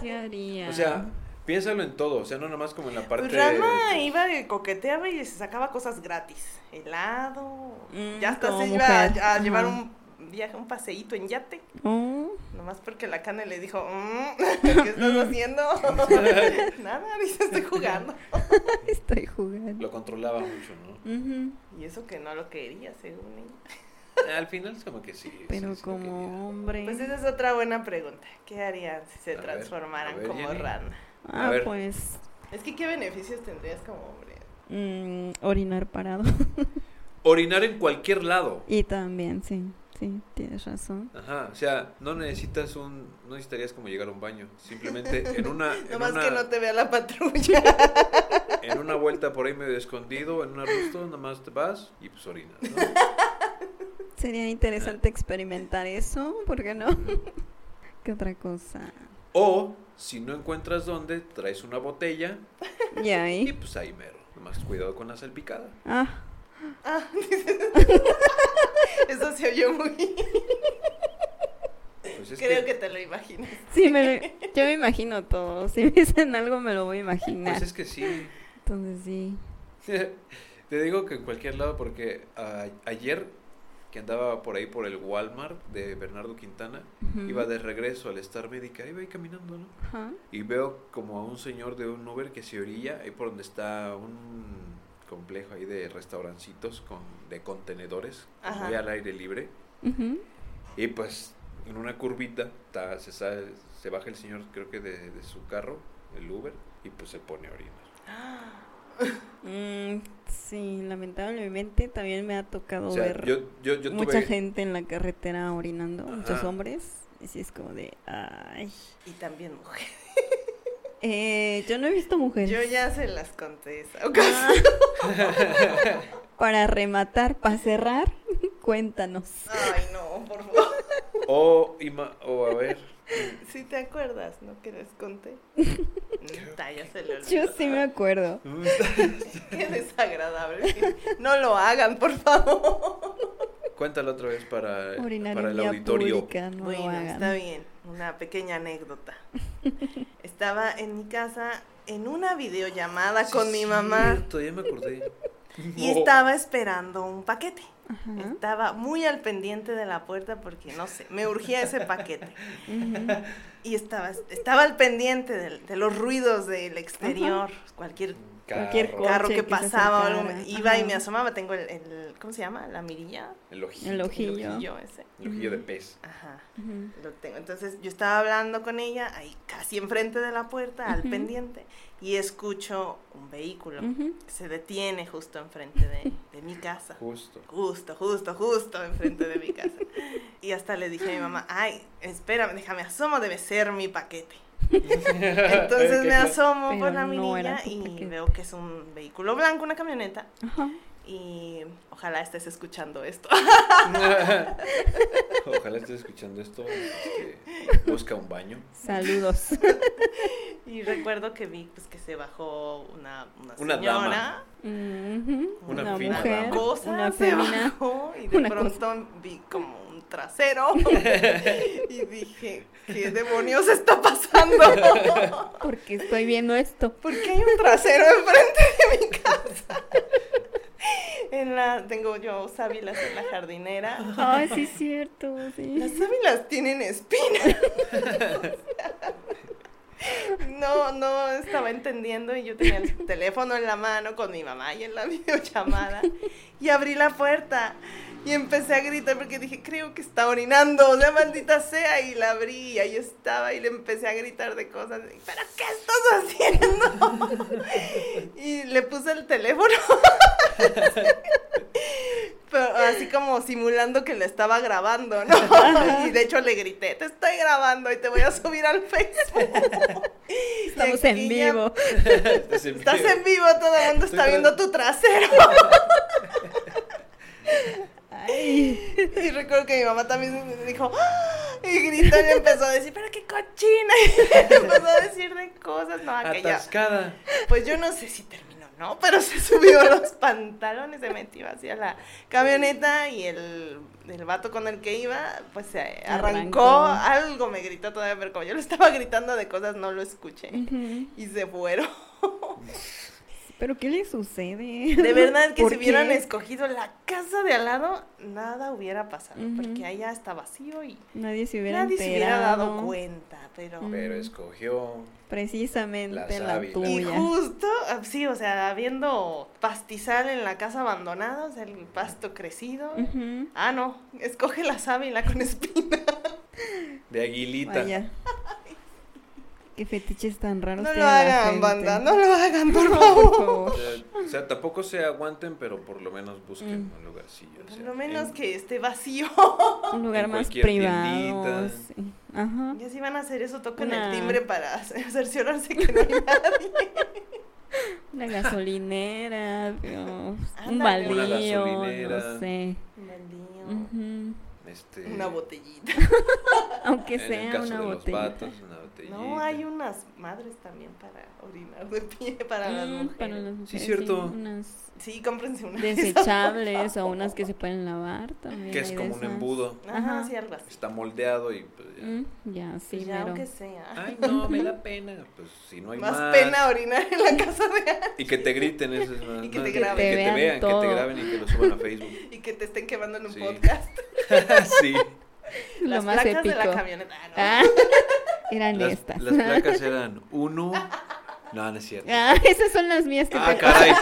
S3: ¿Qué haría?
S2: O sea, piénsalo en todo, o sea, no nomás como en la parte...
S4: Pues Rama iba y coqueteaba y se sacaba cosas gratis. Helado.
S3: Mm,
S4: ya hasta
S3: como
S4: se iba a,
S3: mujer,
S4: a llevar
S3: ajá.
S4: un viaje, un paseíto en yate.
S3: Oh,
S4: Nomás porque la cane le dijo, "Mm, <laughs> ¿qué estás
S2: <laughs>
S4: haciendo? Nada, dice, estoy jugando.
S3: estoy jugando.
S2: Lo controlaba mucho, ¿no?
S3: Ujú,
S4: Y eso que no lo quería, según ella.
S2: Al final es como que sí. sí,
S3: Pero
S2: sí lo quería.
S3: como hombre.
S4: Pues esa es otra buena pregunta. ¿Qué harían si se
S2: A ver,
S4: transformaran
S2: a ver,
S4: como
S2: Jenny.
S4: rana?
S3: ah,
S2: a ver.
S3: pues.
S4: Es que ¿qué beneficios tendrías como hombre?
S3: mm, orinar parado. <laughs>
S2: Orinar en cualquier lado.
S3: y también, sí. Sí, tienes razón.
S2: Ajá, o sea, no necesitas un... No necesitarías como llegar a un baño. Simplemente en
S4: <laughs>
S2: una... Ah, en
S4: Nomás
S2: una-
S4: que no te vea la patrulla.
S2: <laughs> en una vuelta por ahí medio escondido, en un arbusto, nomás te vas y pues orinas, ¿no?
S4: <laughs>
S3: Sería interesante experimentar eso, ¿por
S2: <laughs>
S3: qué no? ¿Qué otra cosa?
S2: O, si no encuentras dónde, traes una botella
S3: Y
S2: y
S3: ahí.
S2: pues ahí mero. Nomás cuidado con la salpicada.
S3: Ah,
S4: Ah, eso se oyó muy...
S2: Pues es
S4: Creo que
S2: que,
S4: te lo imaginas. <gasps>
S3: sí, me lo- yo me imagino todo. Si me dicen algo, me lo voy a imaginar.
S2: Pues es que sí. <laughs>
S3: Entonces, sí.
S2: Te digo que en cualquier lado porque a- ayer que andaba por ahí por el Walmart de Bernardo Quintana,
S3: Ujú.
S2: iba de regreso al Star Médica, iba ahí caminando, ¿no?
S3: Ajá.
S2: Y veo como a un señor de un Uber que se orilla ahí por donde está un complejo ahí de restaurancitos con, de contenedores,
S4: Ajá.
S2: muy al aire libre.
S3: Ujú.
S2: Y pues en una curvita ta- se, sale- se baja el señor, creo que de, de su carro, el Uber, y pues se pone a orinar.
S3: Mm, sí, lamentablemente también me ha tocado
S2: O sea,
S3: ver
S2: yo, yo, yo
S3: mucha
S2: tuve-
S3: gente en la carretera orinando, muchos
S2: Ajá.
S3: hombres. Y sí es como de, ay,
S4: Y también mujer.
S3: Eh, yo no he visto mujeres.
S4: Yo
S3: <laughs>
S4: ya se las conté. esa ocasión.
S2: <laughs>
S3: Para rematar, para cerrar, <laughs> cuéntanos.
S4: <laughs> Ay, no, por favor.
S2: O, Oh, ima- o a ver. <laughs>
S4: <laughs> Si te acuerdas, ¿no? Que les
S3: <laughs>
S4: conté. Ta, ya se le olvidó.
S3: Yo sí me acuerdo.
S4: <laughs> Qué desagradable. No lo hagan, por favor.
S2: Cuéntalo otra vez para, para el
S3: Urinaria
S2: auditorio.
S3: pública, <laughs> no lo
S4: bueno,
S3: hagan.
S4: está bien. Una pequeña anécdota. Estaba en mi casa en una videollamada
S2: Sí,
S4: Ah, con mi mamá
S2: cierto, ya me acordé.
S4: <laughs> y
S2: No.
S4: estaba esperando un paquete.
S3: Ajá,
S4: Estaba muy al pendiente de la puerta porque no sé, me urgía ese paquete.
S3: ujú.
S4: Y estaba, estaba al pendiente del- de, los ruidos del exterior, cualquier
S3: Cualquier
S2: Carro,
S3: cosa.
S4: carro
S3: Coche
S4: que
S3: que se
S4: pasaba, o algo,
S3: acercara,
S4: me- iba y
S3: ajá.
S4: me asomaba, tengo el, el- ¿cómo se llama? La mirilla,
S2: El ojillo.
S3: El
S2: El
S3: ojillo.
S4: el ojillo ese.
S2: ojillo de pez.
S4: Ajá,
S3: Ujú.
S4: lo tengo. Entonces yo estaba hablando con ella ahí casi enfrente de la puerta, al
S3: Ujú.
S4: pendiente, y escucho un vehículo
S3: Ujú.
S4: que se detiene justo enfrente de, de mi casa.
S2: Justo.
S4: Justo, justo, justo enfrente de mi casa. Y hasta le dije a mi mamá, ay, espérame, déjame, asomo, debe ser
S3: <laughs>
S4: mi paquete. <laughs>
S2: <laughs>
S4: Entonces me asomo
S3: Pero
S4: por la
S3: no
S4: mirilla
S3: era tu
S4: y
S3: paquete.
S4: veo que es un vehículo blanco, una camioneta.
S3: Ajá.
S4: Y ojalá estés escuchando esto.
S2: Ojalá estés escuchando esto. este, busca un baño. <laughs>
S3: Saludos.
S4: <laughs> Y recuerdo que vi pues, que se bajó una, una,
S2: Una
S4: señora,
S2: dama.
S3: <laughs> Ujú.
S2: Una
S3: Una,
S2: fina
S3: mujer,
S2: dama.
S4: cosa,
S3: una
S4: se
S3: femina.
S4: <laughs> bajó y de
S3: Una
S4: pronto vi como un trasero. y dije, ¿qué demonios está pasando?
S3: <laughs> Porque estoy viendo esto.
S4: ¿Por qué hay un trasero enfrente de mi casa? <laughs> En la, tengo yo sábilas en la jardinera.
S3: Ay, sí, es cierto. Sí.
S4: Las sábilas tienen espinas. <laughs> No, no estaba entendiendo y yo tenía el teléfono en la mano con mi mamá y en la <laughs> videollamada y abrí la puerta y empecé a gritar porque dije, creo que está orinando, o sea, maldita sea, y la abrí y ahí estaba y le empecé a gritar de cosas, y, pero ¿qué estás haciendo? <laughs> Y le puse el teléfono <laughs> pero así como simulando que le estaba grabando, ¿no? <laughs> Y de hecho le grité, te estoy grabando y te voy a subir al Facebook. <laughs> Y
S3: Estamos
S4: aquí
S3: en
S4: ya-
S3: vivo.
S2: Estás en
S4: Estás
S2: vivo.
S4: en vivo, todo el mundo
S2: Estoy
S4: está
S2: tra-
S4: viendo tu trasero.
S3: Ay.
S4: <laughs> Y recuerdo que mi mamá también me dijo, "¡Ah!", y gritó y empezó a decir, pero qué cochina. <laughs> Y empezó a decir de cosas, no, aquella.
S2: Atascada.
S4: Pues yo no sé si terminó, ¿no? Pero se subió los pantalones, se metió hacia la camioneta y el, el vato con el que iba, pues se arrancó,
S3: Arrancó.
S4: algo me gritó todavía, pero como yo lo estaba gritando de cosas, no lo escuché.
S3: Ujú.
S4: Y se fueron.
S3: ¿Pero qué le sucede? <laughs>
S4: De verdad que
S3: ¿Por
S4: si hubieran
S3: qué?
S4: escogido la casa de al lado, nada hubiera pasado,
S3: Ujú.
S4: porque allá está vacío y
S3: Nadie se hubiera
S4: nadie se hubiera dado
S3: enterado.
S4: cuenta, pero...
S3: Mm.
S2: Pero escogió.
S3: Precisamente
S2: Las
S3: la,
S2: ávilas.
S4: Y
S3: tuya.
S4: justo, ah, sí, o sea, habiendo pastizal en la casa abandonada, o sea, el pasto crecido.
S3: Ujú.
S4: Ah, no, escoge la sábila con espina.
S2: De aguilita.
S3: Vaya. Qué fetiches tan raros.
S4: No lo
S3: tiene la
S4: hagan,
S3: gente.
S4: banda, no lo hagan, por
S3: No, <laughs>
S4: favor.
S3: por favor.
S2: O sea, O sea, tampoco se aguanten, pero por lo menos busquen un lugarcillo. o
S4: Mm. Por
S2: sea,
S4: lo menos
S2: en-
S4: que
S3: <laughs>
S4: esté vacío.
S3: Un lugar
S2: En
S3: más
S2: cualquier
S3: privado.
S2: tiendita.
S3: sí. Ajá.
S4: Ya si van a hacer eso, tocan
S3: Una-
S4: el timbre para cer- cerciorarse que no
S2: <laughs>
S4: hay nadie. <laughs>
S3: Una gasolinera, Dios. Un
S4: Ándale.
S2: Una
S3: baldío, no
S2: gasolinera.
S3: sé.
S4: Baldío.
S3: Ujú.
S2: Este,
S4: Una botellita.
S3: Aunque
S2: en el
S3: sea
S2: caso
S3: una
S2: de los
S3: botella.
S2: vatos, una botellita.
S4: No, hay unas madres también para orinar de pie para las
S3: Mm,
S4: mujeres.
S3: para las mujeres, sí,
S2: cierto.
S3: unas
S4: Sí, cómprense <laughs> una. de esas, por
S3: desechables o
S4: favor.
S3: unas que se pueden lavar también.
S2: Que es
S3: hay de
S2: como un
S3: esas.
S2: embudo.
S4: Ajá,
S3: Ajá.
S4: sí, algo así. Pues
S2: Está moldeado y pues ya.
S3: Mm, ya, sí,
S4: ya,
S3: mero.
S4: aunque sea.
S2: Ay, no, me da pena. Pues si no hay
S4: más,
S2: más.
S4: pena orinar en la casa de alguien
S2: Y que te griten, eso es más.
S4: <laughs> Y que
S2: más-
S4: te
S2: que
S4: graben.
S2: te
S3: Que te
S2: vean,
S3: vean
S2: que te
S3: todo.
S2: graben y que lo suban a
S4: <laughs>
S2: Facebook. <laughs>
S4: y que te estén quemando en un
S2: Sí.
S4: podcast.
S2: sí.
S3: <laughs> <laughs> Lo
S4: Las
S3: más
S4: placas
S3: épico.
S4: de la camioneta. Ah, no.
S3: Ah, <laughs> eran
S2: Las,
S3: estas.
S2: las placas eran
S4: <laughs>
S2: uno. No, no es cierto.
S3: <laughs> Ah, esas son las mías que
S2: Ah,
S3: te-
S2: caray.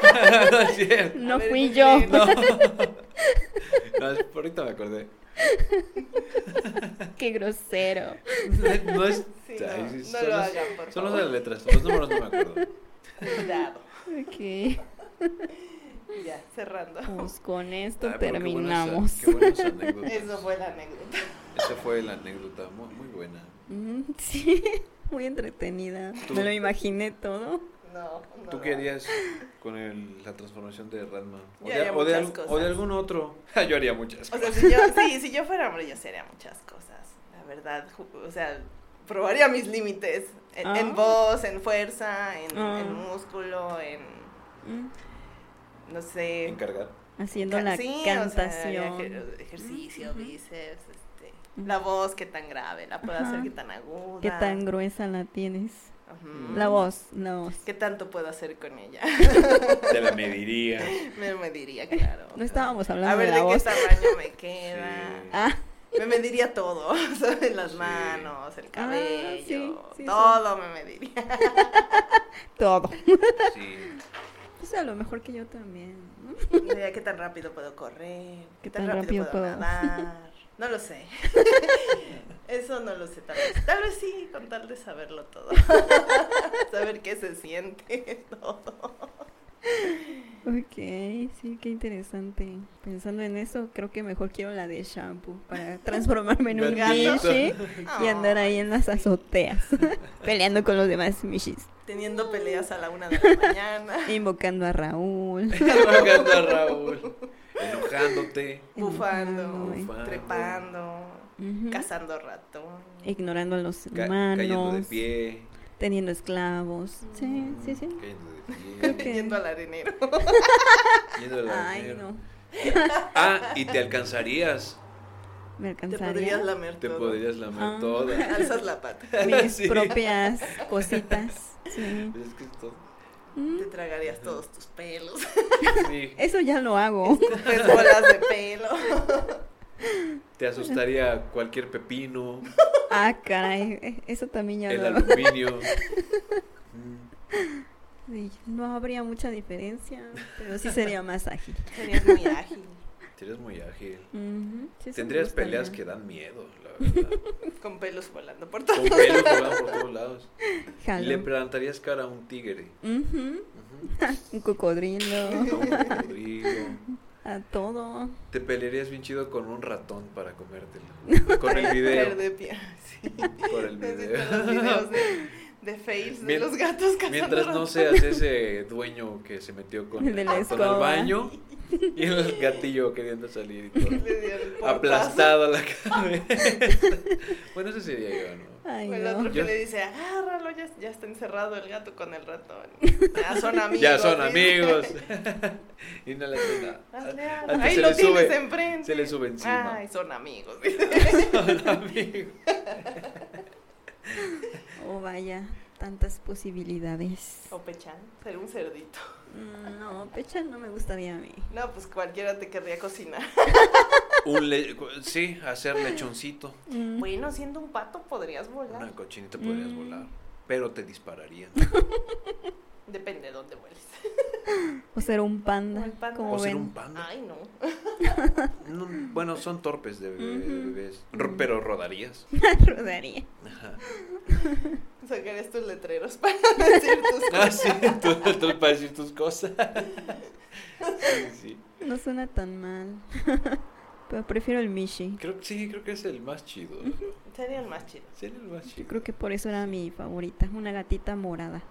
S2: <laughs> no es cierto.
S3: <laughs> No
S4: A ver,
S3: fui
S4: ¿qué <laughs>
S3: yo.
S4: creen?
S2: No. No, es- ahorita me acordé.
S3: <laughs> Qué grosero.
S2: No es.
S4: Sí,
S2: ay,
S4: no,
S2: sí,
S4: no
S2: son
S4: lo
S2: las-
S4: hagan, por
S2: Son
S4: favor.
S2: las letras, los números no me acuerdo.
S4: Cuidado.
S3: Ok.
S4: Ya, cerrando.
S3: Pues con esto
S2: Ay, pero Ah, qué buenas-
S3: terminamos.
S2: Qué buenas anécdotas.
S4: Eso fue la anécdota.
S2: Esa fue la anécdota, muy, muy buena.
S3: Mm, <laughs> sí. muy entretenida.
S2: Tú-
S3: Me lo imaginé todo.
S4: No, no.
S2: ¿Tú
S4: lo
S2: qué
S4: hago.
S2: harías con el- la transformación de Ranma? O
S4: Yo
S2: de,
S4: haría
S2: o de
S4: muchas
S2: algún- o de
S4: cosas.
S2: algún otro. <laughs> Ja, Yo haría muchas
S4: O sea,
S2: cosas.
S4: si yo, sí, si yo fuera hombre, yo sería muchas cosas. La verdad, ju- o sea, probaría mis límites en, en
S3: Ah.
S4: voz, en fuerza, en,
S3: Ah.
S4: en músculo, en.
S3: Mm.
S4: No sé.
S2: Encargar.
S3: Haciendo la
S4: Sí, o sea,
S3: cantación.
S4: ejer- ejercicio,
S3: Ujú.
S4: bíceps, este,
S3: Ujú.
S4: la voz, qué tan grave la puedo hacer,
S3: Ajá.
S4: qué tan aguda.
S3: Qué tan gruesa la tienes.
S4: Ujú.
S3: La voz, la voz.
S4: ¿Qué tanto puedo hacer con ella?
S3: <laughs>
S2: Te la mediría.
S4: me mediría, claro.
S3: No estábamos
S4: A
S3: hablando
S4: ver
S3: de
S4: de,
S3: la
S4: qué
S3: voz.
S4: tamaño
S3: <laughs>
S4: me queda.
S2: Sí.
S3: Ah,
S4: Me mediría todo, <laughs> ¿sabes? Las
S2: Sí.
S4: manos, el
S3: Ah, sí,
S4: cabello,
S3: sí,
S4: todo me mediría.
S3: todo.
S2: Sí.
S3: Pues a lo mejor que yo también. ¿no?
S4: Mediría qué tan rápido puedo correr, qué tan, rápido, puedo, nadar. No lo <laughs> sé. Eso no lo sé tal vez. Tal vez sí, con tal de saberlo todo. <laughs> Saber qué se siente todo.
S3: Ok, sí, qué interesante. Pensando en eso, creo que mejor quiero la de shampoo para transformarme en un
S2: Gatito. <laughs>
S3: mishi y andar ahí en las azoteas <laughs> peleando con los demás mishis,
S4: Teniendo peleas a la una de la <laughs> mañana,
S3: invocando a Raúl.
S2: Rogando a Raúl. Enojándote.
S4: bufando,
S2: Bufando.
S4: trepando,
S3: eh, Ujú.
S4: cazando ratón.
S3: Ignorando a los
S2: ca- cayendo de
S3: humanos,
S2: pie.
S3: teniendo esclavos. Sí, sí, sí.
S2: Cayendo de pie.
S3: Creo que-
S4: Yendo al arenero.
S2: yendo al
S3: Ay,
S2: alero.
S3: no.
S2: Ah, y te alcanzarías.
S3: Me
S4: Te
S3: alcanzaría
S4: podrías lamer
S2: Te
S4: todo.
S2: podrías lamer
S3: Ah. <laughs>
S2: toda.
S4: Alzas la pata.
S3: mis
S2: <laughs> Sí.
S3: propias cositas.
S2: <laughs>
S3: Sí.
S2: Es que esto-
S3: Mm,
S4: Te tragarías todos tus pelos, <laughs>
S2: sí,
S3: Eso ya lo hago.
S4: tus bolas de pelo.
S2: Te asustaría cualquier pepino,
S3: Ah, caray. eh, Eso también ya
S2: el
S3: lo hago. <laughs>
S2: aluminio. Mm.
S3: Sí, No habría mucha diferencia, pero sí sería más ágil.
S4: Serías muy ágil.
S2: Eres muy ágil.
S3: Ujú, sí, eso me
S2: Tendrías
S3: gustaría.
S2: peleas que dan miedo, la verdad.
S4: Con pelos volando por todo.
S2: Con pelos que van por todos lados. Y
S3: Jalón.
S2: le plantarías cara a un tigre.
S3: Ujú,
S2: Ujú.
S3: Un cocodrilo,
S2: A un cocodrilo.
S3: a todo.
S2: Te pelearías bien chido con un ratón para
S3: <laughs>
S2: comértelo. Con el video.
S4: Verde pie. <laughs> Sí.
S2: Con el
S4: Necesito los
S2: video.
S4: videos de,
S2: <laughs>
S4: de fails de
S2: Mien-
S4: los gatos cazando
S2: Mientras no
S4: ratones. <laughs>
S2: seas ese dueño que se metió con
S3: El de la
S2: con
S3: escoba.
S2: el baño y el gatillo queriendo salir y todo.
S4: Le dio el portazo.
S2: Aplastado la cabeza. Bueno, ese sería yo, ¿no?
S3: Ay,
S4: O el
S3: no.
S4: otro que
S2: Yo-
S4: le dice, agárralo, ya, ya está encerrado el gato con el ratón. Ya son
S2: <laughs>
S4: amigos.
S2: Ya son
S3: ¿eh?
S4: dice.
S2: amigos. <laughs> y no le hace nada.
S4: <laughs>
S3: Ah,
S4: Hazle
S2: A-
S4: algo.
S2: a ti
S4: Ahí
S2: se
S4: lo
S2: le
S4: tienes
S2: sube-
S4: enfrente.
S2: se le sube encima.
S4: Ay, son amigos.
S2: <laughs> Son amigos.
S3: Oh, vaya, tantas posibilidades.
S4: O Pechan, ser un cerdito.
S3: Mm, No, pecha no me gustaría a mí.
S4: No, pues cualquiera te querría cocinar.
S2: Un le- sí, hacer lechoncito.
S3: Mm,
S4: Bueno, siendo un pato podrías volar.
S2: Una cochinita podrías
S3: Mm. Ah,
S2: volar. Pero te dispararían.
S4: Depende de dónde vueles.
S3: O ser un panda,
S4: O el panda.
S3: como
S2: O ser
S3: ven.
S2: un panda.
S4: Ay, no. <laughs>
S2: No, bueno, son torpes de, de- de
S3: Ujú.
S2: bebés. Ro- Pero rodarías.
S3: <laughs> Rodaría.
S2: Ajá.
S4: Sacarías tus letreros para <laughs> decir tus
S2: <laughs> Ah, sí, tú, tú para decir tus cosas. Sí, sí.
S3: No suena tan mal. <laughs> Pero prefiero el Mishi.
S2: Creo, que- sí, creo que es el más chido.
S4: Sería el más chido.
S2: Sería el más
S3: Yo
S2: chido.
S3: creo que por eso era mi favorita. Una gatita morada.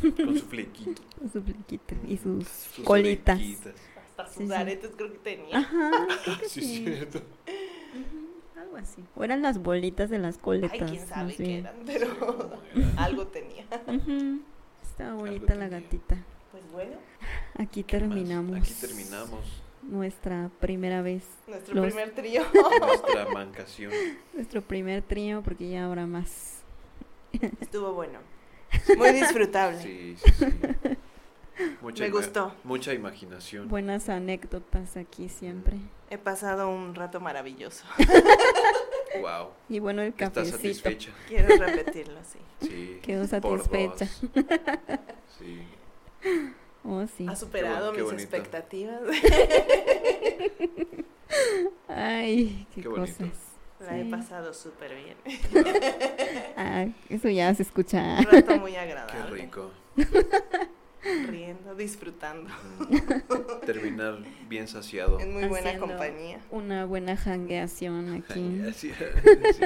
S2: Con su flequito.
S3: Con su flequita y sus,
S2: Sus
S3: colitas.
S2: orejitas.
S4: Hasta sus
S3: Sí, Ah, sí.
S4: aretes creo que tenía.
S3: Ajá, creo que
S2: Sí, es
S3: sí.
S2: cierto.
S3: <laughs> Ujú, Algo así. O eran las bolitas de las coletas.
S4: Ay, quién sabe
S3: más
S4: qué
S3: bien.
S4: eran, pero
S3: <laughs>
S2: Como era.
S4: algo tenía.
S3: Ujú, Estaba bonita la
S2: tenía.
S3: gatita.
S4: Pues bueno,
S3: Aquí
S2: ¿Qué más?
S3: terminamos.
S2: Aquí terminamos
S3: Nuestra primera vez.
S4: nuestro
S3: Los-
S4: primer
S3: <laughs>
S4: trío.
S2: nuestra mancación.
S3: Nuestro primer trío, porque ya habrá más.
S4: Estuvo bueno. Muy disfrutable.
S2: Sí, sí, sí. Mucha
S4: Me
S2: ima-
S4: gustó.
S2: Mucha imaginación.
S3: Buenas anécdotas aquí siempre.
S4: He pasado un rato maravilloso.
S2: Wow.
S3: Y bueno, el
S2: Estás
S3: cafecito.
S2: satisfecha.
S4: Quiero repetirlo, sí.
S2: Sí.
S3: Quedó
S2: por
S3: satisfecha.
S2: dos. Sí.
S3: Oh, sí.
S2: Ah,
S4: Ha superado
S2: Qué bon- qué
S4: mis
S2: bonito.
S4: expectativas.
S3: <laughs> Ay, qué,
S2: Qué bonito.
S3: cosas.
S4: La he
S3: Sí.
S4: pasado súper bien.
S3: Ay, Ah, eso ya se escucha.
S2: <laughs>
S4: Un rato muy
S2: Qué
S4: agradable.
S3: <laughs>
S2: rico.
S4: Riendo, disfrutando.
S2: Ujú. Mm. Terminar bien saciado.
S4: En muy buena
S3: Haciendo-
S4: compañía.
S3: Una buena jangueación aquí.
S2: <laughs> Jangueación. Sí.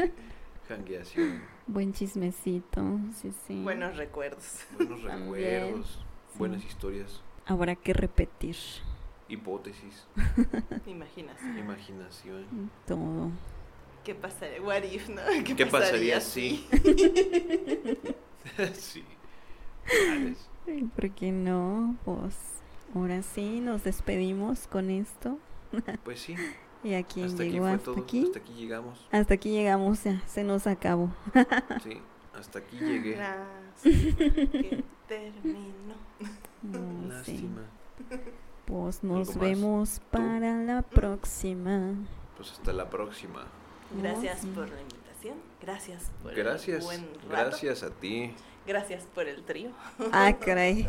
S2: Jangueación.
S3: Buen chismecito, sí, sí.
S2: Mm.
S4: Buenos recuerdos.
S2: Buenos
S3: También,
S2: recuerdos,
S3: sí.
S2: buenas historias,
S3: Habrá que repetir
S2: hipótesis,
S4: Imaginas.
S2: Mm.
S3: <laughs>
S2: imaginación.
S3: todo.
S4: ¿Qué pasaría? What if, ¿no? ¿Qué,
S2: ¿Qué pasaría si? <laughs> sí. Madres.
S3: Ay, ¿Por qué no? Pues ahora sí, nos despedimos con esto.
S2: Pues sí,
S3: Y a quien
S2: hasta aquí
S3: llegó
S2: fue
S3: hasta
S2: todo,
S3: aquí.
S2: hasta aquí llegamos.
S3: Hasta aquí llegamos, ya, se nos acabó.
S4: <laughs>
S2: Sí, hasta aquí
S3: Ah,
S2: llegué.
S4: Lástima
S2: <laughs>
S4: que terminó.
S3: No, sí.
S2: Lástima.
S3: Pues nos
S2: más?
S3: vemos para
S4: Mm.
S3: la próxima.
S2: Pues hasta la próxima.
S4: Gracias
S3: Oh,
S4: por la invitación. Gracias por el
S2: Gracias,
S4: buen rato.
S2: gracias a ti.
S4: Gracias por el trío.
S3: sí. Ah,
S4: <laughs>
S3: caray.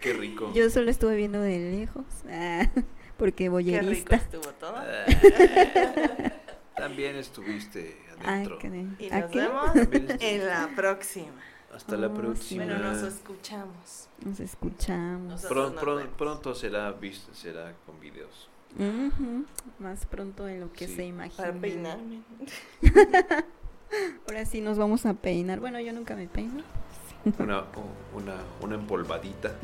S2: Qué rico.
S3: Yo solo estuve viendo de lejos. ah, <laughs> porque
S4: Qué rico
S3: boyerista.
S4: estuvo todo.
S3: <laughs>
S2: Ah, También estuviste
S3: Ah,
S2: adentro.
S3: caray.
S4: <laughs> Y
S3: ¿A
S4: nos
S3: qué?
S4: vemos
S2: <laughs> También estuve-
S4: en la próxima.
S2: Hasta la
S3: Oh, sí.
S2: próxima.
S4: Bueno, nos escuchamos.
S3: Nos escuchamos.
S4: Nos-
S2: Pron-
S4: nos
S2: pron-
S4: vemos.
S2: pronto será vis- será con videos.
S3: Ujú, Más pronto de lo que
S2: Sí.
S3: se imagina.
S4: Para peinarme.
S3: <laughs> Ahora sí nos vamos a peinar. Bueno, yo nunca me peino.
S2: Una, una, una empolvadita.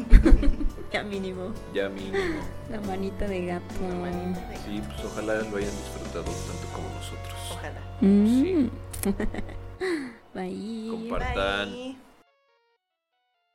S3: Ya mínimo.
S2: Ya mínimo.
S3: La manita de gato.
S2: Sí, pues ojalá lo hayan disfrutado tanto como nosotros.
S4: Ojalá.
S3: Mm.
S2: Sí.
S3: Bye.
S2: Compartan.
S4: Bye.